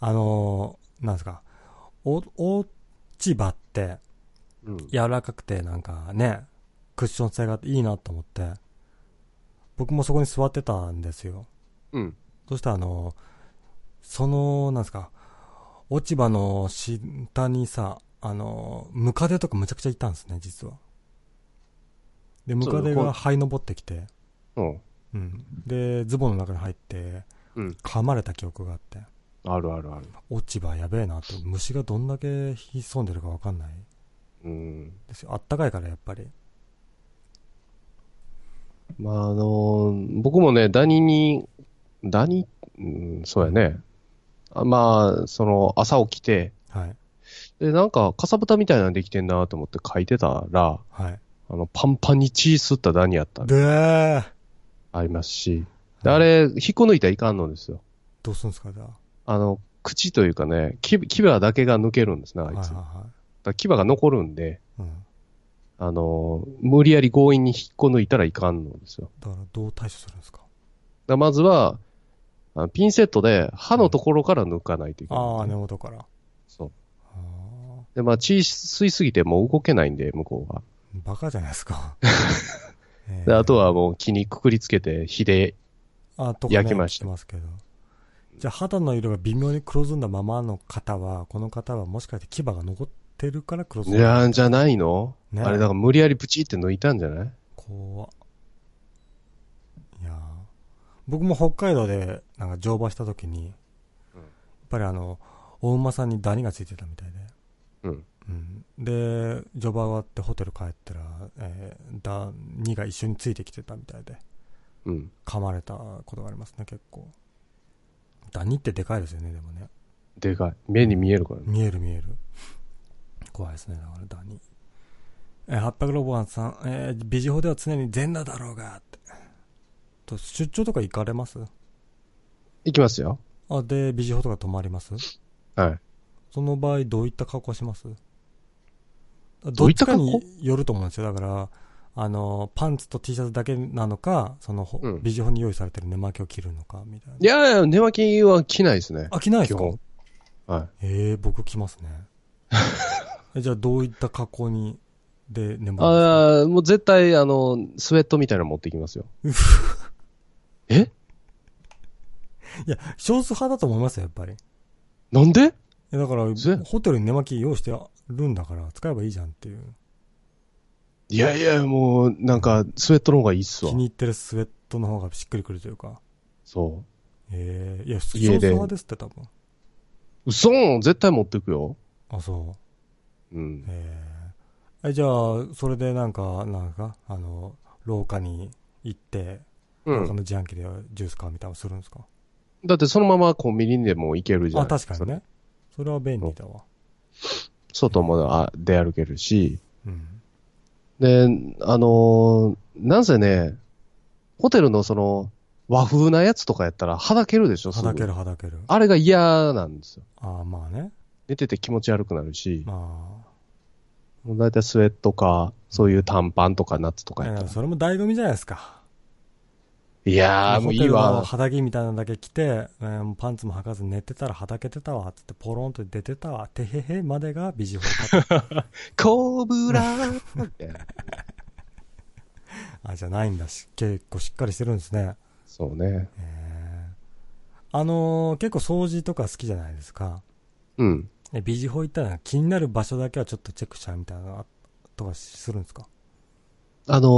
A: あのーなんですか、お、落ち葉って
B: うん。
A: 柔らかくてなんかね、クッション性があっていいなと思って、僕もそこに座ってたんですよ。
B: うん。
A: そしたらあのーその、なんですか、落ち葉の下にさ、あのームカデとかむちゃくちゃいたんですね、実は。で、ムカデが這い登ってきて、
B: うん。
A: うん。で、ズボンの中に入って、
B: うん。
A: 噛まれた記憶があって。
B: あるあるある。
A: 落ち葉やべえなと虫がどんだけ潜んでるかわかんない
B: うん。
A: ですよあったかいからやっぱり
B: まあ、あのー僕もね、ダニに、ダニ、うん、そうやね。あまあ、その、朝起きて、
A: はい
B: で、なんか、かさぶたみたいなのできてんなと思って書いてたら、
A: はい
B: あの、パンパンに血吸ったダニやった、
A: でー
B: ありますし、で、あれ、引っこ抜いたらいかんのですよ。
A: どうするんですかじゃあ
B: あの、口というかね、牙牙だけが抜けるんですね、あい
A: はいは
B: つ。
A: い
B: だか
A: は
B: ら牙が残るんで、
A: いうん
B: あのー無理やり強引に引っこ抜いたらいかんのですよ。
A: だからどう対処するんですか
B: だからまずは、あのピンセットで歯のところから抜かないといけない。
A: ああ根元から
B: そう。
A: あー
B: で、まあ、血吸いすぎてもう動けないんで、向こうは。
A: バカじゃないです かえ
B: で、
A: ー
B: あとはもう気にくくりつけて、火で、
A: あと
B: 焼きました
A: てますけどじゃあ肌の色が微妙に黒ずんだままの方はこの方はもしかして牙が残ってるから黒ず
B: い
A: んだ
B: やーじゃないの、
A: ね
B: あれ、だから無理やりプチって抜いたんじゃない
A: 怖っいやー僕も北海道でなんか乗馬した時に、や
B: うん
A: っぱりあのお馬さんにダニがついてたみたいで、
B: うん。
A: うん、で乗馬終わってホテル帰ったら、えーダニが一緒についてきてたみたいで
B: うん。
A: 噛まれたことがありますね結構ダニってでかいですよねでもね
B: でかい。目に見えるからね。
A: 見える見える怖いですねだからダニえー800ロボアンさん、えービジホでは常に全裸だろうがってと出張とか行かれます
B: いきますよ。
A: あでビジホとか泊まります
B: はい。
A: その場合どういった格好しますあ
B: ど
A: ど
B: う
A: っ
B: いっ
A: ち
B: た
A: か
B: 格好
A: によると思うんですよだからあのパンツと T シャツだけなのかその、ほ
B: うん
A: ビジホに用意されてる寝巻きを着るのかみたいない
B: やいや、寝巻きは着ないですね。
A: あ着ないで
B: 基
A: すか
B: 本。は
A: えー、僕着 ますねえじゃあどういった格好に で寝巻き
B: い。ああ、もう絶対、あの、スウェットみたいなの持ってきますよ。え
A: いや、少数派だと思いますよ、やっぱり。い
B: なんで
A: や、だから
B: ぜ、
A: ホテルに寝巻き用意してあるんだから、使えばいいじゃんっていう。
B: いやいや、もう、なんか、スウェットの方がいいっすわ
A: 気に。入ってるスウェットの方がしっくりくるというか。
B: そ
A: ええいや、少数
B: 家で
A: 派ですって多分。
B: う。嘘絶対持ってくよ。
A: あ、そう。
B: うん。
A: えええ、じゃあ、それでなんか、なんか、あの、廊下に行って、
B: う
A: 他
B: ん。
A: の自販機でジュース買うみたいなのするんですか、
B: だってそのままコンビニでも行けるじゃん。
A: あ、確かにね。それは便利だわ。
B: そ。外もあ出歩けるし。
A: うん。
B: で、あのーなんせね、ホテルのその、和風なやつとかやったら、はだけるでしょ、す
A: は
B: ぐ
A: だけるはだける。
B: あれが嫌なんですよ。
A: ああ、まあね。
B: 寝てて気持ち悪くなるし、
A: ま
B: もう大体スウェットか、そういう短パンとかナッツと
A: あ、
B: かやっ
A: い
B: た
A: や
B: ら。
A: それも醍醐味じゃないですか。
B: いやー、も
A: ホ
B: うい
A: テ
B: い
A: ルの
B: わ。
A: 肌着みたいなのだけ着て、えーパンツも履かず寝てたらはだけてたわ、つってポロンと出てたわ、てへへまでが美人 法か
B: コ ブラーみたいな
A: あ、じゃないんだし、結構しっかりしてるんですね。
B: そうね。
A: えーあのー結構掃除とか好きじゃないですか。
B: うん。
A: え美人法行ったら気になる場所だけはちょっとチェックしちゃうみたいなのあとかするんですか
B: あの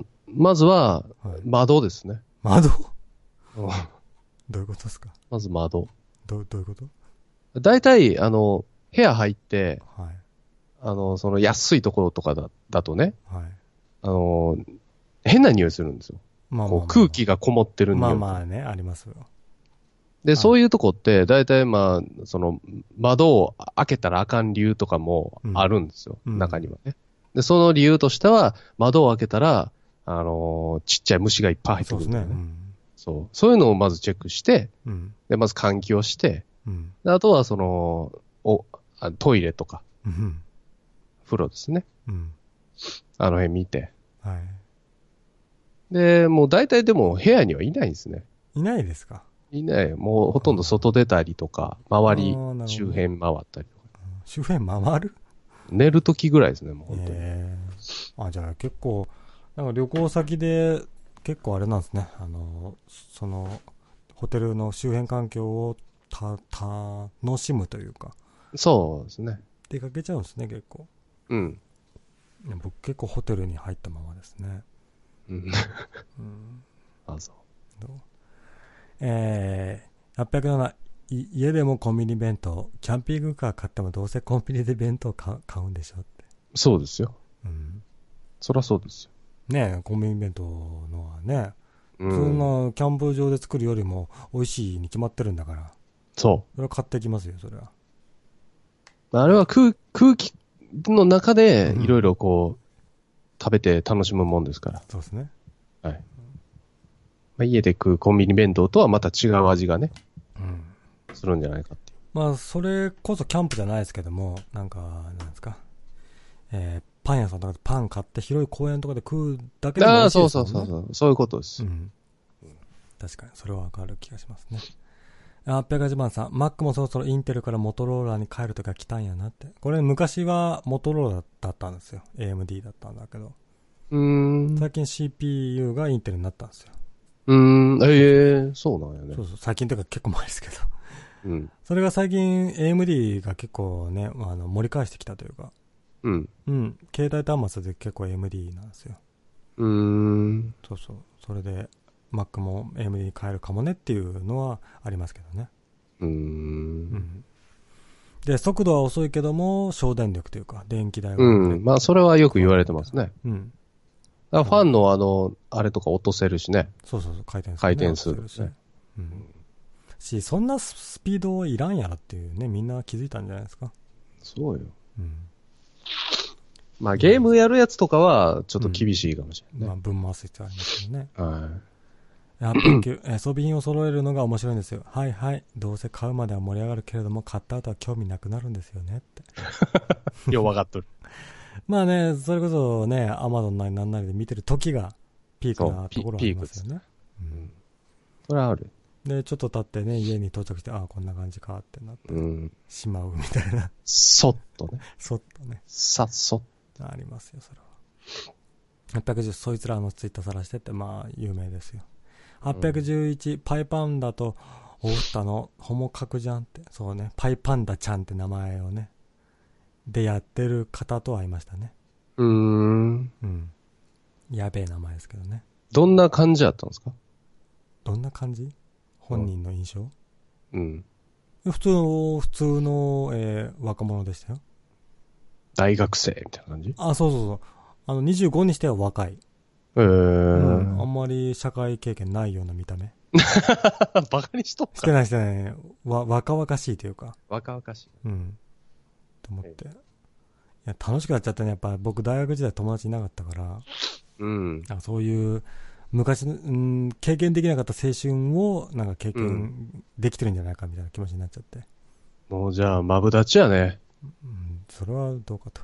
B: ーまずは、
A: はい。
B: 窓ですね。
A: 窓
B: うん
A: どういうことですか
B: まず窓。
A: どうどういうこと
B: 大体、あの、部屋入って、
A: はい。
B: あの、その安いところとかだだとね、
A: はい。
B: あの、変な匂いするんですよ。
A: まあまあまあ
B: こう空気がこもってるんで、
A: まあまあね、ありますよ。
B: で、
A: い
B: そういうとこって、大体まあ、その、窓を開けたらあかん理由とかもあるんですよ、
A: うん
B: 中にはね。で、その理由としては、窓を開けたら、あのーちっちゃい虫がいっぱい入って
A: そう
B: く
A: で
B: る
A: すね。
B: とか
A: う
B: ね、
A: ん。
B: そう。そういうのをまずチェックして、
A: うん。
B: で、まず換気をして、
A: うん。
B: であとはその、お、あトイレとか、
A: うん。
B: 風呂ですね。
A: うん。
B: あの辺見て。
A: は
B: で、もう大体でも部屋にはいないんですね。
A: い。いないですか
B: いない。もうほとんど外出たりとか、周り
A: あーなるほど、
B: 周辺回ったりとか。
A: 周辺回る
B: 寝るときぐらいですね、もう本当に。
A: ええあ、じゃあ結構、なんか旅行先で結構あれなんですね。あの、その、ホテルの周辺環境をた、楽しむというか、
B: そうですね。
A: 出かけちゃうんですね、結構。
B: うん。
A: いや僕結構ホテルに入ったままですね。
B: うん。
A: うん。
B: あ、そう。
A: どうえー、807、い家でもコンビニ弁当、キャンピングカー買ってもどうせコンビニで弁当買う買うんでしょって。
B: そうですよ。
A: うん。
B: そらそうですよ。
A: ねえ、コンビニ弁当のはね、
B: うん、
A: そんなキャンプ場で作るよりも美味しいに決まってるんだから、
B: そ
A: それは買ってきますよ、それは。
B: う。あれは空空気の中で
A: うん
B: いろいろこう、食べて楽しむもんですから。
A: そうですね。
B: まあ、家で食うコンビニ弁当とはまた違う味がね、
A: うん。
B: するんじゃないかっていう。
A: まあ、それこそキャンプじゃないですけども、なんか、なんですか、えーパン屋さんとかでパン買って広い公園とかで食うだけでも美
B: ああ、
A: 味しい
B: そ
A: で
B: う
A: すもんね。
B: そうそうそう。そういうことです。
A: うん。確かに、それはわかる気がしますね。あ、880番さん、Mac もそろそろインテルからモトローラに帰るとか来たんやなって。これ昔はモトローラだったんですよ。AMD だったんだけど。
B: うーん。う
A: 最近 CPU がインテルになったんですよ。
B: ーん。ええそうなんや
A: そ
B: ね。
A: うそう、最近というか結構前ですけど。
B: うん。
A: それが最近 AMD が結構ね、あの、盛り返してきたというか。
B: うん。
A: うん、携帯端末で結構 AMD なんですよ。
B: うーん。
A: そうそう。それで Mac も AMD に変えるかもねっていうのはありますけどね。
B: うー。
A: うんんで、速度は遅いけども、省電力というか、電気代は、
B: うん。まあ、それはよく言われてますね。
A: うん
B: だからファンのあの、あれとか落とせるしね。
A: そうそうそう、回転数、
B: 回転数ですね
A: うん。し、そんなススピードいらんやろっていうね、みんな気づいたんじゃないですか。
B: そうよ。
A: うん。
B: まあゲームやるやつとかは、ちょっと厳しいかもしれ
A: ま
B: な
A: あ、
B: い。
A: 分回す必要ありますけどね。
B: は
A: やっぱり え装備品を揃えるのが面白いんですよ。はいはい。どうせ買うまでは盛り上がるけれども、買った後は興味なくなるんですよねって。
B: い。よう分かっとる。
A: まあね、それこそね、アマゾンなりなんなりで見てる時が、ピーク
B: そ
A: な
B: うピ
A: ところはありますよね。うん
B: それはある。
A: で、ちょっと経ってね、家に到着して、ああ、こんな感じかってなって
B: うん。
A: しまうみたいな、
B: そっとね。
A: そっとね、
B: さっそっ
A: ありますよ、それは。810、そいつらのツイッター晒してって、まあ、有名ですよ。811、パイパンダと、オフタのホモカクジャンって、そうね、パイパンダちゃんって名前をね、でやってる方と会いましたね。
B: と。うーん。
A: うん。やべえ名前ですけどね。
B: どんな感じだったんですか
A: どんな感じ本人の印象、
B: うん。
A: 普通の、普通の、えー若者でしたよ。
B: 大学生みたいな感じ
A: あ、そうそうそう。あの、25にしては若い。
B: え
A: うんあ
B: ー。
A: んまり社会経験ないような見た目。
B: バカにしとっ
A: してないしてない。わ、若々しいというか。
B: 若々しい。
A: うん。と思って。いや、楽しくなっちゃったね。やっぱ僕大学時代友達いなかったから、
B: うん。
A: なんかそういう、昔の、うん、経験できなかった青春を、なんか経
B: う
A: 験できてるんじゃないかみたいな気持ちになっちゃって。
B: もうじゃあ、マブダチやね。
A: うん、それはどうかと。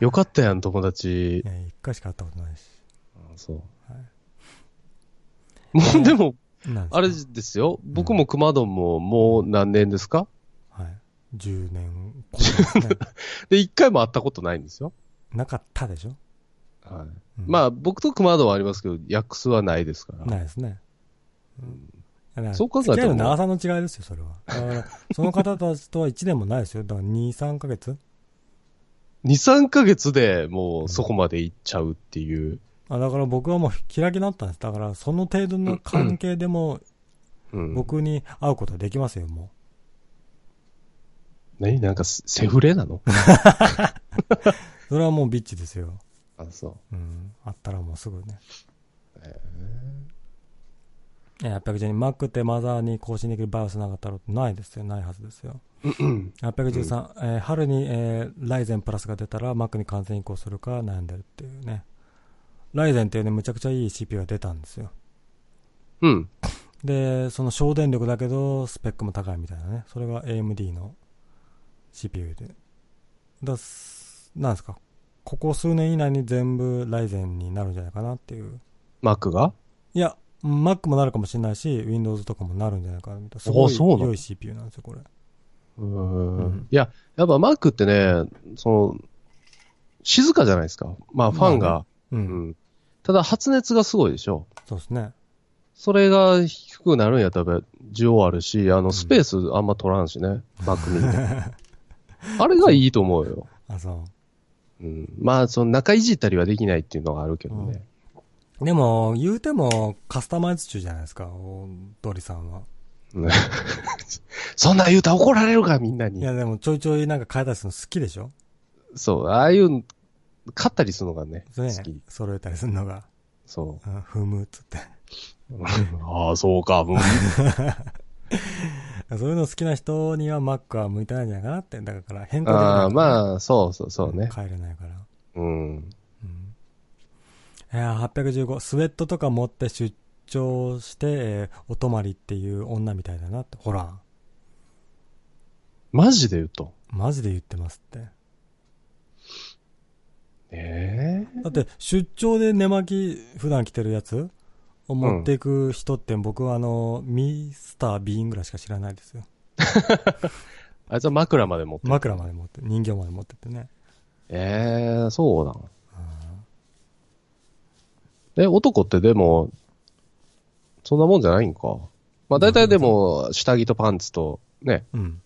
B: よかったやん、友達
A: い。や、一回しか会ったことないし。
B: あそう。
A: はい
B: もうでも、
A: なんですか
B: あれですよ。僕も熊丼ももう何年ですか
A: はい。10年、こうですね
B: で、一回も会ったことないんですよ。
A: なかったでしょ、
B: はい。
A: うん
B: まあ、僕と熊野はありますけど、ヤックスはないですから。
A: ないですね。うん
B: そう考えた
A: 付き
B: ら
A: 合いの長さの違いですよ、それは。だから、その方たちとは1年もないですよ。だから2、3ヶ月
B: 2、3ヶ月でもうそこまで行っちゃうっていう。
A: あだから僕はもう開きになったんです。だから、その程度の関係でも、
B: うん。
A: 僕に会うことはできますよ、も
B: 何なんかセセフレなの
A: う。それはもうビッチですよ。
B: あ、そ
A: うん。会ったらもうすぐね。 810に Mac ってマザーに更新できる BIOS なかったろうないですよ、ないはずですよ。813、えー春に、えー、ライゼンプラスが出たら Mac に完全移行するか悩んでるっていうね。ライゼンっていうね、むちゃくちゃいい CPU が出たんですよ。
B: うん。
A: で、その省電力だけど、スペックも高いみたいなね。それが AMD の CPU で。だす、なんですか。ここ数年以内に全部ライゼンになるんじゃないかなっていう。
B: Mac が
A: いや、Mac もなるかもしれないし、Windows とかもなるんじゃないかなみたいな。すごい
B: あそうなの
A: 良い CPU なんですよ、これ。
B: う
A: うん
B: んいや、やっぱ Mac ってね、その、静かじゃないですか。まあ、ファンが。
A: うん。
B: うん。ただ、発熱がすごいでしょ。
A: そうですね。
B: それが低くなるんやったら、需要あるし、あ
A: ん
B: の、スペースあんま取らんし ね、Mac に。あれがいいと思うよ。
A: あ、そ
B: うん。まあ、その、中いじったりはできないっていうのがあるけどね。
A: う。でも、言うても、カスタマイズ中じゃないですか、おドリさんは。
B: うん そんなん言うたら怒られるから、みんなに
A: い。や、でも、ちょいちょいなんか変えたりするの好きでしょ
B: そう、ああいう、勝ったりするのがね、
A: そ
B: 好
A: れね
B: き。
A: 揃えたりするのが、
B: そ
A: うんふむっつって。
B: う。ああ、そうか、うん
A: そういうの好きな人には Mac は向いてないんじゃないかなって。だから変更できないから
B: ああ、まあ、そうそうそうね。
A: 帰れないから。
B: う
A: う
B: ん。
A: ん。いやー、815。スウェットとか持って出張して、えーお泊まりっていう女みたいだなって。ほら、
B: マジで言うと。
A: マジで言ってますって。
B: ええ
A: だって、出張で寝巻き、普段着てるやつを持っていく人って、僕はあの、ミスター・ビーンぐらいしか知らないですよ。
B: あいつは枕まで持ってる。
A: 枕まで持って、人形まで持ってってね。
B: ええそうだえ、男ってでも、そんなもんじゃないんか。まあ大体でも、下着とパンツと、ね、
A: うん。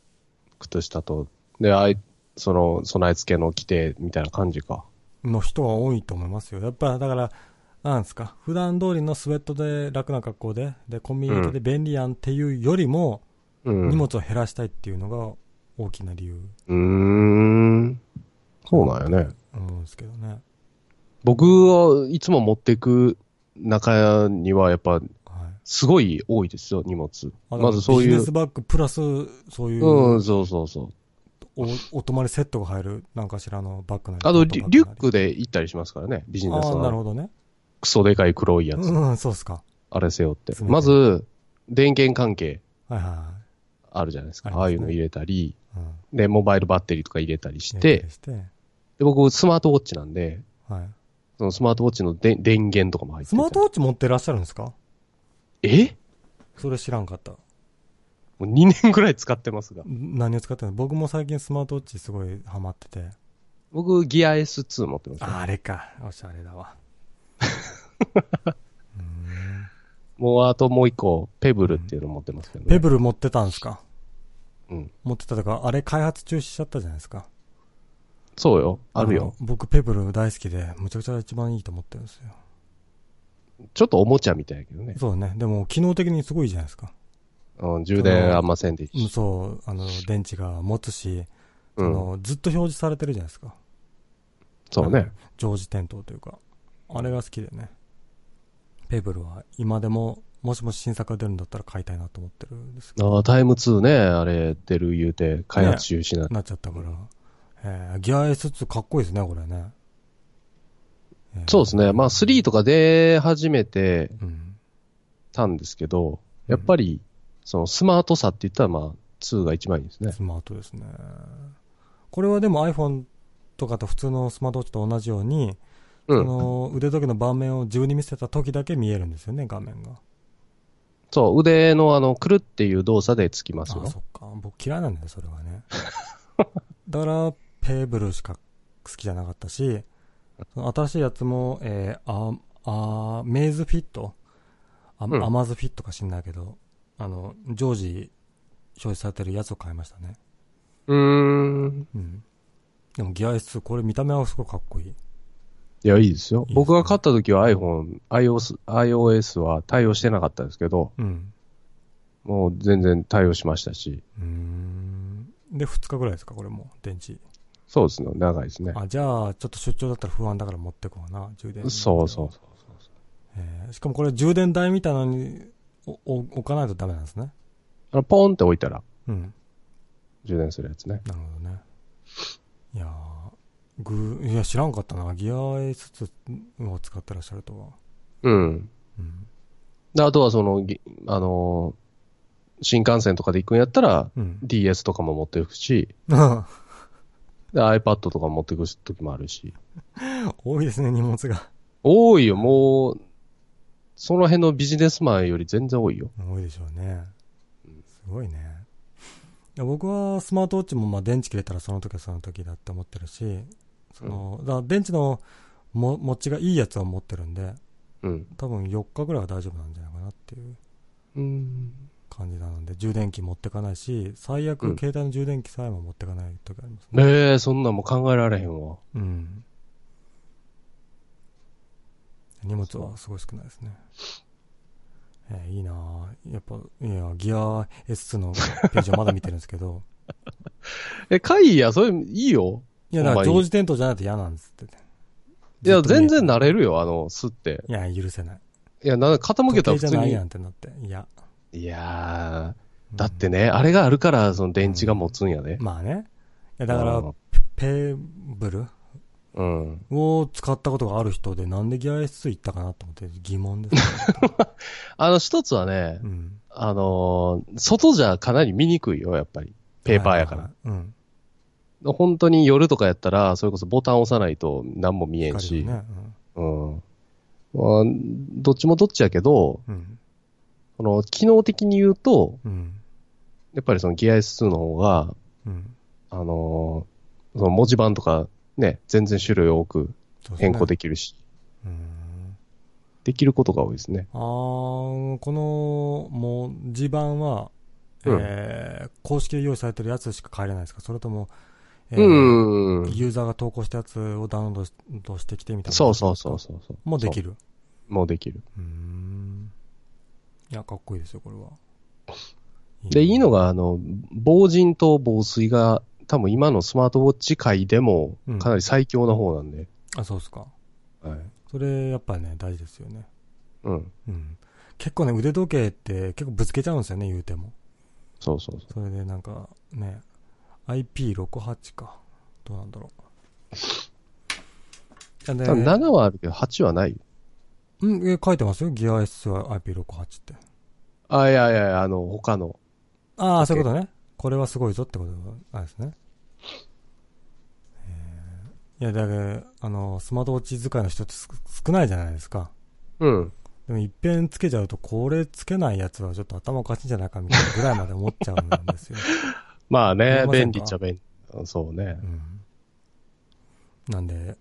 B: 靴下と、で、あい、その、備え付けの着て、みたいな感じか。
A: の人が多いと思いますよ。やっぱだから、なんですか、普段通りのスウェットで楽な格好で、で、コンビニ行けて便利やんっていうよりも、
B: うん。
A: 荷物を減らしたいっていうのが大きな理由、
B: うーん。そうなんよね。
A: 思うんですけどね。
B: 僕はいつも持ってく中にはやっぱ
A: はい。
B: すごい多いですよ、荷物。
A: あ
B: まずそうい
A: ビジネ
B: う
A: ス。バッグプラス、そういう、
B: うん、そうそうそう。
A: お、お泊まりセットが入る、なんかしらのバッグなり。
B: あとリ、
A: トートバッグなり
B: リュックで行ったりしますからね、ビジネス
A: ああ、なるほ
B: は。
A: どね。
B: クソでかい黒いやつ、
A: うん、そうっすか。
B: あれ背負って。
A: 詰めて
B: まず、電源関係
A: はいはいは
B: あるじゃないですか。
A: あり
B: あ
A: ます
B: あ
A: ね
B: いうの入れたり、
A: い。うん。
B: で、モバイルバッテリーとか入れたりし
A: やった
B: て
A: り、して、
B: で僕、スマートウォッチなんで、
A: はい。
B: そのスマートウォッチので電源とかも入って
A: ス
B: たり
A: マートウォッチ持ってらっしゃるんですか
B: え
A: それ知らんかった。
B: もう2年ぐらい使ってますが。
A: 何を使ってんの僕も最近スマートウォッチすごいハマってて。
B: 僕、ギア S2 持ってます、
A: ああれか。おしゃれだわ。うーん
B: もう、あともう一個、ペブルっていうの持ってますけどね。
A: ペブル持ってたんですか
B: うん。
A: 持ってたとか、あれ開発中止しちゃったじゃないですか。
B: そうよ。あるよ。
A: の。僕ペブル大好きで、むちゃくちゃ一番いいと思ってるんですよ。
B: ちょっとおもちゃみたいやけどね。
A: そうね。でも、機能的にすごいじゃないですか。
B: うん、充電あんませんでいい
A: うん
B: し。
A: そう、あの、電池が持つし、
B: う
A: あ
B: ん。
A: のずっと表示されてるじゃないですか。
B: そうね。
A: 常時点灯というか。あれが好きでね。ペブルは今でも、もしもし新作が出るんだったら買いたいなと思ってるんですけど
B: ああ、タイム2ね、あれ出る言うて、開発中止な。
A: なっちゃったから。えー、ギア S2 かっこいいですね、これね。えー
B: そうですね。まあ、3とか出始めて
A: うん。
B: たんですけど、やっぱり、そのスマートさって言ったら、まあ、2が一番いいですね。
A: スマートですね。これはでも iPhone とかと普通のスマートウォッチと同じように、
B: う
A: そ
B: ん。
A: の腕時計の盤面を自分に見せた時だけ見えるんですよね、画面が。
B: そう、腕のあの、くるっていう動作でつきま
A: あ、
B: す
A: そ
B: よ。
A: っか。僕嫌いなんだよ、それは ね。だから、ペーブルしか好きじゃなかったし、その新しいやつも、えー、あ、あ、メイズフィットあ、
B: うん
A: アマズフィットか知んないけど、あの、常時表示されてるやつを買いましたね。
B: うーん。
A: うん。でもギア S2、これ見た目はすごいかっこいい。
B: いや、いいですよ
A: いいです。ね
B: 僕が買った時は iPhone、iOS、iOS は対応してなかったですけど、
A: うん。
B: もう全然対応しましたし、
A: うーん。で、2日ぐらいですか、これも、電池。
B: そうですね、長いですね。
A: あ、じゃあ、ちょっと出張だったら不安だから持ってこうな、充電。
B: そうそうそう。
A: へえーしかもこれ充電台みたいなのにおお置かないとダメなんですね。
B: あのポンって置いたら
A: うん。
B: 充電するやつね。
A: なるほどね。いやー、グー、いや、知らんかったな。ギア S2 を使ってらっしゃるとは。
B: うん。
A: うん。
B: で、あとはその、ぎあのー新幹線とかで行くんやったら、
A: うん。
B: DS とかも持っていくし、で iPad とかも持っていく時もあるし。
A: 多いですね、荷物が。
B: 多いよ、もう、その辺のビジネスマンより全然多いよ。
A: 多いでしょうね。すごいね。いや僕はスマートウォッチもまあ電池切れたらその時はその時だって思ってるし、その、だから電池のも持ちがいいやつは持ってるんで、
B: うん。
A: 多分4日ぐらいは大丈夫なんじゃないかなっていう
B: うん。
A: 感じなので、充電器持ってかないし、最悪
B: うん
A: 携帯の充電器さえも持ってかない時ありますね。
B: ええそんなんもう考えられへんわ。
A: うん。荷物はすごい少ないですね。えーいいなぁやっぱ、いや、ギア S2 のページはまだ見てるんですけ ど、
B: え、会議や、それいいよ。
A: いや、だから
B: ほんまに
A: 常時点灯じゃないと嫌なんですって。
B: いや、全然
A: い。
B: 慣れるよ、あの、すって。
A: いや、許せない。
B: いや、なんか傾けたら
A: 時計
B: 普通
A: じゃない
B: に
A: や。んってなって。いや。
B: いや
A: う
B: ー、
A: ん
B: だって。ね、あれがあるから、その電池が持つんやで。
A: まあね。いや、だから、ペーブル
B: うん、うん。
A: を使ったことがある人で、なんでギア S2 行ったかなと思って疑問 ですね。
B: あの、一つはね
A: う、ん。
B: あのー外じゃかなり見にくいよ、やっぱり。ペーパーやから。
A: はいはいはい。うん。
B: 本当に夜とかやったら、それこそボタン押さないと何も見えん
A: 光
B: し。
A: るよね。うん
B: うん。まあ、どっちもどっちやけど、
A: うん。
B: この、機能的に言うと、
A: うん。
B: やっぱりそのギア S2 の方が、
A: うん。
B: あのーその文字盤とかね、全然種類多く
A: そうすね
B: 変更。できるし、
A: うん。
B: できることが多いですね。
A: あーこの、文字盤は、
B: うん
A: えー公式で用意されてるやつしか変えれないですかそれとも、えー
B: うん。
A: ユーザーが投稿したやつをダウンロードしてきてみたいな。
B: そうそうそうそうそう。
A: もうできる。
B: そう。もうできる。
A: うーん。いや、かっこいいですよ、これは。
B: で、いいの
A: が。
B: が、あの、防塵と防水が、多分今のスマートウォッチ界でも
A: うん、
B: かなり最強の方なんで。
A: あ、そうですか。
B: はい。
A: それ、やっぱね、大事ですよね。
B: うん。
A: うん。結構ね、腕時計って結構ぶつけちゃうんですよね、言うても。
B: そうそうそう。
A: それでなんか、ね、IP68 か。どうなんだろう。いやね
B: 多分7はあるけど、8はない。
A: うん、え書いてますよ。ギア S は IP68 って。
B: あ、いやいやいや、あの、他の。
A: ああ、そ
B: 時計
A: ういうことね。これはすごいぞってことなんですね。えーいや、だから、あの、スマートウォッチ使いの人ってす少ないじゃないですか。
B: うん。
A: でも、一遍つけちゃうと、これつけないやつはちょっと頭おかしいんじゃないかみたいなぐらいまで思っちゃうんです よ。
B: まあ
A: 見
B: ね
A: え、ませんか
B: 便利っちゃ便利。そうね。
A: うん。なんで、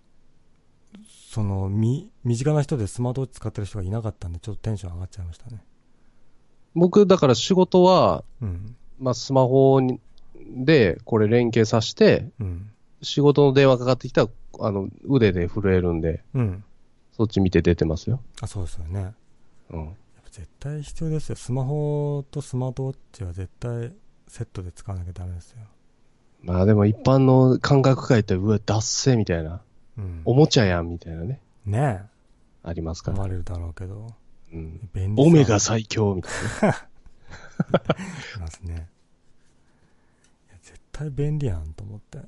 A: その、み、身近な人でスマートウォッチ使ってる人がいなかったんで、ちょっとテンション上がっちゃいましたね。
B: 僕、だから仕事は、
A: うん。
B: まあ、スマホにで、これ連携させて、
A: うん。
B: 仕事の電話かかってきたら、あの、腕で震えるんで、
A: うん。
B: そっち見て出てますよ。
A: あ、そうですよね。
B: うん。
A: やっぱ絶対必要ですよスマホとスマートウォッチは絶対セットで使わなきゃダメですよ、
B: まあでも一般の感覚界って、うわ、脱せみたいな、
A: うん、
B: おもちゃやんみたいなね、
A: ねえ
B: ありますか
A: 思
B: ら。
A: われるだろうけど
B: うん。
A: 便利
B: オ
A: さ
B: メガ最強みたい
A: ありますねいや絶対便利やんと思って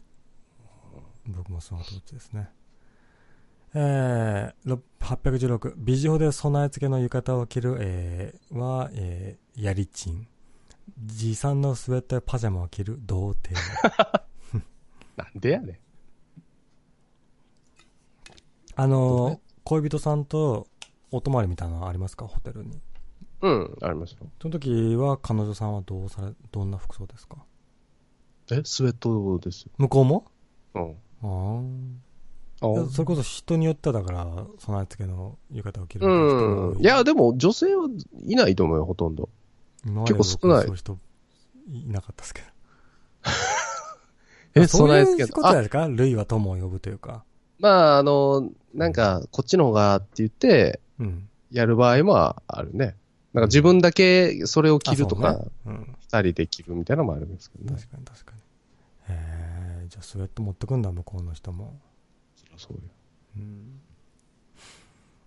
A: 僕もスマートウォッチですねえーろ、816ビジホで備え付けの浴衣を着る、えーは、えー、やりちん持参のスウェットやパジャマを着る童貞
B: な。なんでやね
A: あ
B: どう
A: の
B: ね
A: ー恋人さんとお泊まりみたいなのありますかホテルに
B: ん。うん、ありますよ。
A: その時は彼女さんはどうされどんな服装ですか
B: え、スウェットですよ。
A: 向こうも
B: うん。
A: あ
B: あ
A: あそれこそ人によってはだから備え付けの浴衣を着る
B: うん。いや、でも女性はいないと思うよ、ほとんど。結構少ない
A: そういう人いなかったですけど
B: え、
A: そう
B: 備え付
A: いう
B: け
A: こと
B: あ
A: じゃないですか類は友を呼ぶというか
B: まあ、あの、なんか、こっちの方がって言って、
A: うん
B: やる場合もあるね。なんか自分だけそれを
A: あ
B: 着ると
A: そ
B: か
A: うね、うん
B: 二、人で着るみたいなのもあるんですけどね。
A: 確かに確かにえー、じゃあスウェット持ってくんだ向こうの人も
B: そうよ
A: うん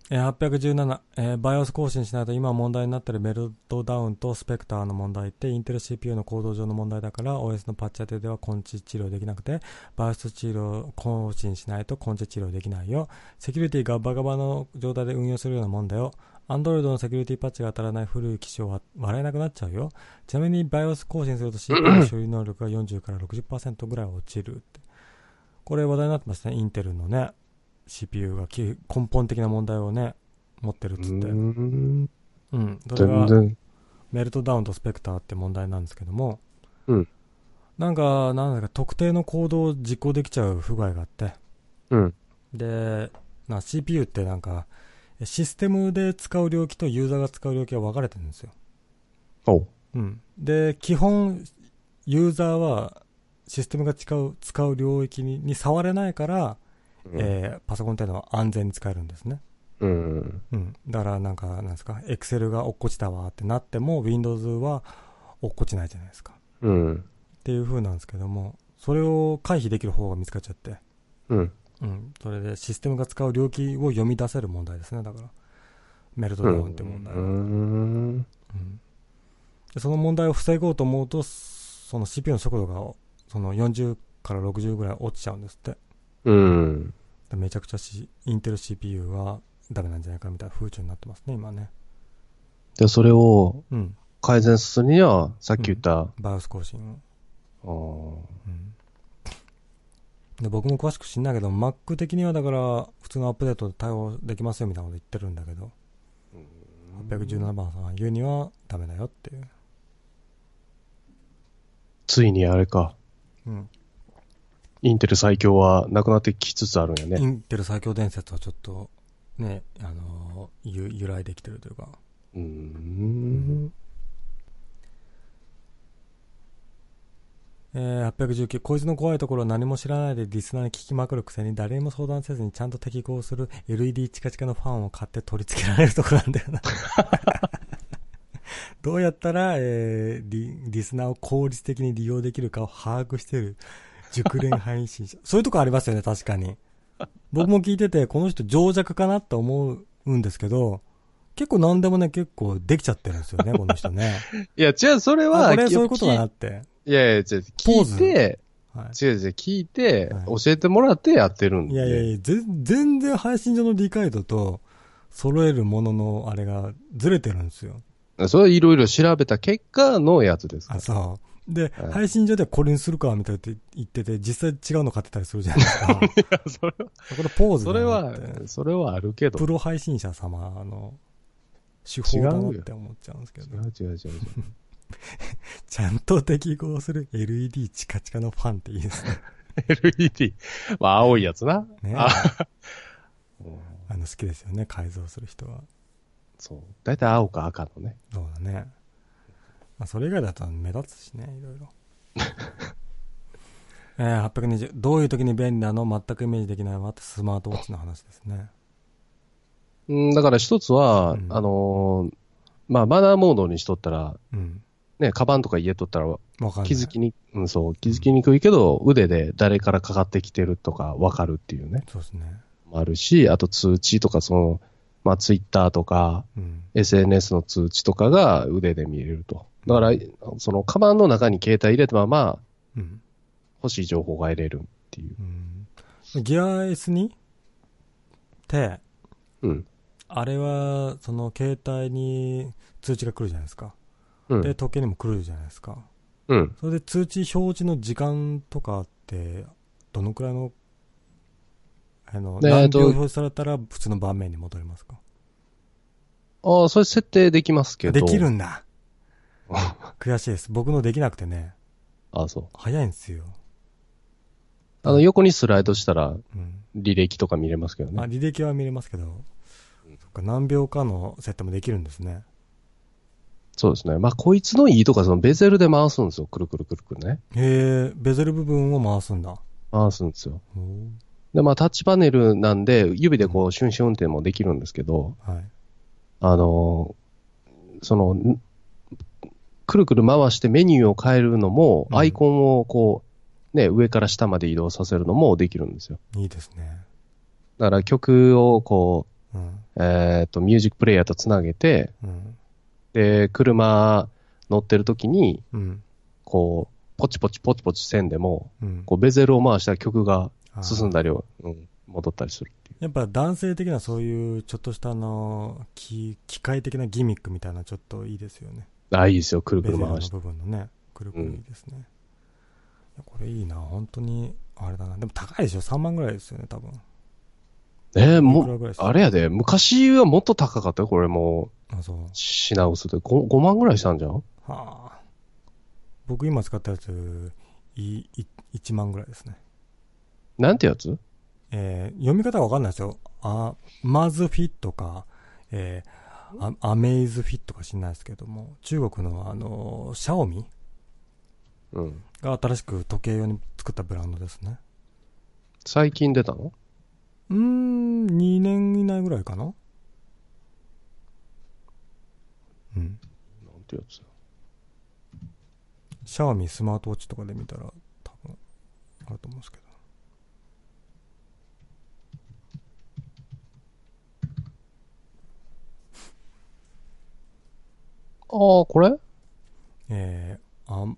A: えー817、えー、BIOS 更新しないと今問題になってるメルトダウンとスペクターの問題ってインテル CPU の行動上の問題だから OS のパッチ当てでは根治治療できなくて BIOS 治療更新しないと根治治療できないよセキュリティがバカバの状態で運用するようなもんだよ Android のセキュリティパッチが当たらない古い機種は笑えなくなっちゃうよちなみに BIOS 更新すると CPU の処理能力が40から60%ぐらい落ちるってこれ話題になってましたねインテルのね CPU がき根本的な問題をね持ってるっ
B: う
A: つって
B: ん。
A: うん、それ
B: 全
A: が
B: 然。
A: メルトダウンとスペクターって問題なんですけども、
B: うん
A: なんか、なんだか特定の行動を実行できちゃう不具合があって、
B: うん。
A: で、な CPU ってなんか、システムで使う領域とユーザーが使う領域が分かれてるんですよ。
B: おう。
A: うん、で、基本、ユーザーはシステムが使う使う領域にに触れないから、えーパソコンっていうのは安全に使えるんですね。
B: うん。
A: うん、だからなんか、なんですか、エクセルが落っこちたわってなっても、Windows は落っこちないじゃないですか。
B: うん。
A: っていう風なんですけども、それを回避できる方が見つかっちゃって、
B: うん。
A: うん、それでシステムが使う領域を読み出せる問題ですね、だから。メルトダウンって問題は、
B: う
A: うん
B: ん。
A: でその問題を防ごうと思うと、その CPU の速度が、その40から60ぐらい落ちちゃうんですって。
B: うん。
A: でめちゃくちゃし、インテル CPU はダメなんじゃないかみたいな風潮になってますね、今ね。
B: で、それを
A: うん、
B: 改善するには、さっき言った、
A: BIOS 更新を。
B: あ
A: う
B: ー
A: んで僕も詳しく知んないけど Mac 的にはだから普通のアップデートで対応できますよみたいなこと言ってるんだけど817番さんが言うにはダメだよっていう、
B: ついにあれか、
A: うん
B: インテル最強はなくなってきつつあるんや
A: イ
B: ね。
A: ンテル最強伝説はちょっとねあのーゆ由来できてるというか
B: うん。
A: えー819こいつの怖いところを何も知らないでリスナーに聞きまくるくせに誰にも相談せずにちゃんと適合する LED チカチカのファンを買って取り付けられるとこなんだよな どうやったら、えーリリスナーを効率的に利用できるかを把握してる熟練配信者 そういうとこありますよね確かに僕も聞いててこの人情弱かなと思うんですけど結構何でもね結構できちゃってるんですよねこの人 ね
B: いや、違う、それ
A: あ
B: は、
A: これそういうことだな
B: 聞
A: って、
B: いやいや、違う、
A: ポー
B: 聞い
A: ズ
B: て、
A: はい、
B: 違う違う、聞いて、
A: はい
B: 教えてもらってやってるんで。
A: いやいやいや、ぜ全然配信上の理解度と揃えるもののあれがずれてるんですよ。
B: それはいろいろ調べた結果のやつですか
A: あ、
B: ら。
A: そう。で、
B: はい
A: 配信上ではこれにするか、みたいなって言ってて、実際違うの買ってたりするじゃないです か。こ
B: それは、
A: れポーズ
B: そ
A: だ
B: れ
A: よっ
B: は
A: て、
B: それはあるけど。
A: プロ配信者様の手法だなって思っちゃうんですけ
B: 違
A: ど、
B: う違う違う違う。
A: ちゃんと適合する LED チカチカのファンっていいですね。
B: LED。まあ、青いやつな。
A: ね
B: あ
A: あの好きですよね、改造する人は。
B: そう。だいたい青か赤のね。
A: そうだね。まあ、それ以外だと目立つしね、いろ いろ。えー、820。どういう時に便利なの全くイメージできないわってスマートウォッチの話ですね。
B: うん、だから一つは、
A: うん
B: あのーまあ、マナーモードにしとったら、
A: うん。
B: ね、カバンとか家とったら
A: わかんない。
B: 気づきに、うん、そう、気づきにくいけど、腕で誰からかかってきてるとかわかるっていうね、
A: そうですね。
B: もあるし、あと通知とか、その、まあ、ツイッターとか、
A: うん。
B: SNS の通知とかが腕で見れると。だから、その、カバンの中に携帯入れたまま、
A: うん。
B: 欲しい情報が得れるっていう。
A: うん。ギア S にって、
B: うん。
A: あれは、その携帯に通知が来るじゃないですか。
B: う
A: で、
B: ん。
A: 時計にも来るじゃないですか。
B: うん。
A: それで通知表示の時間とかって、どのくらいの、あの、
B: えー
A: 何
B: と
A: 秒表示されたら普通の盤面に戻りますか
B: ああ、それ設定できますけど。
A: できるん だ悔しいです。僕のできなくてね、
B: ああ、そう。
A: 早いんですよ。
B: あの、横にスライドしたら、
A: うん。
B: 履歴とか見れますけど
A: まあ、
B: ね。
A: 履歴は見れますけど、そっか、何秒かの設定もできるんですね。
B: そうですね。まあ、こいつのいいとか、その、ベゼルで回すんですよ。くるくるくるくるね。
A: へえ、ベゼル部分を回すんだ。
B: 回すんですよ。
A: おー
B: で、まあ、タッチパネルなんで、指でこう、瞬時運転もできるんですけど、
A: はい。
B: あのーその、んくるくる回してメニューを変えるのも、
A: うん
B: アイコンをこう、ね、上から下まで移動させるのもできるんですよ。
A: いいですね。
B: だから曲をこ
A: うん。
B: う、えっと、ミュージックプレイヤーとつなげて、
A: うん。
B: で、車乗ってる時に、
A: うん。
B: こう、ポチポチポチポチせんでも、
A: うん。
B: こう、ベゼルを回したら曲が
A: あー
B: 進んだりを、うん、戻ったりするっていう。
A: やっぱ男性的なそういうちょっとしたあの機機械的なギミックみたいなちょっといいですよね。
B: ああ、いいですよ。くるく
A: ベゼ
B: る
A: ルの
B: 回して。
A: 部分のね、くるくるいいですね。いやこれいいな、本当に、あれだな。でも高いでしょ ?3 万ぐらいですよね、多分。
B: え
A: い
B: ー、
A: くら
B: も
A: ぐらいで
B: う、
A: すか
B: あれやで、昔はもっと高かったよ。これも
A: あ、そう
B: う、。品薄で5、5万ぐらいしたんじゃん
A: はあ。僕今使ったやつ、いい1万ぐらいですね。
B: なんてやつ
A: えー読み方がわかんないですよ。あ、マズフィットか、えーあアメイズフィットか知んないですけども、中国のあの、シャオミ
B: うん。
A: が新しく時計用に作ったブランドですね。
B: 最近出たの
A: うーん、2年以内ぐらいかなうん。
B: なんてやつ
A: シャオミスマートウォッチとかで見たら多分あると思うんですけど。
B: ああ、これ
A: えー、あ、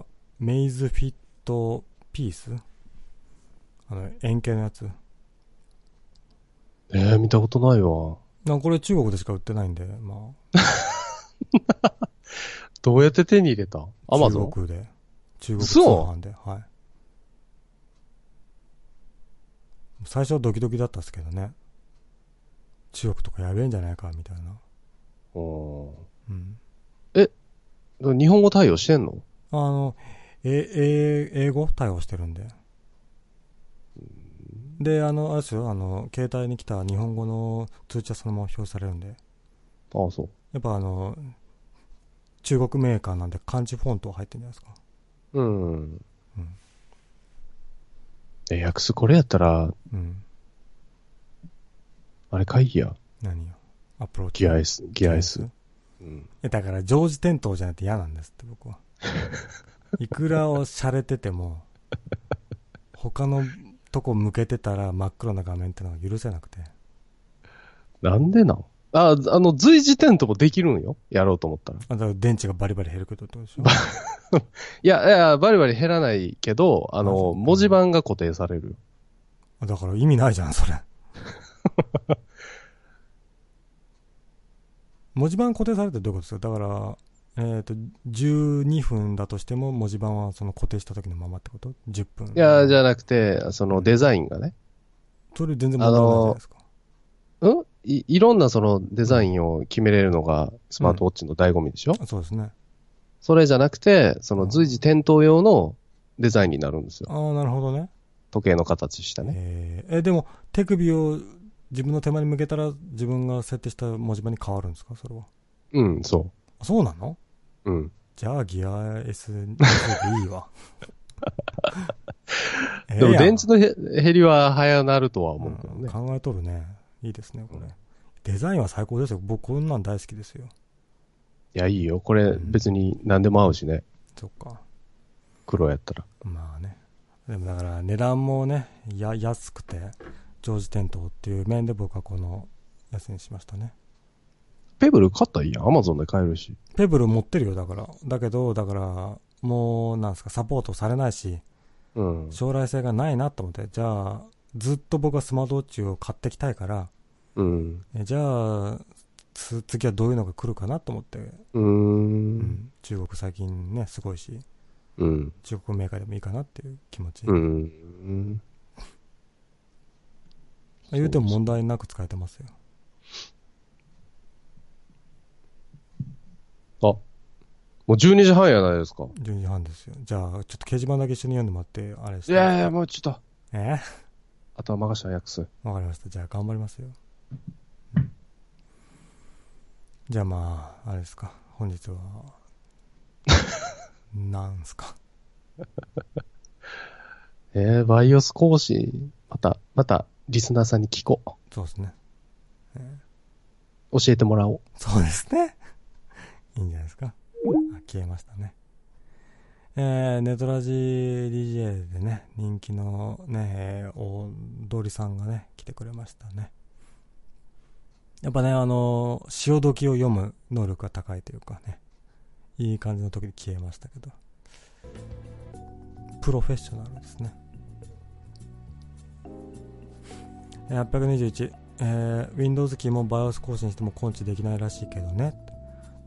A: あ、メイズフィットピースあの、円形のやつ。
B: えー、見たことないわ。
A: なこれ中国でしか売ってないんで、ま
B: どうやって手に入れた
A: あ、
B: アマゾン
A: 中国で。中国通
B: 嘘
A: 販で、はい。最初はドキドキだったんですけどね。中国とかやべえんじゃないか、みたいな。
B: うん
A: うん。
B: 日本語対応してんの
A: あの、え、え、英語対応してるんで。で、あの、あれですよ、あの、携帯に来た日本語の通知はそのまま表示されるんで。
B: ああ、そ
A: やっぱあの、中国メーカーなんで漢字フォントは入ってるんじゃないですか。
B: う。うん
A: うん。
B: え、訳すこれやったら、
A: うん。
B: あれ会議や。
A: 何よ。アプローチ。
B: ギア S、ギア S。うん。
A: えだから、常時転倒じゃなくて嫌なんですって、僕は。 いくらを洒落てても、他のとこ向けてたら真っ黒な画面ってのが許せなくて。
B: なんでなんあ、あの、随時点ともできるんよ。やろうと思ったら。
A: あだから電池がバリバリ減るけどってことでしょ
B: いや、いや、バリバリ減らないけど、あ
A: あそ
B: の、
A: う
B: 文字盤が固定される。
A: あだから意味ないじゃん、そ れ。文字盤固定されてるってどういうことですかだから、えっ、と、12分だとしても文字盤はその固定した時のままってこと ?10 分。
B: いや、じ
A: ゃ
B: ゃなくて、そのデザインがね。
A: それ全然問題ないじゃないですか。
B: うんいいろんなそのデザインを決めれるのがスマートウォッチの醍醐味でしょ、
A: そうですね。
B: それじゃなくて、その随時点灯用のデザインになるんですよ。
A: ああ、なるほどね。
B: 時計の形したね。
A: えーえでも手首を自分の手前に向けたら自分が設定した文字盤に変わるんですかそれは
B: うん、そ
A: あそうなの
B: う。うん。
A: じゃあギア S でい いわええ
B: でも
A: やん
B: 電池のへ減りは早なるとは思うけど
A: うん
B: ね。
A: 考えとるねいいですねこれ、
B: うん
A: デザインは最高ですよ僕こんなん大好きですよ
B: いや、いいよ。これ
A: ん
B: 別に何でも合うしね。
A: そっか
B: 黒やったら。
A: まあねでもだから値段もねや安くて常時点灯っていう面で僕はこのやつにしましたね
B: ペブル買ったらいいやん。アマゾンで買えるし。
A: ペブル持ってるよ、だから。だけど、だから、もう、なんすか、サポートされないし、
B: うん。
A: 将来性がないなと思って、じゃあ、ずっと僕はスマートウォッチを買ってきたいから、
B: うん。
A: えじゃあ、つ次はどういうのが来るかなと思って、
B: うーん。
A: うん中国最近ね、すごいし、
B: うん。
A: 中国メーカーでもいいかなっていう気持ち。
B: うん。
A: 言うても問題なく使えてますよ。
B: もう12時半やないですか。
A: 12時半ですよ。じゃあ、ちょっと掲示板だけ一緒に読んでもらって、あれし
B: い
A: て。
B: やいや、もうちょっと。
A: え
B: あとは任したら訳す。
A: わかりました。じゃあ頑張りますよ。じゃあまあ、あれですか。本日は、なんすか。
B: えー、バイオス講師、また、また、リスナーさんに聞こう。
A: そうですね。
B: 教えてもらおう。
A: そうですね。いいんじゃないですか。あ消えましたね。えー、ネトラジ DJ でね、人気のね、えー大通りさんがね、来てくれましたね。やっぱね、あの、潮時を読む能力が高いというかね、いい感じの時に消えましたけど、プロフェッショナルですね。えー821、えー Windows キーも BIOS 更新しても根治できないらしいけどね。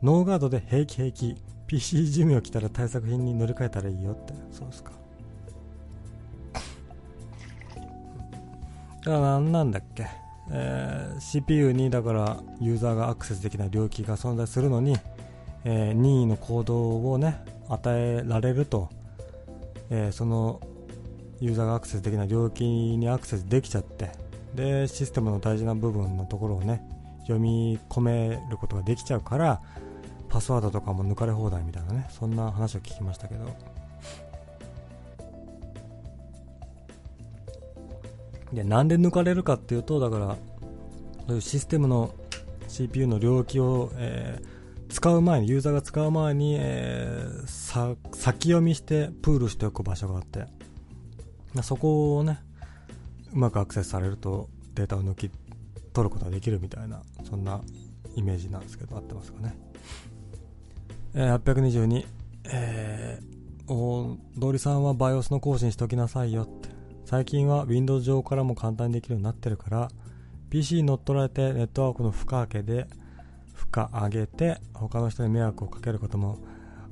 A: ノーガードで平気平気、PC 寿命来たら対策品に乗り換えたらいいよって、そうですか。だからなんなんだっけえー CPU にだからユーザーがアクセスできない領域が存在するのに、えー任意の行動をね与えられると、えーそのユーザーがアクセスできない領域にアクセスできちゃってでシステムの大事な部分のところをね読み込めることができちゃうからパスワードとかも抜かれ放題みたいなねそんな話を聞きましたけどでなんで抜かれるかっていうとだからそういうシステムの CPU の領域を、えー使う前にユーザーが使う前に、えーさ先読みしてプールしておく場所があってまあそこをねうまくアクセスされるとデータを抜き取ることができるみたいなそんなイメージなんですけど合ってますかね、えー822えー、お通りさんは BIOS の更新しときなさいよって最近は Windows 上からも簡単にできるようになってるから PC に乗っ取られてネットワークの負荷上げで負荷上げて他の人に迷惑をかけることも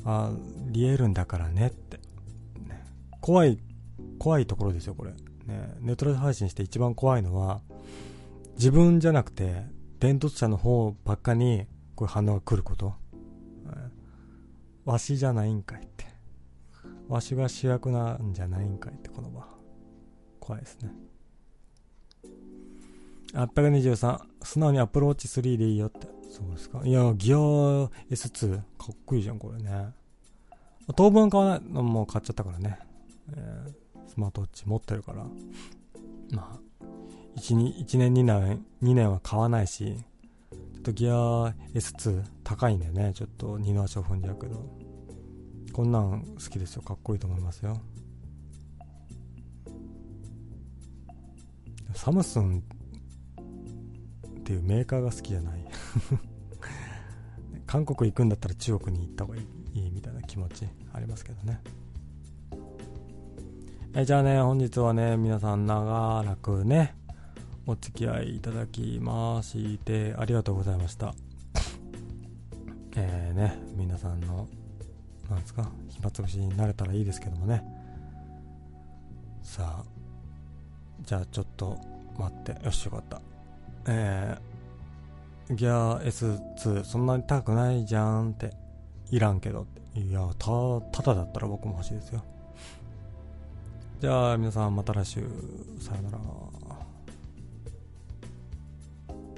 A: ありえるんだからねってね怖い怖いところですよこれ、ね、ネットで配信して一番怖いのは自分じゃなくて伝統者の方ばっかにこういう反応が来ること、うんわしじゃないんかいってわしが主役なんじゃないんかいってこの場怖いですね823素直にアップローチ3でいいよってそうですかいやギア S2 かっこいいじゃんこれね当分買わないのもう買っちゃったからね、えースマートウォッチ持ってるからまあ 1, に1年2年2年は買わないしちょっとギア S2 高いんだよねちょっと二の足を踏んじゃうけどこんなん好きですよかっこいいと思いますよサムスンっていうメーカーが好きじゃない 韓国行くんだったら中国に行った方がいいいいみたいな気持ちありますけどねえじゃあね本日はね皆さん長らくねお付き合いいただきましてありがとうございましたえーね皆さんのなんですか暇つぶしになれたらいいですけどもねさあじゃあちょっと待って。よし、よかった。えー、ギア S2 そんなに高くないじゃんって。いらんけどって。いや、た、ただだったら僕も欲しいですよ。じゃあ皆さんまた来週。さよなら。